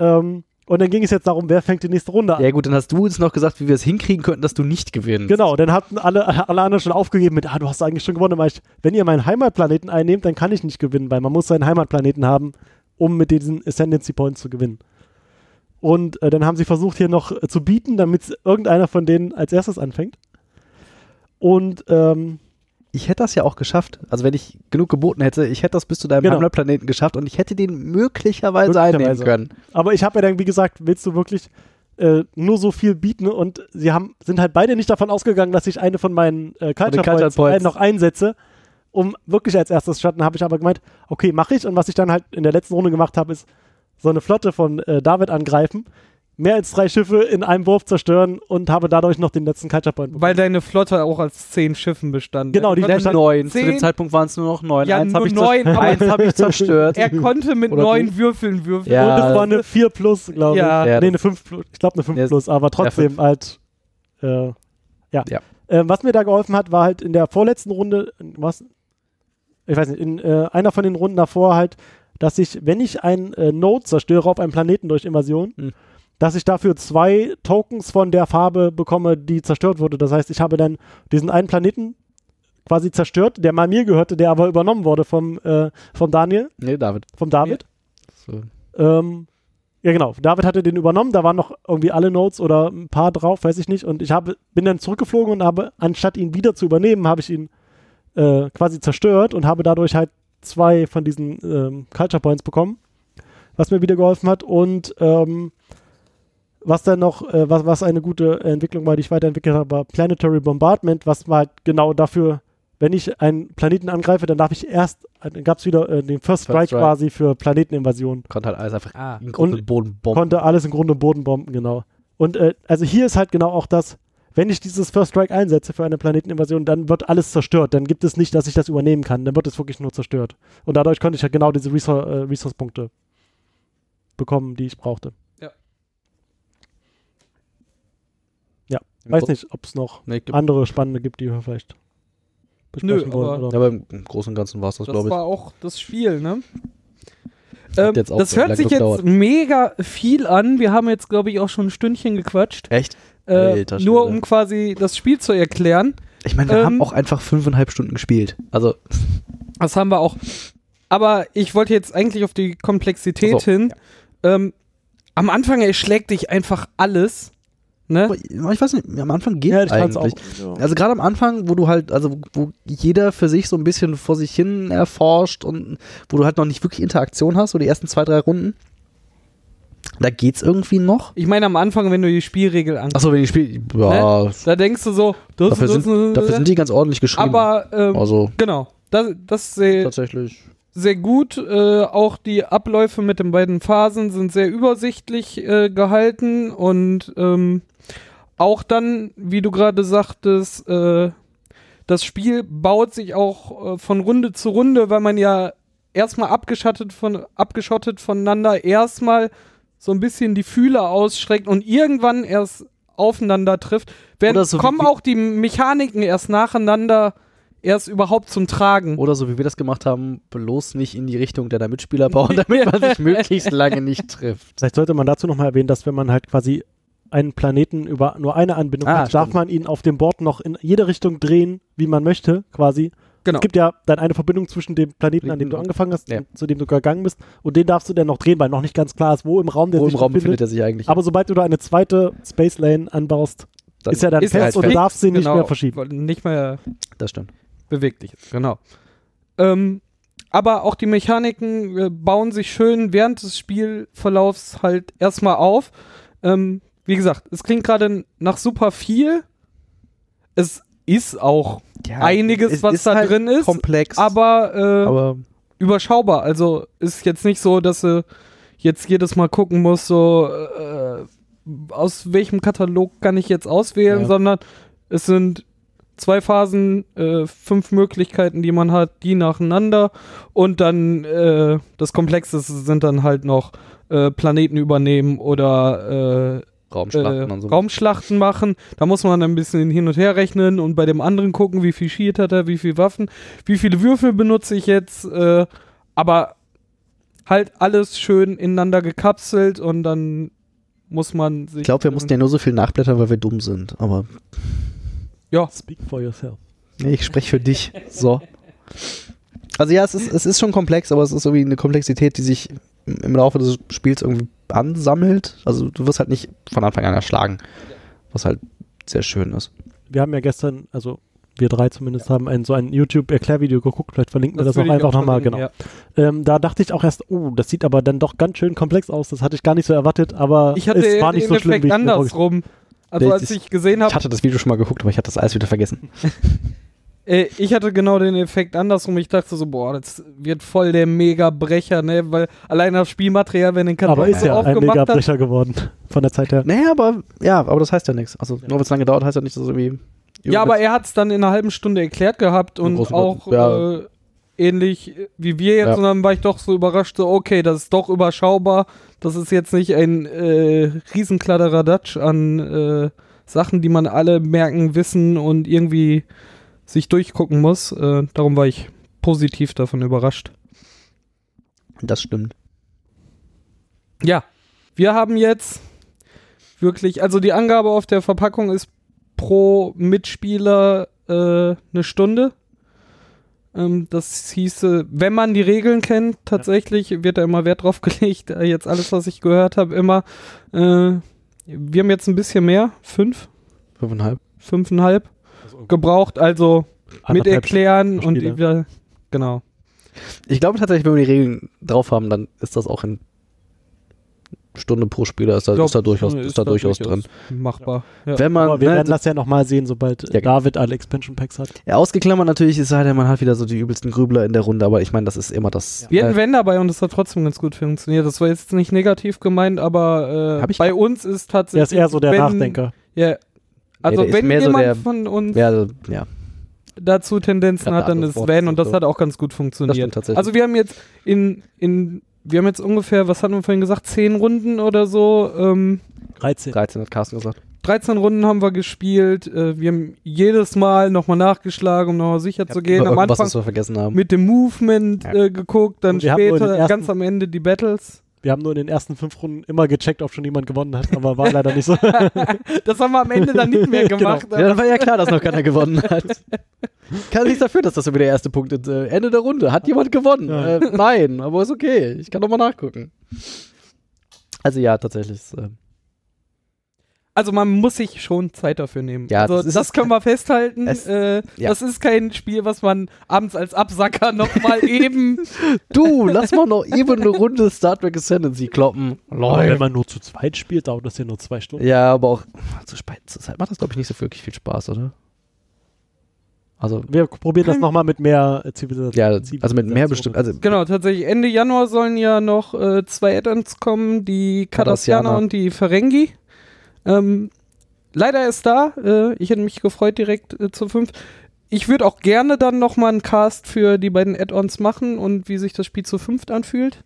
A: Ähm, und dann ging es jetzt darum, wer fängt die nächste Runde an.
C: Ja gut, dann hast du uns noch gesagt, wie wir es hinkriegen könnten, dass du nicht gewinnst.
A: Genau, dann hatten alle, alle anderen schon aufgegeben mit, ah, du hast eigentlich schon gewonnen. Da meinte Ich, wenn ihr meinen Heimatplaneten einnehmt, dann kann ich nicht gewinnen, weil man muss seinen Heimatplaneten haben, um mit diesen Ascendancy Points zu gewinnen. Und äh, dann haben sie versucht, hier noch äh, zu bieten, damit irgendeiner von denen als erstes anfängt. Und ähm,
C: Ich hätte das ja auch geschafft. Also wenn ich genug geboten hätte, ich hätte das bis zu deinem
A: Genau.
C: Heimatplaneten geschafft und ich hätte den möglicherweise,
A: Möglicherweise.
C: einnehmen können.
A: aber ich habe ja dann, wie gesagt, willst du wirklich äh, nur so viel bieten? Und sie haben, sind halt beide nicht davon ausgegangen, dass ich eine von meinen äh, Culture,
C: Culture
A: Points,
C: Points.
A: Äh, noch einsetze, um wirklich als erstes Schatten, habe ich aber gemeint, okay, mache ich. Und was ich dann halt in der letzten Runde gemacht habe, ist so eine Flotte von äh, David angreifen, mehr als drei Schiffe in einem Wurf zerstören und habe dadurch noch den letzten Culture Point bekommen.
B: Weil deine Flotte auch aus zehn Schiffen bestand.
A: Genau, die-
B: Flotte-
A: Dann
C: neun. Zu dem
B: zehn-
C: Zeitpunkt waren es nur noch neun.
B: Ja,
C: eins
B: nur
C: habe ich, zer-
B: neun, aber-
C: eins hab ich zerstört.
B: Er konnte mit
C: Oder
B: neun
C: du?
B: Würfeln würfeln.
C: Ja.
A: und es war eine 4 plus, glaube ich.
B: Ja.
C: Ja,
A: nee,
C: das-
A: eine 5 plus. Ich glaube eine 5
C: Ja,
A: plus, aber trotzdem
C: fünf.
A: halt. Äh, ja.
C: Ja.
A: Ähm, was mir da geholfen hat, war halt in der vorletzten Runde, was, ich weiß nicht, in äh, einer von den Runden davor halt, dass ich, wenn ich ein äh, Node zerstöre auf einem Planeten durch Invasion,
C: Hm.
A: dass ich dafür zwei Tokens von der Farbe bekomme, die zerstört wurde. Das heißt, ich habe dann diesen einen Planeten quasi zerstört, der mal mir gehörte, der aber übernommen wurde vom, äh, vom Daniel,
C: nee, David.
A: vom David.
C: So.
A: Ähm, ja, genau. David hatte den übernommen. Da waren noch irgendwie alle Notes oder ein paar drauf, weiß ich nicht. Und ich habe, bin dann zurückgeflogen und habe, anstatt ihn wieder zu übernehmen, habe ich ihn äh, quasi zerstört und habe dadurch halt zwei von diesen ähm, Culture Points bekommen, was mir wieder geholfen hat. Und ähm, was dann noch, äh, was, was eine gute Entwicklung war, die ich weiterentwickelt habe, war Planetary Bombardment, was war halt genau dafür, wenn ich einen Planeten angreife, dann darf ich erst, dann gab es wieder äh, den First Strike
C: Strike.
A: quasi für Planeteninvasion
C: Konnte halt alles einfach
B: Ah.
C: in Grund
A: Und-
C: und Boden bomben.
A: konnte alles in Grund und Boden bomben, genau. Und äh, also hier ist halt genau auch das, wenn ich dieses First Strike einsetze für eine Planeteninvasion, dann wird alles zerstört. Dann gibt es nicht, dass ich das übernehmen kann. Dann wird es wirklich nur zerstört. Und dadurch konnte ich ja halt genau diese Resor äh, Resource-Punkte bekommen, die ich brauchte. Weiß nicht, ob es noch
C: Nee, gibt-
A: andere spannende gibt, die wir vielleicht besprechen
B: Nö,
A: wollen.
B: aber-
A: Oder?
C: aber im Großen und Ganzen war es das,
B: Das
C: glaube ich.
B: war auch das Spiel, ne?
C: Hat
B: Ähm,
C: jetzt auch
B: das
C: so
B: hört
C: lange
B: sich jetzt
C: gedauert.
B: mega viel an. Wir haben jetzt, glaube ich, auch schon ein Stündchen gequatscht.
C: Echt?
B: Äh,
C: Alter
B: nur
C: Schwede.
B: um quasi das Spiel zu erklären.
C: Ich meine, wir
B: Ähm,
C: haben auch einfach fünfeinhalb Stunden gespielt. Also,
B: Das haben wir auch. Aber ich wollte jetzt eigentlich auf die Komplexität
C: Ach so,
B: hin. Ähm, am Anfang erschlägt dich einfach alles. Ne?
C: aber ich weiß nicht, am Anfang geht
A: Ja,
C: es
A: ich fand's
C: eigentlich.
A: auch.
C: Also gerade am Anfang, wo du halt, also wo jeder für sich so ein bisschen vor sich hin erforscht und wo du halt noch nicht wirklich Interaktion hast, so die ersten zwei, drei Runden, da geht's irgendwie noch.
B: Ich meine, am Anfang, wenn du die Spielregel anguckst,
C: Achso, wenn ich spiele, ja,
B: da denkst du so, das,
C: dafür,
B: das,
C: sind, dafür sind die ganz ordentlich geschrieben.
B: aber ähm, äh,
C: also
B: genau. Das, das sehe
C: tatsächlich.
B: sehr gut. Äh, auch die Abläufe mit den beiden Phasen sind sehr übersichtlich äh, gehalten und ähm, auch dann, wie du gerade sagtest, äh, das Spiel baut sich auch äh, von Runde zu Runde, weil man ja erstmal abgeschottet, von, abgeschottet voneinander erstmal so ein bisschen die Fühler ausschreckt und irgendwann erst aufeinander trifft, werden,
C: Oder so wie-
B: kommen auch die Mechaniken erst nacheinander erst überhaupt zum Tragen.
C: Oder so wie wir das gemacht haben, bloß nicht in die Richtung deiner Mitspieler bauen, damit man sich möglichst lange nicht trifft.
A: Vielleicht sollte man dazu nochmal erwähnen, dass wenn man halt quasi einen Planeten über nur eine Anbindung
C: Ah,
A: hat, darf
C: stimmt.
A: man ihn auf dem Board noch in jede Richtung drehen, wie man möchte, quasi.
B: Genau.
A: Es gibt ja dann eine Verbindung zwischen dem Planeten, an dem du
C: Mhm.
A: angefangen hast,
C: Ja.
A: zu dem du gegangen bist, und den darfst du dann noch drehen, weil noch nicht ganz klar ist, wo im Raum der
C: Wo im
A: sich
C: Raum
A: befindet.
C: befindet er sich eigentlich?
A: Aber sobald du da eine zweite Space Lane anbaust,
C: Dann
A: ist ja dann
C: ist er
A: fest
C: halt
A: und
C: fest.
A: darfst ihn nicht
B: Genau,
A: mehr verschieben.
B: weil Nicht mehr
C: das stimmt.
B: beweglich ist, genau. Ähm, aber auch die Mechaniken äh, bauen sich schön während des Spielverlaufs halt erstmal auf. Ähm, wie gesagt, es klingt gerade nach super viel. Es ist auch einiges,
C: Es
B: was
C: ist
B: da
C: halt
B: drin ist,
C: Komplex,
B: aber, äh,
C: aber
B: überschaubar. Also ist jetzt nicht so, dass du jetzt jedes Mal gucken musst, so äh, aus welchem Katalog kann ich jetzt auswählen,
C: Ja.
B: sondern es sind zwei Phasen, äh, fünf Möglichkeiten, die man hat, die nacheinander und dann äh, das Komplexeste sind dann halt noch äh, Planeten übernehmen oder äh,
C: Raumschlachten
B: äh,
C: und so.
B: Raumschlachten machen. Da muss man ein bisschen hin und her rechnen und bei dem anderen gucken, wie viel Shield hat er, wie viel Waffen, wie viele Würfel benutze ich jetzt. Äh, aber halt alles schön ineinander gekapselt und dann muss man sich. äh,
C: ich glaube, wir mussten ja nur so viel nachblättern, weil wir dumm sind. Aber
B: ja.
A: Speak for yourself.
C: Nee, ich spreche für dich. So. Also ja, es ist, es ist schon komplex, aber es ist irgendwie eine Komplexität, die sich im- im Laufe des Spiels irgendwie ansammelt. Also du wirst halt nicht von Anfang an erschlagen, was halt sehr schön ist.
A: Wir haben ja gestern, also wir drei zumindest, haben ein, so ein YouTube-Erklärvideo geguckt, vielleicht verlinken wir das,
B: würde
A: auch
B: ich
A: einfach nochmal,
B: verlinken,
A: genau. Ähm, da dachte ich auch erst, oh, das sieht aber dann doch ganz schön komplex aus, das hatte ich gar nicht so erwartet, aber
B: Ich hatte
A: es war
B: im
A: nicht so schlimm,
B: Endeffekt
A: wie ich mir vorgestellt
B: andersrum. Also
C: Nee,
B: als
C: ich-
B: ich gesehen
C: Ich
B: habe,
C: hatte das Video schon mal geguckt, aber ich hatte das alles wieder vergessen.
B: Äh, ich hatte genau den Effekt andersrum. Ich dachte so, boah, das wird voll der Mega-Brecher, ne? Weil allein das Spielmaterial, wenn den Katalog
A: Aber ist
B: so
A: ja ein
B: aufgemacht hat,
A: Mega-Brecher geworden, von der Zeit her.
C: Naja, aber ja, aber das heißt ja nichts. Also nur weil es lange dauert, heißt ja nicht, dass es irgendwie.
B: Ja, aber er hat es dann in einer halben Stunde erklärt gehabt
C: Im
B: und
C: Großen und
B: auch
C: Ganzen, ja.
B: äh, ähnlich äh, wie wir jetzt.
C: Ja.
B: Und dann war ich doch so überrascht, so, okay, das ist doch überschaubar. Das ist jetzt nicht ein äh, Riesenkladderadatsch an äh, Sachen, die man alle merken, wissen und irgendwie sich durchgucken muss. Äh, darum war ich positiv davon überrascht.
C: Das stimmt.
B: Ja, wir haben jetzt wirklich, also die Angabe auf der Verpackung ist pro Mitspieler äh, eine Stunde. Ähm, das hieße, wenn man die Regeln kennt, tatsächlich wird da immer Wert drauf gelegt. Äh, Jetzt alles, was ich gehört habe, immer. Äh, wir haben jetzt ein bisschen mehr, fünf,
C: Fünfeinhalb.
B: feinhalb gebraucht, also mit
A: Anderthalb
B: erklären und
A: Spiele.
B: wieder, genau.
C: Ich glaube tatsächlich, wenn wir die Regeln drauf haben, dann ist das auch in Stunde pro Spieler Also ist da, ist da durchaus,
B: äh,
C: ist da durchaus drin.
B: Machbar. Ja.
C: Wenn man
A: Aber wir
C: ne,
A: werden das ja nochmal sehen, sobald äh,
C: Ja, genau.
A: David alle Expansion Packs hat.
C: Ja, ausgeklammert natürlich ist halt, man hat wieder so die übelsten Grübler in der Runde, aber ich meine, das ist immer das.
B: Wir hatten
C: äh,
B: Wenn dabei und es hat trotzdem ganz gut funktioniert. Das war jetzt nicht negativ gemeint, aber
C: Hab
B: äh,
C: ich-
B: bei uns ist
A: Er
B: tatsächlich.
A: ist eher so der
B: wenn,
A: Nachdenker.
B: Ja. Also
C: der ist
B: wenn
C: mehr
B: jemand
C: so der-
B: von uns
C: ja, da- ja,
B: dazu Tendenzen
C: Ja,
B: hat, dann
C: das
B: ist
C: Wort
B: Van
C: ist
B: und das
C: so.
B: hat auch ganz gut
C: das
B: funktioniert.
C: stimmt tatsächlich.
B: Also wir haben jetzt in, in, wir haben jetzt ungefähr, was hatten wir vorhin gesagt, 10 Runden oder so, ähm,
A: 13.
C: 13 hat Carsten gesagt.
B: 13 Runden haben wir gespielt, äh, wir haben jedes Mal nochmal nachgeschlagen, um nochmal sicher zu gehen.
C: Über
B: Am
C: irgendwas,
B: Anfang
C: was wir vergessen haben.
B: mit dem Movement
C: Ja.
B: äh, geguckt, dann
A: Und wir haben nur den
B: später,
A: ersten-
B: ganz am Ende die Battles.
A: Wir haben nur in den ersten fünf Runden immer gecheckt, ob schon jemand gewonnen hat, aber war leider nicht so.
B: Das haben wir am Ende dann nicht mehr gemacht.
C: Genau.
B: ne?
C: Ja, dann war ja klar, dass noch keiner gewonnen hat. Kann nichts dafür, dass das wieder der erste Punkt ist. Äh, Ende der Runde. Hat jemand gewonnen?
A: Ja.
C: Äh, nein, aber ist okay. Ich kann nochmal nachgucken. Also ja, tatsächlich. ist, Äh,
B: Also man muss sich schon Zeit dafür nehmen.
C: Ja,
B: also
C: das
B: das,
C: ist-
B: können wir festhalten.
C: Es-
B: äh,
C: ja.
B: Das ist kein Spiel, was man abends als Absacker nochmal eben.
C: du, lass mal noch eben eine Runde Star Trek Ascendancy kloppen.
A: Wenn
C: Leute.
A: man nur zu zweit spielt, dauert das ja nur zwei Stunden.
C: Ja, aber auch zu spät zur Zeit macht das, glaube ich, nicht so wirklich viel Spaß, oder? Also,
A: Wir probieren das nochmal mit mehr äh, Zivilisation.
C: ja, also mit mehr bestimmt. Also,
B: genau, tatsächlich. Ende Januar sollen ja noch äh, zwei Add-ons kommen, die Cardassianer
C: Cardassianer.
B: und die Ferengi. Ähm, leider ist da. Äh, ich hätte mich gefreut direkt äh, zu fünf. Ich würde auch gerne dann nochmal einen Cast für die beiden Add-ons machen und wie sich das Spiel zu fünft anfühlt.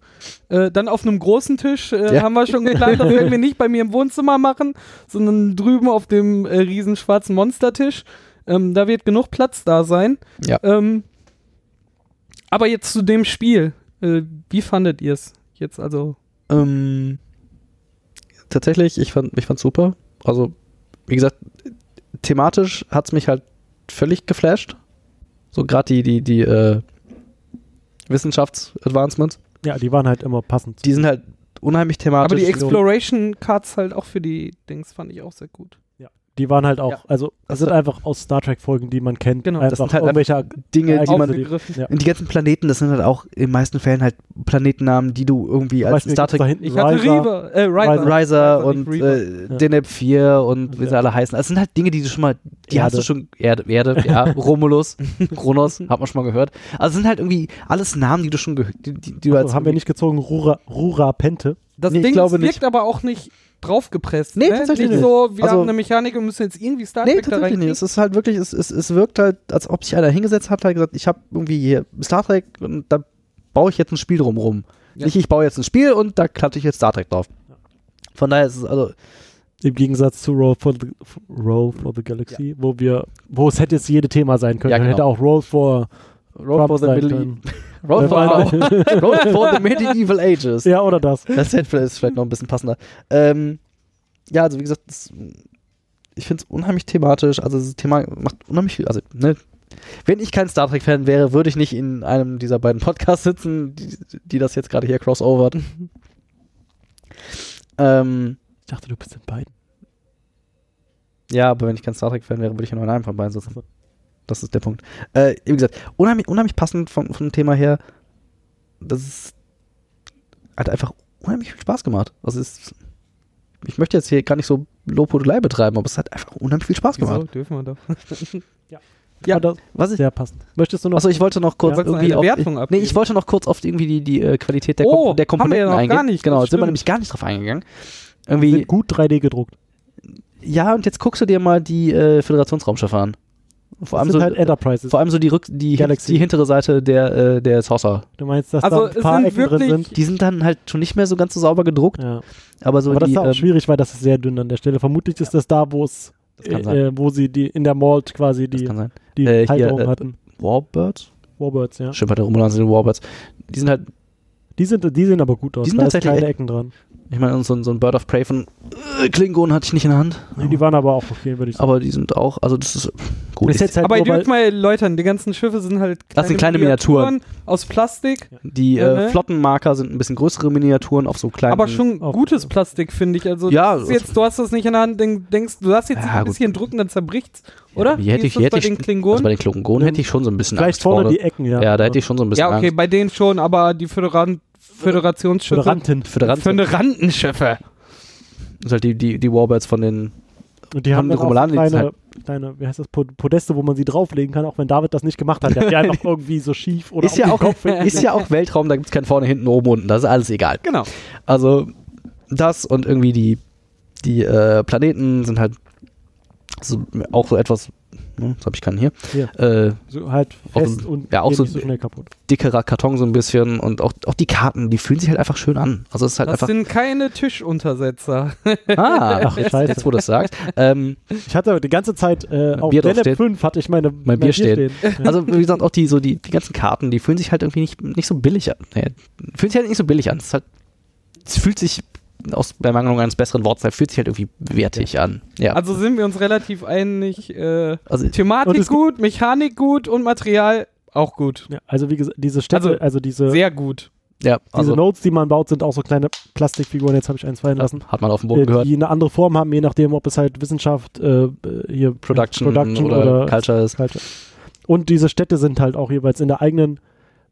B: Äh, dann auf einem großen Tisch äh,
C: Ja.
B: haben wir schon geplant, das werden wir nicht bei mir im Wohnzimmer machen, sondern drüben auf dem äh, riesen schwarzen Monstertisch. Ähm, da wird genug Platz da sein.
C: Ja.
B: Ähm, aber jetzt zu dem Spiel. Äh, wie fandet ihr es jetzt also?
C: ähm, tatsächlich, ich fand ich fand's super. Also, wie gesagt, thematisch hat es mich halt völlig geflasht. So gerade die, die, die äh, Wissenschafts-Advancements.
A: Ja, die waren halt immer passend.
C: Die sind halt unheimlich thematisch.
B: Aber die
C: so-
B: Exploration Cards halt auch für die Dings fand ich auch sehr gut.
A: Die waren halt auch,
C: Ja.
A: also das
C: Das
A: sind
C: war-
A: einfach aus Star Trek Folgen, die man kennt.
B: Genau,
A: einfach
B: das
C: sind halt
A: irgendwelche
C: Dinge, die
A: Aufregung.
C: man.
B: Aufgegriffen.
A: ja.
C: Und die ganzen Planeten, das sind halt auch in den meisten Fällen halt Planetennamen, die du irgendwie als
A: Beispiel
C: Star
A: gibt's
C: Trek
A: da hinten
B: Ich hatte
A: Riser.
B: Reaver, äh, Riser.
C: Riser
B: Riser,
C: und
B: nicht Reaver.
C: äh,
A: Ja.
C: Deneb 4 und wie
A: Ja.
C: sie alle heißen. Das sind halt Dinge, die du schon mal, die hast du
A: Erde.
C: schon, Erde, Erde ja, Romulus, Kronos, hat man schon mal gehört. Also sind halt irgendwie alles Namen, die du schon gehört, die, die, die du
A: Also, haben wir nicht gezogen, Rura, Rura Pente.
B: Das
C: Nee, ich
B: Ding
C: glaube
B: wirkt
C: nicht.
B: aber auch nicht draufgepresst.
C: Nee,
B: ne?
C: tatsächlich
B: nicht.
C: nicht.
B: so, wir
C: Also-
B: haben eine Mechanik und müssen jetzt irgendwie Star Trek
C: Nee,
B: da rein.
C: tatsächlich nicht. Es ist halt wirklich, es, es, es wirkt halt, als ob sich einer hingesetzt hat, hat gesagt, ich habe irgendwie hier Star Trek und da baue ich jetzt ein Spiel drum rum.
B: Ja.
C: Nicht, ich baue jetzt ein Spiel und da klappe ich jetzt Star Trek drauf. Von daher ist es also,
A: Im Gegensatz zu Roll for the, Roll for the Galaxy, wo wir, wo es hätte jetzt jede Thema sein können.
C: Ja,
A: Dann hätte
C: genau.
A: auch Roll for
C: Roll
A: Trump
C: for the,
A: sein
C: Middle, E-
A: können.
C: Roll for,
A: Roll
C: Roll for the Medieval Ages.
A: ja, oder das.
C: Das hätte vielleicht- ist vielleicht noch ein bisschen passender. Ähm, ja, also wie gesagt, das, ich finde es unheimlich thematisch. Also das Thema macht unheimlich viel. Also, ne, wenn ich kein Star Trek-Fan wäre, würde ich nicht in einem dieser beiden Podcasts sitzen, die, die das jetzt gerade hier crossovert. ähm,
A: Ich dachte, du bist in beiden.
C: ja, aber wenn ich kein Star Trek-Fan wäre, würde ich ja nur in einem von beiden sitzen. Das ist der Punkt. Äh, wie gesagt, unheimlich, unheimlich passend vom, vom Thema her. Das ist, hat einfach unheimlich viel Spaß gemacht. Also es ist, ich möchte jetzt hier gar nicht so Lobhudelei betreiben, aber es hat einfach unheimlich viel Spaß
B: Wieso?
C: gemacht.
B: Dürfen wir doch.
C: Ja,
A: War das
C: Was ich,
A: sehr passend. Möchtest du noch?
C: also ich wollte noch kurz
A: Ja.
C: irgendwie
B: Eine
C: auf,
B: Wertung
C: nee,
B: abgeben.
C: ich wollte noch kurz auf irgendwie die, die äh, Qualität der,
B: Oh, haben
C: Kom der
B: wir ja
C: Komponenten
B: noch
C: eingehen.
B: gar nicht,
C: genau,
B: das
C: sind wir
B: stimmt.
C: nämlich gar nicht drauf eingegangen.
A: sind
C: Irgendwie,
A: gut 3D gedruckt.
C: ja, und jetzt guckst du dir mal die äh, Föderationsraumschiffe an. Vor
A: Das
C: allem
A: sind
C: so äh,
A: halt Enterprises.
C: Vor allem so die, Rück die,
A: Galaxy.
C: die hintere Seite der, äh, der Saucer.
A: Du meinst, dass
B: Also,
A: da ein
B: es
A: paar
B: sind
A: Ecken drin
B: wirklich-
A: sind?
C: Die sind dann halt schon nicht mehr so ganz so sauber gedruckt,
A: Ja.
C: aber so
A: Aber das
C: die.
A: ist auch
C: ähm,
A: schwierig, weil das ist sehr dünn an der Stelle. Vermutlich ist das da, wo es,
C: das kann sein.
A: äh, wo sie die in der Malt quasi
C: das
A: die,
C: kann sein.
A: die
C: äh, hier,
A: Halterung
C: äh,
A: hatten.
C: Warbirds?
A: Warbirds, ja.
C: Stimmt, bei der Romulaner sind die Warbirds. Die sind halt,
A: Die sind, die sehen aber gut aus.
C: Die sind
A: da ist
C: tatsächlich
A: keine
C: echt-
A: Ecken dran.
C: ich meine, so, ein- so ein Bird of Prey von äh, Klingonen hatte ich nicht in der Hand.
A: Nee, die waren aber auch okay, würde ich sagen.
C: Aber die sind auch, also das ist gut.
A: Ist jetzt halt
B: Aber ihr
A: nur, weil,
B: dürft mal erläutern, die ganzen Schiffe sind halt
C: Das sind kleine Miniaturen.
B: aus Plastik,
C: die
B: Ja,
C: äh,
A: Mhm.
B: ne?
C: Flottenmarker sind ein bisschen größere Miniaturen auf so kleinen.
B: aber schon
A: Auch-
B: gutes Plastik, finde ich. Also
C: Ja,
B: das ist jetzt, du hast das nicht in der Hand, denk, denkst, du hast jetzt
C: Ja,
B: ein
C: gut.
B: bisschen drücken, dann zerbricht's, oder?
C: Hier hätte
B: Wie
C: ich,
B: ist
C: hier
B: das
C: hätte
B: bei
C: ich,
B: den
C: also bei
B: Klingonen?
C: den Klingonen hätte ich schon so ein bisschen
A: vielleicht
C: Angst vor.
A: vorne die Ecken, ja.
C: ja. da hätte ich schon so ein bisschen
B: ja, okay,
C: Angst.
B: bei denen schon, aber die Föderan Föderationsschiffe.
A: Föderanten.
C: Föderant
B: Föderantenschiffe.
C: sind halt die, die, die Warbirds von den
A: Und die
C: Haben halt
A: haben dann
C: die
A: auch so
C: Romulaner, die
A: kleine, kleine, wie heißt das, Pod- Podeste, wo man sie drauflegen kann, auch wenn David das nicht gemacht hat. Der hat die einfach irgendwie so schief oder
C: ist ja,
A: auf
C: auch,
A: den Kopf.
C: ist ja auch Weltraum, da gibt es kein vorne, hinten, oben, unten, das ist alles egal.
B: Genau.
C: Also das und irgendwie die, die äh, Planeten sind halt so, auch so etwas, ne, das habe ich keinen hier,
A: Hier.
C: äh,
A: so halt
C: Auch
A: fest
C: so-
A: und
C: ja, auch
A: geht
C: so-
A: nicht so schnell kaputt.
C: dickerer Karton so ein bisschen und auch, auch die Karten, die fühlen sich halt einfach schön an. Also es ist halt
B: Das
C: einfach,
B: sind keine Tischuntersetzer.
C: ah,
A: Ach,
C: jetzt,
A: scheiße.
C: jetzt wo du es sagst. Ähm,
A: Ich hatte aber die ganze Zeit äh, auf
C: Bier
A: Deneb
C: draufsteht.
A: 5 hatte ich meine, mein,
C: Bier steht.
A: Ja.
C: also wie gesagt, auch die, so die, die ganzen Karten, die fühlen sich halt irgendwie nicht, nicht so billig an. Naja, fühlen sich halt nicht so billig an. Es, ist halt, es fühlt sich aus der Mangelung eines besseren Wortes, halt, fühlt sich halt irgendwie wertig an. Ja.
B: Also sind wir uns relativ einig. Äh,
C: also
A: Und
B: Thematik
A: es gibt-
B: gut, Mechanik gut und Material auch gut.
A: ja, also wie gesagt, diese Städte, also,
B: Also,
A: diese,
B: Sehr gut.
C: Ja,
A: diese
C: also
A: Notes, die man baut, sind auch so kleine Plastikfiguren. Jetzt habe ich eins fallen lassen.
C: hat man auf dem Boden
A: Äh,
C: gehört.
A: die eine andere Form haben, je nachdem, ob es halt Wissenschaft, äh, äh, hier
C: Production,
A: Production
C: oder,
A: oder
C: Culture ist.
A: Culture. halt Und diese Städte sind halt auch jeweils in der eigenen,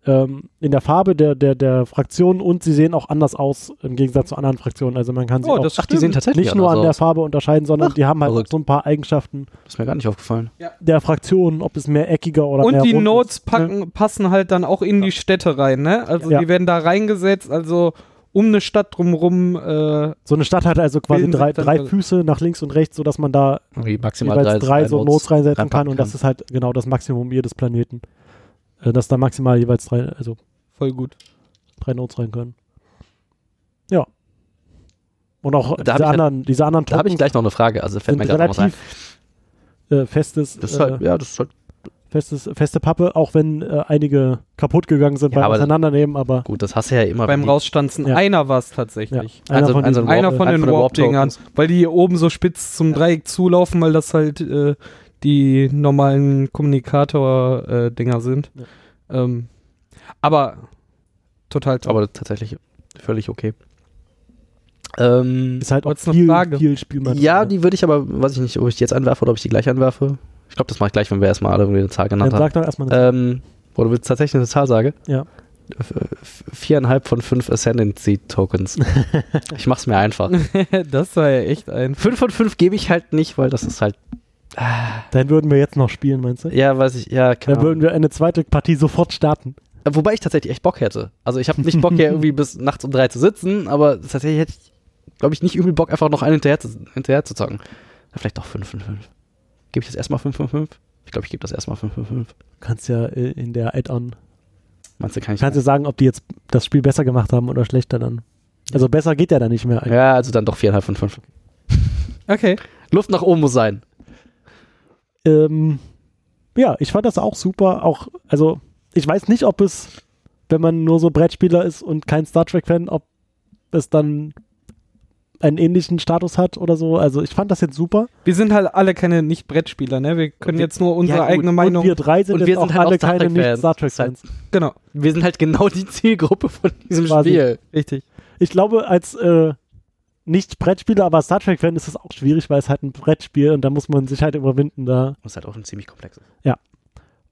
A: ähm, in der Farbe der, der, der Fraktionen und sie sehen auch anders aus im Gegensatz zu anderen Fraktionen. Also man kann sie
B: Oh,
A: auch
B: das
C: Ach, die sehen tatsächlich
A: nicht nur an
C: anders
A: der
C: aus.
A: Farbe unterscheiden, sondern
C: Ach,
A: die haben halt auch
C: verrückt.
A: so ein paar Eigenschaften
C: Das ist mir gar nicht aufgefallen.
A: der Fraktionen, ob es mehr eckiger oder mehr
B: Und die
A: rund
B: Notes
A: ist.
B: packen, passen halt dann auch in die Städte rein, ne? Also
A: Ja.
B: die werden da reingesetzt, also um eine Stadt drumrum. Äh,
A: So eine Stadt hat also quasi
B: Bilden
A: drei,
B: sich dann
A: drei
B: so-
A: Füße nach links und rechts, sodass man da
C: Irgendwie maximal
A: jeweils drei, so Notes reinsetzen kann
C: reinpacken
A: und das ist halt genau das Maximum jedes Planeten. Äh, Dass da maximal jeweils drei, also
B: voll gut.
A: drei Notes rein können. Ja. Und auch
C: Da hab
A: diese
C: ich halt-
A: anderen, diese anderen
C: Da habe ich
A: Truppen
C: gleich noch eine Frage, also fällt mir
A: sind
C: gerade noch was ein.
A: relativ äh, festes.
C: Das ist halt,
A: äh,
C: ja, das ist halt
A: Festes, feste Pappe, auch wenn äh, einige kaputt gegangen sind
C: Ja,
A: beim
C: aber-
A: Auseinandernehmen, aber
C: Gut, das hast du ja immer.
B: Beim
C: wenn die-
B: Rausstanzen.
A: Ja.
B: Einer war es tatsächlich.
A: Ja, einer
C: Also-
A: von
C: also
A: diesen-
C: ein
B: Einer
C: Warp-
B: von
C: halt
B: den
C: von den
B: Warp-Dingern,
C: Warp-Tokens.
B: weil die hier oben so spitz zum Dreieck zulaufen, weil das halt äh, die normalen Kommunikator-Dinger sind. Ähm, aber total top.
C: Aber tatsächlich völlig okay. Ähm,
A: ist halt auch
B: Wollt's noch
A: viel,
B: Frage?
A: viel ne? Spielmaterial.
C: ja, die würde ich aber, weiß ich nicht, ob ich die jetzt anwerfe oder ob ich die gleich anwerfe. Ich glaube, das mache ich gleich, wenn wir erstmal alle irgendwie eine Zahl
A: Dann
C: genannt haben.
A: sag doch erstmal eine
C: Ähm, oder du willst tatsächlich eine Zahl sage?
A: Ja.
C: F- äh, f- Viereinhalb von fünf Ascendancy-Tokens. ich mach's mir einfach.
B: das war ja echt ein.
C: Fünf von fünf gebe ich halt nicht, weil das ist halt.
A: Dann würden wir jetzt noch spielen, meinst du?
C: Ja, weiß ich, ja, keine
A: Dann
C: Ahnung.
A: würden wir eine zweite Partie sofort starten.
C: Wobei ich tatsächlich echt Bock hätte. Also ich habe nicht Bock, hier irgendwie bis nachts um drei zu sitzen, aber tatsächlich hätte ich, glaube ich, nicht übel Bock, einfach noch einen hinterher zu, hinterher zu zocken. Ja, Vielleicht doch 5 von 5. Gebe ich das erstmal 5 von 5? Ich glaube, ich gebe das erstmal 5 von 5.
A: Kannst ja äh, in der Add-on.
C: Meinst du, kann ich.
A: Kannst ja sagen, ob die jetzt das Spiel besser gemacht haben oder schlechter dann. Also besser geht ja dann nicht mehr.
C: ja, also dann doch 4,5 von 5.
B: Okay.
C: Luft nach oben muss sein.
A: ähm, ja, ich fand das auch super. Auch, also, ich weiß nicht, ob es, wenn man nur so Brettspieler ist und kein Star Trek-Fan, ob es dann einen ähnlichen Status hat oder so. Also, ich fand das jetzt super.
B: Wir sind halt alle keine Nicht-Brettspieler, ne? Wir können
C: Wir-
B: jetzt nur unsere
C: Ja, gut.
B: eigene Meinung.
A: und wir drei sind
C: und
A: jetzt
C: wir
A: auch
C: sind halt
A: alle
C: auch
A: keine
C: Star Trek-Fans.
A: Nicht-Star Trek-Fans.
B: genau,
C: Wir sind halt genau die Zielgruppe von diesem
A: Quasi.
C: Spiel.
B: richtig.
A: Ich glaube, als äh, Nicht-Brettspieler, aber Star Trek-Fan ist es auch schwierig, weil es halt ein Brettspiel und da muss man sich halt überwinden da.
C: Und es ist halt auch ein ziemlich komplexes.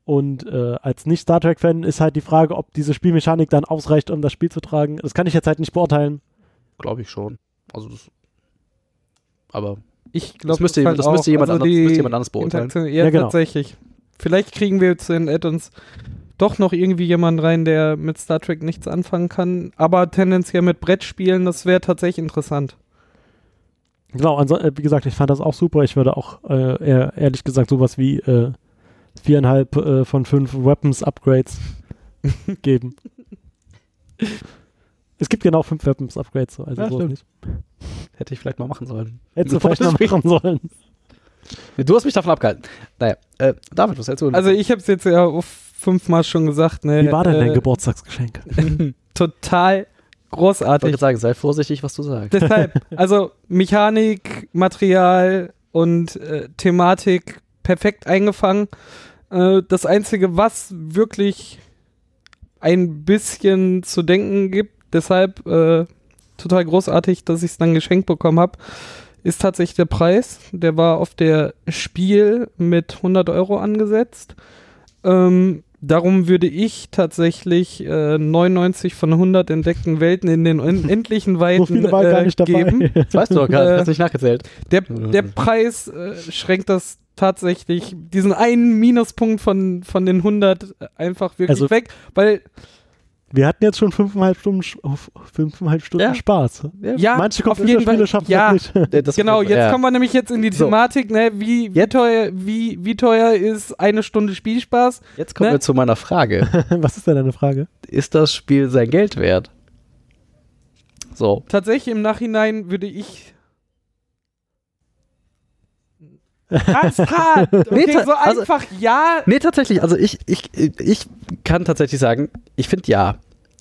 A: Und äh, als Nicht-Star Trek-Fan ist halt die Frage, ob diese Spielmechanik dann ausreicht, um das Spiel zu tragen. Das kann ich jetzt halt nicht beurteilen.
C: Glaube ich schon. Also das. Aber
B: Ich glaube,
C: das müsste,
B: halt
C: das müsste
B: auch-
C: jemand
B: also
C: anders, das
B: die
C: müsste jemand anders beurteilen.
B: Interaktion, ja,
A: Ja, genau.
B: tatsächlich. Vielleicht kriegen wir zu den Add-ons doch noch irgendwie jemanden rein, der mit Star Trek nichts anfangen kann, aber tendenziell mit Brettspielen, das wäre tatsächlich interessant.
A: Genau, anso- äh, wie gesagt, ich fand das auch super. Ich würde auch äh, eher, ehrlich gesagt sowas wie äh, viereinhalb äh, von fünf Weapons-Upgrades geben. Es gibt genau fünf Weapons-Upgrades. So, also
C: Ja,
A: so
C: stimmt.
A: nicht.
C: Hätte ich vielleicht mal machen sollen.
A: Hättest du
C: Bevor
A: vielleicht noch
C: das
A: machen sollen.
C: Nee, Du hast mich davon abgehalten. Naja, äh, David, was hältst du?
B: Also ich habe es jetzt ja auch fünfmal schon gesagt, ne?
A: Wie war denn dein
B: äh,
A: Geburtstagsgeschenk?
B: Total
C: Ich wollte
B: großartig.
C: gerade sagen, sei vorsichtig, was du sagst.
B: Deshalb, also Mechanik, Material und äh, Thematik perfekt eingefangen. Äh, das Einzige, was wirklich ein bisschen zu denken gibt, deshalb äh, total großartig, dass ich es dann geschenkt bekommen habe, ist tatsächlich der Preis. Der war auf der Spiel mit 100 Euro angesetzt. Ähm, darum würde ich tatsächlich äh, 99 von 100 entdeckten Welten in den unendlichen Weiten
A: So viele waren
B: äh,
A: gar nicht dabei.
B: geben.
C: Das weißt du doch gar
B: Äh,
C: nicht, hast nicht nachgezählt.
B: Der, der Preis äh, schränkt das tatsächlich, diesen einen Minuspunkt von, von den 100 einfach wirklich
A: Also-
B: weg, weil
A: Wir hatten jetzt schon fünfeinhalb Stunden, Sch- auf- fünfeinhalb Stunden
C: Ja.
A: Spaß.
B: ja,
A: Manche
B: auf jeden
A: Computerspiele
B: Fall-
A: schaffen
B: ja,
A: das nicht.
C: Äh, das-
B: Genau, jetzt
C: ja.
B: kommen wir nämlich jetzt in die
C: So.
B: Thematik, ne? Wie, wie,
C: Jetzt-
B: teuer, wie, wie teuer ist eine Stunde Spielspaß?
C: Jetzt kommen
B: ne?
C: wir zu meiner Frage.
A: Was ist denn deine Frage?
C: Ist das Spiel sein Geld wert? So,
B: Tatsächlich im Nachhinein würde ich. Ganz hart! Okay,
C: Nee,
B: so
C: also-
B: einfach ja.
C: Nee, tatsächlich. Also ich, ich, ich kann tatsächlich sagen, ich finde ja.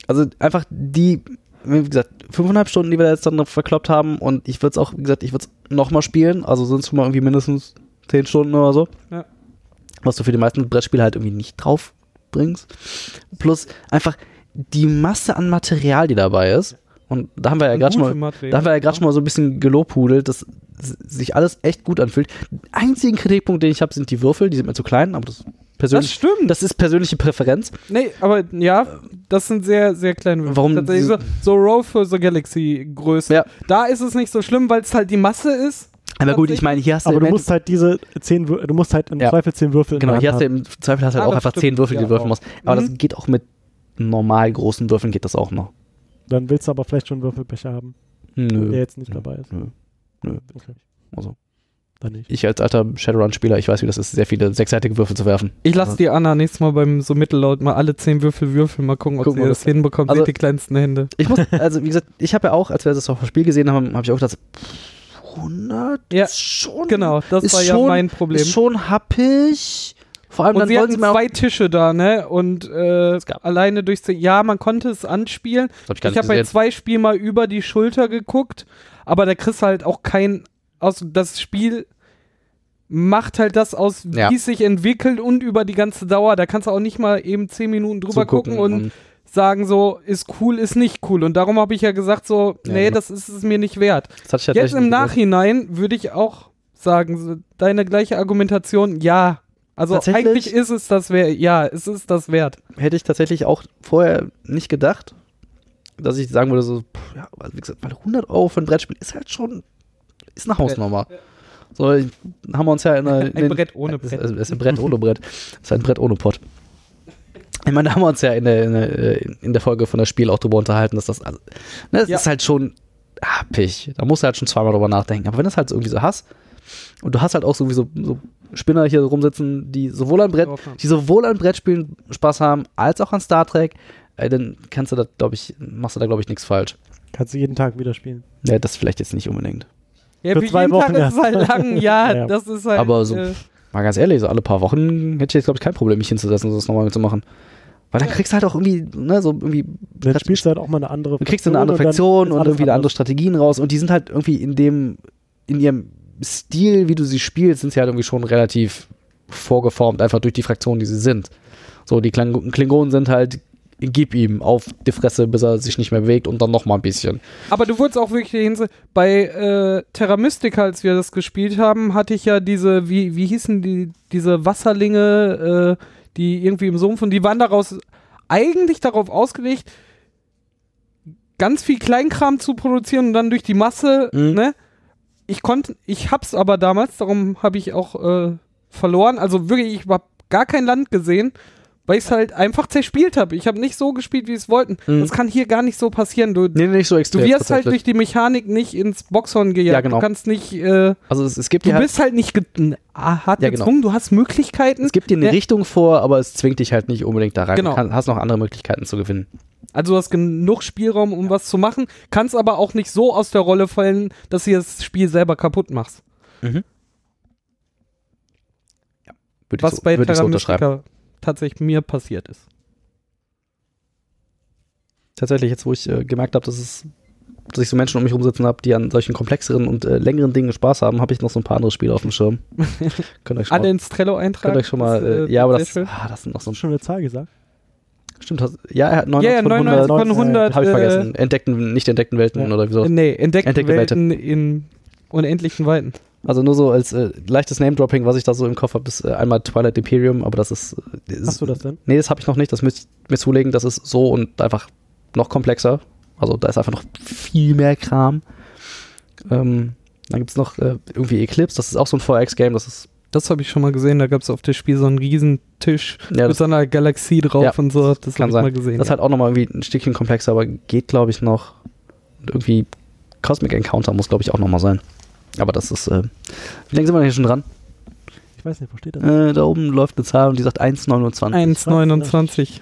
C: Also einfach die, wie gesagt, fünfeinhalb Stunden, die wir da jetzt dann noch verkloppt haben und ich würde es auch, wie gesagt, ich würde es nochmal spielen. Also sonst mal irgendwie mindestens zehn Stunden oder so.
B: Ja.
C: Was du für die meisten Brettspiele halt irgendwie nicht drauf bringst. Plus einfach die Masse an Material, die dabei ist. Und da haben wir ja gerade schon mal
B: Gute Material.
C: da haben wir ja gerade schon mal so ein bisschen gelobhudelt, dass s- sich alles echt gut anfühlt. Den einzigen Kritikpunkt, den ich habe, sind die Würfel. Die sind mir zu klein, aber das,
B: Das
C: persönlich,
B: stimmt.
C: das ist persönliche Präferenz.
B: Nee, aber ja, das sind sehr, sehr kleine Würfel.
C: Warum
B: Tatsächlich so,
C: diese-
B: so Row für so Galaxy-Größe.
C: Ja.
B: Da ist es nicht so schlimm, weil es halt die Masse ist.
C: Aber gut, ich meine, hier hast du,
A: Aber
C: im,
A: du
C: Ende-
A: musst halt diese zehn, Wür- du musst halt im
C: Ja.
A: Zweifel zehn Würfel
C: genau,
A: in
C: hier
A: der
C: hast du
A: Hand
C: im Zweifel hast du
B: Ah,
C: halt auch
B: das
C: einfach
B: stimmt.
C: zehn Würfel, die
B: Ja,
C: du würfeln
B: auch.
C: musst. Aber
B: Mhm.
C: das geht auch mit normal großen Würfeln geht das auch noch.
A: haben. Dann willst du aber vielleicht schon Würfelbecher haben, der
C: Nö.
A: jetzt nicht
C: Nö.
A: dabei ist.
C: Nö. Nö.
A: Okay.
C: Also,
A: Dann nicht.
C: ich als alter Shadowrun-Spieler, ich weiß, wie das ist, sehr viele sechsseitige Würfel zu werfen.
B: Ich lasse die Anna nächstes Mal beim so mittellaut mal alle zehn Würfel würfeln, mal gucken, ob
C: Gucken,
B: sie
C: ob
B: das
C: das-
B: hinbekommt.
C: Also-
B: Also, die kleinsten Hände.
C: Ich muss, also wie gesagt, ich habe ja auch, als wir das auf dem Spiel gesehen haben, habe ich auch gedacht, pff, 100
B: Ja,
C: ist schon
B: Genau, das
C: Ist
B: war ja
C: schon-
B: mein Problem.
C: Ist schon happig. Vor allem
B: Und
C: dann
B: sie
C: wollen
B: hatten
C: sie mir auch.
B: zwei Tische da, ne? Und äh,
C: gab-
B: alleine durchs. Ja, man konnte es anspielen.
C: Das hab ich
B: Ich,
C: gar nicht
B: habe bei
C: gesehen.
B: zwei Spielen mal über die Schulter geguckt, aber da kriegst du halt auch kein. Aus, das Spiel macht halt das aus,
C: Ja.
B: wie es sich entwickelt und über die ganze Dauer. Da kannst du auch nicht mal eben zehn Minuten drüber gucken
C: zugucken
B: und sagen so, ist cool, ist nicht cool. Und darum habe ich ja gesagt so,
C: Ja,
B: nee,
C: genau.
B: das ist es mir nicht wert.
C: das hatte ich
B: Jetzt
C: tatsächlich
B: im
C: nicht
B: Nachhinein würde ich auch sagen, so, deine gleiche Argumentation, ja. Also
C: Tatsächlich?
B: eigentlich ist es das wert, ja, es ist das wert.
C: gedacht. Hätte ich tatsächlich auch vorher nicht gedacht, dass ich sagen würde, so, pff, ja, weil, wie gesagt, weil 100 Euro für ein Brettspiel ist halt schon. Ist eine Hausnummer. So, ich, haben wir uns ja in, der- in
B: Ein
C: den,
B: Brett ohne
C: Das
B: Brett.
C: ist, ist ein Brett ohne Brett. Das ist ein Brett ohne Pott. Ich meine, da haben wir uns ja in der, in der, in der Folge von das Spiel auch drüber unterhalten, dass das, also, ne, das
B: Ja.
C: ist halt schon happig. Da musst du halt schon zweimal drüber nachdenken. Aber wenn du das halt irgendwie so hast, und du hast halt auch sowieso so Spinner hier rumsitzen, die sowohl an Brett,
B: Drauf haben.
C: die sowohl an Brettspielen Spaß haben, als auch an Star Trek, äh, dann kannst du da, glaube ich, machst du da, glaube ich, nichts falsch.
A: Kannst du jeden Tag wieder spielen.
C: Ja, das vielleicht jetzt nicht unbedingt.
B: Ja,
A: Für
B: wie
A: zwei
B: jeden
A: Wochen
B: Tag ist es
A: erst.
B: halt lang, ja,
A: Ja.
B: das ist halt.
C: Aber so-
B: äh,
C: Mal ganz ehrlich, so alle paar Wochen hätte ich jetzt, glaube ich, kein Problem, mich hinzusetzen und das nochmal zu machen. Weil dann kriegst du halt auch irgendwie, ne, so irgendwie.
A: Dann spielst du halt auch mal eine andere
C: dann kriegst du eine andere Fraktion und,
A: dann ist alles
C: irgendwie andere
A: anders.
C: Strategien raus und die sind halt irgendwie in dem, in ihrem Stil, wie du sie spielst, sind sie halt irgendwie schon relativ vorgeformt, einfach durch die Fraktion, die sie sind. So, die Klang Klingonen sind halt, gib ihm auf die Fresse, bis er sich nicht mehr bewegt und dann nochmal ein bisschen.
B: aber du wurdest auch wirklich hinse bei äh, Terra Mystica, als wir das gespielt haben, hatte ich ja diese, wie, wie hießen die, diese Wasserlinge, äh, die irgendwie im Sumpf und die waren daraus eigentlich darauf ausgelegt, ganz viel Kleinkram zu produzieren und dann durch die Masse,
C: Mhm.
B: ne? Ich konnte, ich hab's aber damals, darum habe ich auch äh, verloren. Also wirklich, ich hab gar kein Land gesehen, weil ich es halt einfach zerspielt habe. Ich habe nicht so gespielt, wie es wollten.
C: Mhm.
B: Das kann hier gar nicht so passieren. Du,
C: Nee, nee, nicht so extrem.
B: du wirst halt durch
C: tatsächlich.
B: die Mechanik nicht ins Boxhorn gejagt.
C: Ja, genau.
B: Du kannst nicht, äh,
C: Also es, es gibt
B: du
C: dir halt,
B: bist halt nicht ge ah, hart
C: Ja, genau.
B: gezwungen, du hast Möglichkeiten.
C: es gibt dir eine
B: Ja.
C: Richtung vor, aber es zwingt dich halt nicht unbedingt da rein.
B: Genau.
C: Du kann, hast noch andere Möglichkeiten zu gewinnen.
B: Also du hast genug Spielraum, um was zu machen, kannst aber auch nicht so aus der Rolle fallen, dass du das Spiel selber kaputt machst.
C: Würde
B: was
C: ich so,
B: bei
C: würde ich
B: Terra
C: so unterschreiben.
B: Mystica tatsächlich mir passiert ist.
C: tatsächlich jetzt, wo ich äh, gemerkt habe, dass es dass ich so Menschen um mich rumsitzen habe, die an solchen komplexeren und äh, längeren Dingen Spaß haben, habe ich noch so ein paar andere Spiele auf dem Schirm. könnt ihr euch schon
B: Alle
C: mal,
B: ins Trello eintragen.
C: könnt euch schon mal
B: ist,
C: äh, ja, aber
B: sehr
C: das,
B: schön.
C: ah, das sind noch so
A: Schon eine Zahl gesagt.
C: stimmt, hast, ja, er hat 99
B: Ja, ja,
C: von
B: 99
C: 100,
B: von 100.
C: habe ich
B: äh,
C: vergessen, entdeckten, nicht entdeckten Welten
A: ja.
C: oder wie so.
B: Nee, entdeckte,
C: Entdeckte
B: Welten in unendlichen Weiten.
C: Also nur so als äh, leichtes Name-Dropping, was ich da so im Kopf habe, ist äh, einmal Twilight Imperium, aber das ist, äh, ist
A: Hast du das denn?
C: Nee, das habe ich noch nicht. Das müsst ich mir zulegen. Das ist so und einfach noch komplexer. Also da ist einfach noch viel mehr Kram. Ähm, dann gibt es noch äh, irgendwie Eclipse. Das ist auch so ein 4X-Game. Das ist,
B: Das habe ich schon mal gesehen, da gab es auf dem Spiel so einen riesen Tisch
C: ja,
B: mit
C: das
B: so einer Galaxie drauf
C: Ja,
B: und so. Das
C: kann
B: habe ich
C: sein.
B: mal gesehen.
C: das ist
B: ja.
C: halt auch nochmal irgendwie ein Stückchen komplexer, aber geht, glaube ich, noch. Und irgendwie Cosmic Encounter muss, glaube ich, auch nochmal sein. Aber das ist, äh, wie lange sind wir denn hier schon dran?
A: Ich weiß nicht, wo steht das?
C: Äh, da oben läuft eine Zahl und die sagt 1,29.
B: 1,29.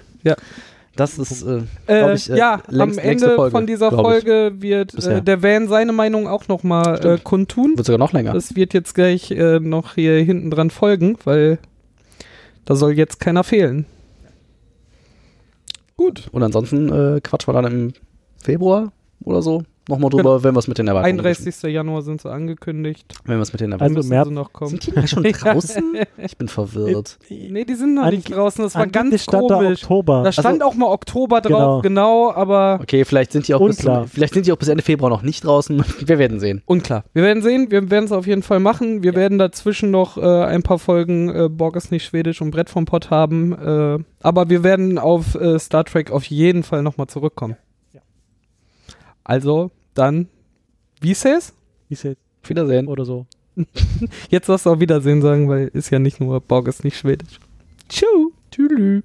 C: Das ist, äh, glaub
B: Äh,
C: ich, äh,
B: ja,
C: längst-
B: am
C: längste
B: Ende
C: Folge,
B: von dieser
C: glaub ich.
B: Folge wird
C: Bisher.
B: äh, der Van seine Meinung auch nochmal äh,
C: Stimmt.
B: kundtun.
C: wird sogar noch länger.
B: Das wird jetzt gleich äh, noch hier hinten dran folgen, weil da soll jetzt keiner fehlen. Gut.
C: Und ansonsten äh, quatschen wir dann im Februar oder so nochmal drüber, wenn wir es mit den Erwartungen
B: 31. Januar sind sie angekündigt.
C: Wenn wir es mit den
A: Also
C: Erwartungen
A: im
B: Müssen
A: März.
B: sie noch kommen.
C: Sind die nicht schon draußen? ich bin verwirrt.
B: Nee, die sind noch nicht
A: Ange-
B: draußen. Das war ganz
A: Angeblich stand da
B: komisch.
A: Oktober.
C: Also
B: Da stand auch mal Oktober drauf, genau, aber
C: Okay, vielleicht sind die auch bis
A: Unklar.
C: zum, vielleicht sind die auch bis Ende Februar noch nicht draußen. Wir werden sehen.
B: unklar. Wir werden sehen, wir werden es auf jeden Fall machen. Wir werden dazwischen noch äh, ein paar Folgen äh, Borg ist nicht schwedisch und Brett vom Pott haben. Äh, aber wir werden auf äh, Star Trek auf jeden Fall nochmal zurückkommen.
A: Ja.
B: Also, dann, wie ist es?
A: Hieß jetzt
C: Auf Wiedersehen.
A: oder so.
B: Jetzt darfst du auch Wiedersehen sagen, weil ist ja nicht nur Borg ist nicht schwedisch. Tschüss. Tschüss.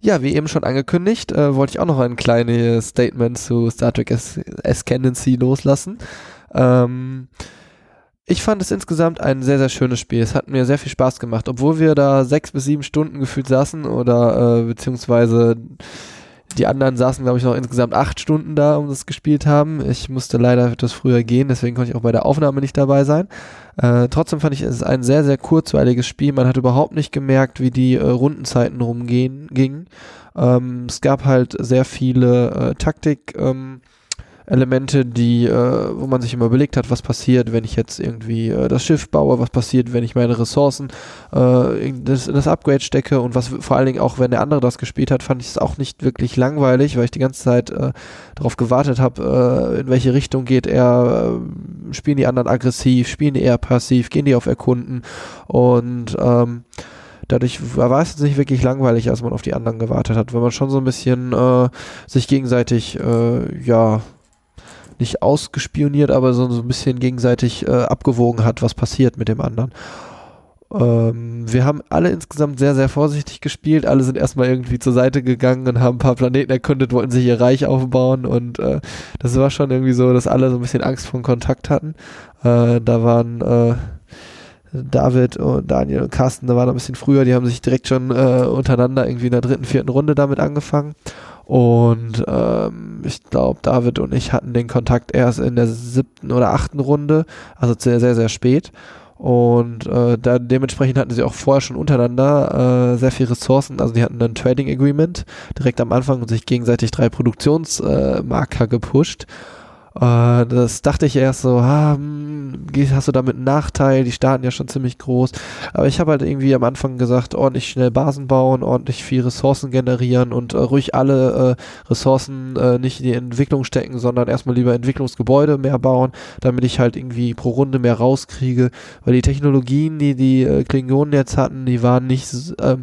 D: Ja, wie eben schon angekündigt, äh, wollte ich auch noch ein kleines Statement zu Star Trek As- Ascendancy loslassen. Ähm, ich fand es insgesamt ein sehr, sehr schönes Spiel. Es hat mir sehr viel Spaß gemacht, obwohl wir da sechs bis sieben Stunden gefühlt saßen oder äh, beziehungsweise Die anderen saßen, glaube ich, noch insgesamt acht Stunden da, um das gespielt haben. Ich musste leider etwas früher gehen, deswegen konnte ich auch bei der Aufnahme nicht dabei sein. Äh, trotzdem fand ich, es ist ein sehr, sehr kurzweiliges Spiel. Man hat überhaupt nicht gemerkt, wie die äh, Rundenzeiten rumgehen gingen. Ähm, es gab halt sehr viele äh, Taktik. Ähm, Elemente, die, äh, wo man sich immer überlegt hat, was passiert, wenn ich jetzt irgendwie äh, das Schiff baue, was passiert, wenn ich meine Ressourcen äh, in, das, in das Upgrade stecke und was vor allen Dingen auch, wenn der andere das gespielt hat, fand ich es auch nicht wirklich langweilig, weil ich die ganze Zeit äh, darauf gewartet habe, äh, in welche Richtung geht er, äh, spielen die anderen aggressiv, spielen die eher passiv, gehen die auf Erkunden und ähm, dadurch war war es jetzt nicht wirklich langweilig, als man auf die anderen gewartet hat, weil man schon so ein bisschen äh, sich gegenseitig, äh, ja, nicht ausgespioniert, aber so, so ein bisschen gegenseitig äh, abgewogen hat, was passiert mit dem anderen. Ähm, wir haben alle insgesamt sehr, sehr vorsichtig gespielt. Alle sind erstmal irgendwie zur Seite gegangen und haben ein paar Planeten erkundet, wollten sich ihr Reich aufbauen und äh, das war schon irgendwie so, dass alle so ein bisschen Angst vor Kontakt hatten. Äh, da waren äh, David und Daniel und Carsten, da waren ein bisschen früher, die haben sich direkt schon äh, untereinander irgendwie in der dritten, vierten Runde damit angefangen. Und ähm, ich glaube, David und ich hatten den Kontakt erst in der siebten oder achten Runde, also sehr, sehr, sehr spät. Und äh, da, dementsprechend hatten sie auch vorher schon untereinander äh, sehr viel Ressourcen. Also die hatten ein Trading Agreement direkt am Anfang und sich gegenseitig drei Produktionsmarker äh, Marker gepusht. Äh, das dachte ich erst so, ah, hm, geh- hast du damit einen Nachteil? Die starten ja schon ziemlich groß. Aber ich habe halt irgendwie am Anfang gesagt, ordentlich schnell Basen bauen, ordentlich viel Ressourcen generieren und äh, ruhig alle äh, Ressourcen äh, nicht in die Entwicklung stecken, sondern erstmal lieber Entwicklungsgebäude mehr bauen, damit ich halt irgendwie pro Runde mehr rauskriege. Weil die Technologien, die die äh, Klingonen jetzt hatten, die waren nicht, s- ähm,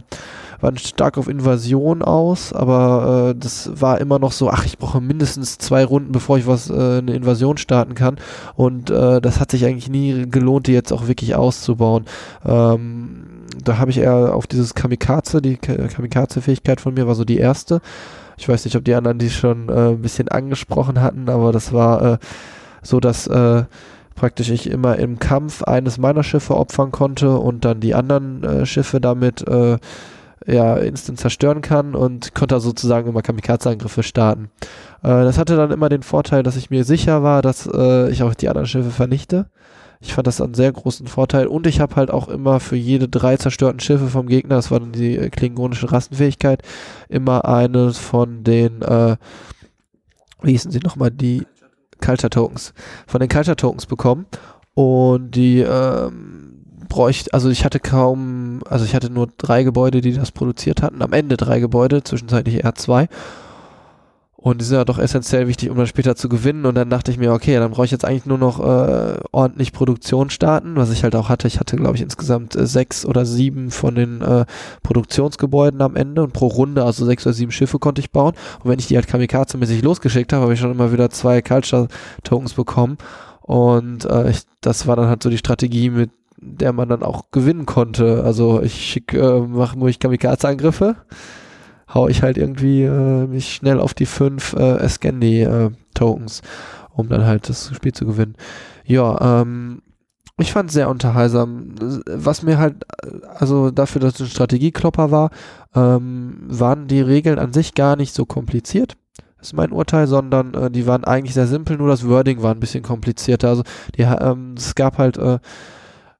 D: waren stark auf Invasion aus, aber äh, das war immer noch so, ach, ich brauche mindestens zwei Runden, bevor ich was, äh, eine Invasion starten kann. Und äh, das hat sich eigentlich nie gelohnt, die jetzt auch wirklich auszubauen. Ähm, da habe ich eher auf dieses Kamikaze, die Ka- Kamikaze-Fähigkeit von mir war so die erste. Ich weiß nicht, ob die anderen die schon äh, ein bisschen angesprochen hatten, aber das war äh, so, dass äh, praktisch ich immer im Kampf eines meiner Schiffe opfern konnte und dann die anderen äh, Schiffe damit äh, ja, instant zerstören kann und konnte also sozusagen immer Kamikaze-Angriffe starten. Äh, das hatte dann immer den Vorteil, dass ich mir sicher war, dass äh, ich auch die anderen Schiffe vernichte. Ich fand das einen sehr großen Vorteil und ich habe halt auch immer für jede drei zerstörten Schiffe vom Gegner, das war dann die äh, klingonische Rassenfähigkeit, immer eines von den, äh, wie hießen sie nochmal, die Culture Tokens, von den Culture Tokens bekommen und die ähm, bräuchte, also ich hatte kaum, also ich hatte nur drei Gebäude, die das produziert hatten. Am Ende drei Gebäude, zwischenzeitlich eher zwei. Und die sind ja doch essentiell wichtig, um dann später zu gewinnen. Und dann dachte ich mir, okay, dann brauche ich jetzt eigentlich nur noch äh, ordentlich Produktion starten, was ich halt auch hatte. Ich hatte, glaube ich, insgesamt äh, sechs oder sieben von den äh, Produktionsgebäuden am Ende und pro Runde, also sechs oder sieben Schiffe konnte ich bauen. Und wenn ich die halt kamikaze-mäßig losgeschickt habe, habe ich schon immer wieder zwei Culture-Tokens bekommen. Und äh, ich, das war dann halt so die Strategie, mit der man dann auch gewinnen konnte. Also ich schick, äh, mache nur ich Kamikaze-Angriffe, hau ich halt irgendwie äh, mich schnell auf die fünf äh, Scandi-Tokens, um dann halt das Spiel zu gewinnen. Ja, ähm, ich fand sehr unterhaltsam. Was mir halt, äh, also dafür, dass es ein Strategieklopper war, ähm, waren die Regeln an sich gar nicht so kompliziert. Ist mein Urteil, sondern äh, die waren eigentlich sehr simpel, nur das Wording war ein bisschen komplizierter. Also die, ha- ähm, es gab halt äh,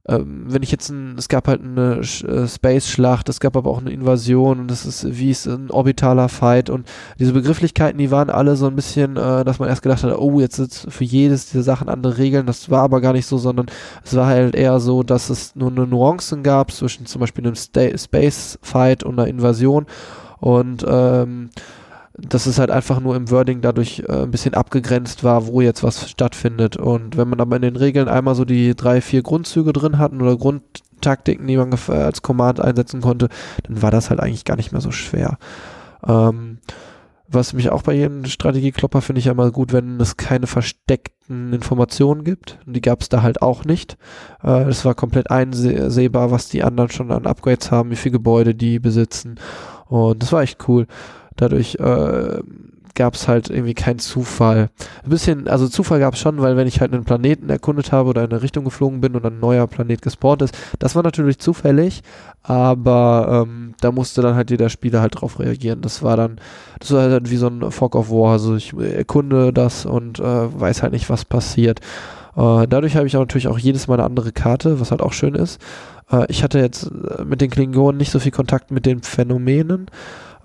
D: ähm, wenn ich jetzt ein, es gab halt eine Sch- äh, Space-Schlacht, es gab aber auch eine Invasion und das ist, wie ist ein orbitaler Fight und diese Begrifflichkeiten, die waren alle so ein bisschen, äh, dass man erst gedacht hat, oh, jetzt sind für jedes dieser Sachen andere Regeln, das war aber gar nicht so, sondern es war halt eher so, dass es nur eine Nuancen gab zwischen zum Beispiel einem Sta- Space-Fight und einer Invasion und ähm, dass es halt einfach nur im Wording dadurch äh, ein bisschen abgegrenzt war, wo jetzt was stattfindet. Und wenn man aber in den Regeln einmal so die drei, vier Grundzüge drin hatten oder Grundtaktiken, die man gef- äh, als Command einsetzen konnte, dann war das halt eigentlich gar nicht mehr so schwer. Ähm, was mich auch bei jedem Strategieklopper finde ich ja mal gut, wenn es keine versteckten Informationen gibt. Und die gab es da halt auch nicht. Äh, es war komplett einsehbar, was die anderen schon an Upgrades haben, wie viele Gebäude die besitzen. Und das war echt cool dadurch äh, gab es halt irgendwie keinen Zufall. Ein bisschen, also Zufall gab es schon, weil wenn ich halt einen Planeten erkundet habe oder in eine Richtung geflogen bin und ein neuer Planet gespawnt ist, das war natürlich zufällig, aber ähm, da musste dann halt jeder Spieler halt drauf reagieren. Das war dann, das war halt wie so ein Fog of War. Also ich erkunde das und äh, weiß halt nicht, was passiert. Äh, dadurch habe ich auch natürlich auch jedes Mal eine andere Karte, was halt auch schön ist. Äh, ich hatte jetzt äh, mit den Klingonen nicht so viel Kontakt mit den Phänomenen,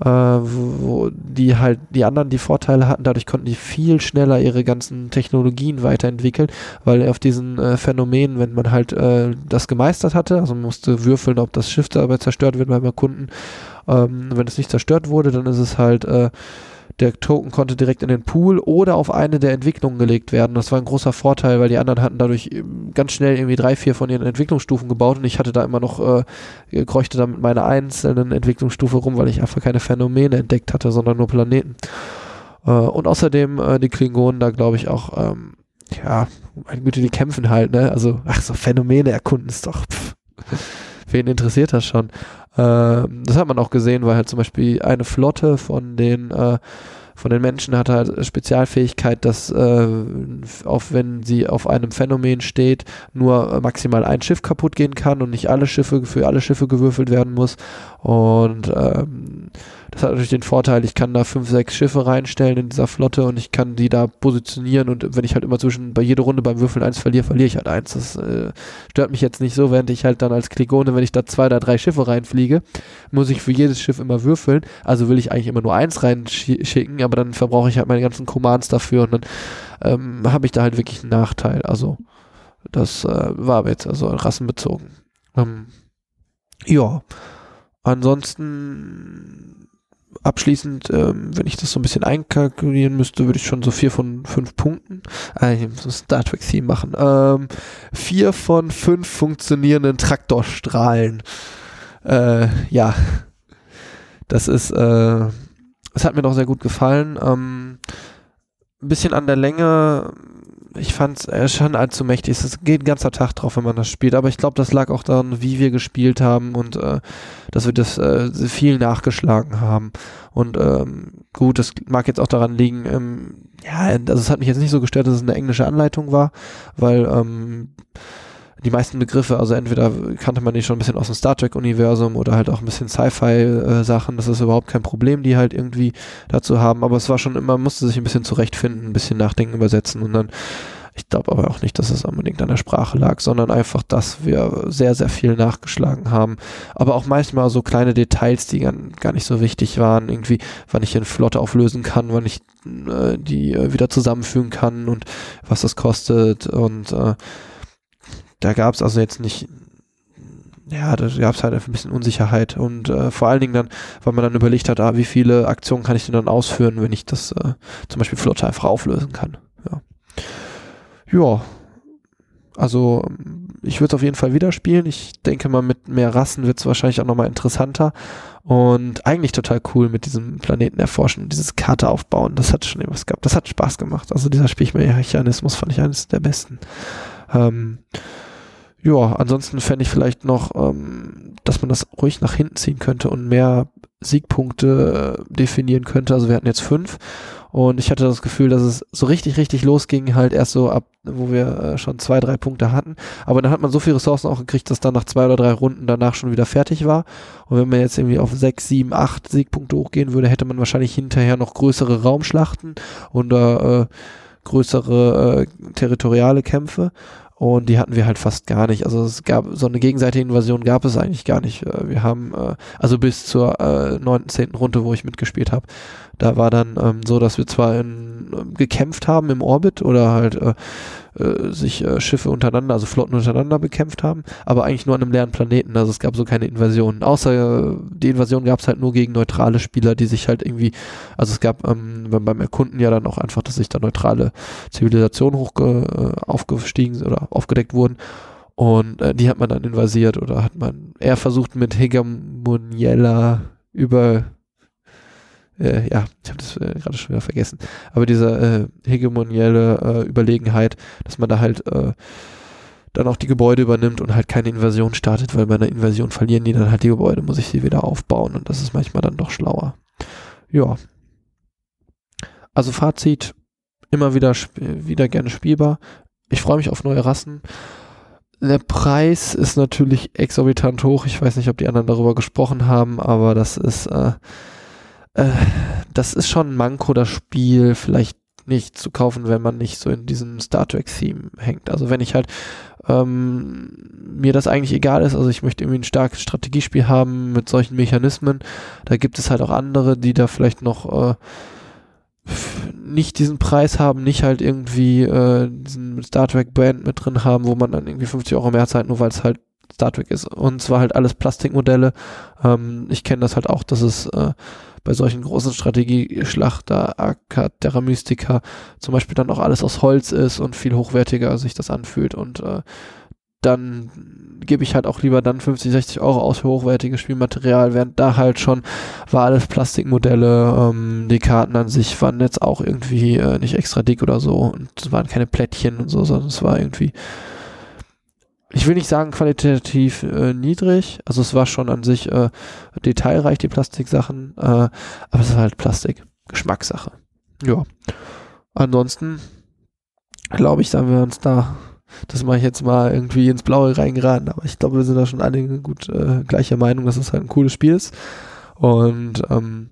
D: äh, wo wo die halt die anderen die Vorteile hatten. Dadurch konnten die viel schneller ihre ganzen Technologien weiterentwickeln, weil auf diesen äh, Phänomenen, wenn man halt äh, das gemeistert hatte, also man musste würfeln, ob das Schiff dabei zerstört wird beim Erkunden. Ähm, wenn es nicht zerstört wurde, dann ist es halt äh, der Token konnte direkt in den Pool oder auf eine der Entwicklungen gelegt werden. Das war ein großer Vorteil, weil die anderen hatten dadurch ähm, ganz schnell irgendwie drei, vier von ihren Entwicklungsstufen gebaut und ich hatte da immer noch, äh, kreuchte da mit meiner einzelnen Entwicklungsstufe rum, weil ich einfach keine Phänomene entdeckt hatte, sondern nur Planeten. Äh, und außerdem äh, die Klingonen da, glaube ich, auch, ähm, ja, meine Güte, die kämpfen halt, ne? Also, ach so, Phänomene erkunden ist doch, pff. Wen interessiert das schon? Ähm, das hat man auch gesehen, weil halt zum Beispiel eine Flotte von den äh, von den Menschen hat halt Spezialfähigkeit, dass äh, auch wenn sie auf einem Phänomen steht, nur äh, maximal ein Schiff kaputt gehen kann und nicht alle Schiffe für alle Schiffe gewürfelt werden muss. Und ähm, das hat natürlich den Vorteil, ich kann da fünf, sechs Schiffe reinstellen in dieser Flotte und ich kann die da positionieren und wenn ich halt immer zwischen bei jeder Runde beim Würfeln eins verliere, verliere ich halt eins. Das äh, stört mich jetzt nicht so, während ich halt dann als Kligone, wenn ich da zwei oder drei Schiffe reinfliege, muss ich für jedes Schiff immer würfeln. Also will ich eigentlich immer nur eins reinschicken, aber dann verbrauche ich halt meine ganzen Commands dafür und dann ähm, habe ich da halt wirklich einen Nachteil. Also das äh, war aber jetzt also rassenbezogen. Ähm, ja. Ansonsten abschließend, ähm, wenn ich das so ein bisschen einkalkulieren müsste, würde ich schon so vier von fünf Punkten. Ah, ich muss ein Star Trek Theme machen. Ähm, vier von fünf funktionierenden Traktorstrahlen. Äh, ja. Das ist, äh, das hat mir doch sehr gut gefallen. Ähm, ein bisschen an der Länge. Ich fand es äh, schon allzu mächtig. Es geht ein ganzer Tag drauf, wenn man das spielt. Aber ich glaube, das lag auch daran, wie wir gespielt haben und äh, dass wir das äh, viel nachgeschlagen haben. Und ähm, gut, das mag jetzt auch daran liegen, ähm, ja, also es hat mich jetzt nicht so gestört, dass es eine englische Anleitung war, weil ähm, die meisten Begriffe, also entweder kannte man die schon ein bisschen aus dem Star Trek-Universum oder halt auch ein bisschen Sci-Fi-Sachen, das ist überhaupt kein Problem, die halt irgendwie dazu haben, aber es war schon immer, man musste sich ein bisschen zurechtfinden, ein bisschen nachdenken, übersetzen und dann, ich glaube aber auch nicht, dass es unbedingt an der Sprache lag, sondern einfach, dass wir sehr, sehr viel nachgeschlagen haben, aber auch manchmal so kleine Details, die gar, gar nicht so wichtig waren, irgendwie, wann ich hier eine Flotte auflösen kann, wann ich äh, die äh, wieder zusammenfügen kann und was das kostet und äh, da gab es also jetzt nicht, ja, da gab es halt einfach ein bisschen Unsicherheit und äh, vor allen Dingen dann, weil man dann überlegt hat, ah, wie viele Aktionen kann ich denn dann ausführen, wenn ich das äh, zum Beispiel Flotte einfach auflösen kann. Ja, ja. also ähm, ich würde es auf jeden Fall wieder spielen. Ich denke mal, mit mehr Rassen wird es wahrscheinlich auch nochmal interessanter und eigentlich total cool mit diesem Planeten erforschen und dieses Karte aufbauen. Das hat schon irgendwas gehabt. Das hat Spaß gemacht. Also dieser Spielmechanismus fand ich eines der besten. Ähm, ja, ansonsten fände ich vielleicht noch, ähm, dass man das ruhig nach hinten ziehen könnte und mehr Siegpunkte äh, definieren könnte. Also wir hatten jetzt fünf und ich hatte das Gefühl, dass es so richtig, richtig losging, halt erst so ab, wo wir äh, schon zwei, drei Punkte hatten. Aber dann hat man so viele Ressourcen auch gekriegt, dass dann nach zwei oder drei Runden danach schon wieder fertig war. Und wenn man jetzt irgendwie auf sechs, sieben, acht Siegpunkte hochgehen würde, hätte man wahrscheinlich hinterher noch größere Raumschlachten und äh, äh, größere äh, territoriale Kämpfe. Und die hatten wir halt fast gar nicht. Also es gab so eine gegenseitige Invasion gab es eigentlich gar nicht. Äh, Wir haben, äh, also bis zur äh, 9., 10. Runde, wo ich mitgespielt habe, da war dann ähm, so, dass wir zwar in, ähm, gekämpft haben im Orbit oder halt äh, äh, sich äh, Schiffe untereinander, also Flotten untereinander bekämpft haben, aber eigentlich nur an einem leeren Planeten. Also es gab so keine Invasionen. Außer äh, die Invasion gab es halt nur gegen neutrale Spieler, die sich halt irgendwie, also es gab ähm, beim, beim Erkunden ja dann auch einfach, dass sich da neutrale Zivilisationen hochge äh, aufgestiegen oder aufgedeckt wurden. Und äh, die hat man dann invasiert oder hat man eher versucht mit hegemonieller über äh, ja, ich habe das äh, gerade schon wieder vergessen, aber diese äh, hegemonielle äh, Überlegenheit, dass man da halt äh, dann auch die Gebäude übernimmt und halt keine Invasion startet, weil bei einer Invasion verlieren die dann halt die Gebäude, muss ich sie wieder aufbauen und das ist manchmal dann doch schlauer. Ja. Also Fazit, immer wieder, sp- wieder gerne spielbar. Ich freue mich auf neue Rassen. Der Preis ist natürlich exorbitant hoch. Ich weiß nicht, ob die anderen darüber gesprochen haben, aber das ist, äh, äh, das ist schon ein Manko, das Spiel vielleicht nicht zu kaufen, wenn man nicht so in diesem Star Trek-Theme hängt. Also wenn ich halt ähm, mir das eigentlich egal ist, also ich möchte irgendwie ein starkes Strategiespiel haben mit solchen Mechanismen, da gibt es halt auch andere, die da vielleicht noch äh, f- nicht diesen Preis haben, nicht halt irgendwie äh, diesen Star Trek Brand mit drin haben, wo man dann irgendwie 50 Euro mehr zahlt, nur weil es halt Star Trek ist. Und zwar halt alles Plastikmodelle. Ähm, ich kenne das halt auch, dass es äh, bei solchen großen Strategieschlachter, Akka, Terra Mystica zum Beispiel dann auch alles aus Holz ist und viel hochwertiger sich das anfühlt und äh, dann gebe ich halt auch lieber dann 50, 60 Euro aus für hochwertiges Spielmaterial, während da halt schon war alles Plastikmodelle, ähm, die Karten an sich waren jetzt auch irgendwie äh, nicht extra dick oder so und es waren keine Plättchen und so, sondern es war irgendwie, ich will nicht sagen qualitativ äh, niedrig, also es war schon an sich äh, detailreich, die Plastiksachen, äh, aber es war halt Plastik, Geschmackssache. Ja, ansonsten glaube ich, sagen wir uns da das mache ich jetzt mal irgendwie ins Blaue reingeraten, aber ich glaube, wir sind da schon alle gut äh, gleicher Meinung, dass es halt ein cooles Spiel ist. Und ähm,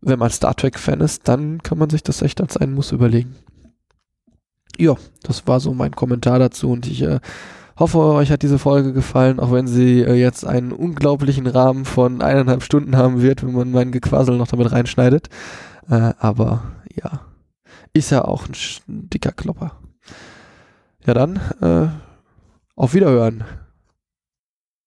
D: wenn man Star Trek-Fan ist, dann kann man sich das echt als einen Muss überlegen. Ja, das war so mein Kommentar dazu und ich äh, hoffe, euch hat diese Folge gefallen, auch wenn sie äh, jetzt einen unglaublichen Rahmen von eineinhalb Stunden haben wird, wenn man mein Gequassel noch damit reinschneidet. Äh, aber ja, ist ja auch ein sch- ein dicker Klopper. Ja, dann äh, auf Wiederhören.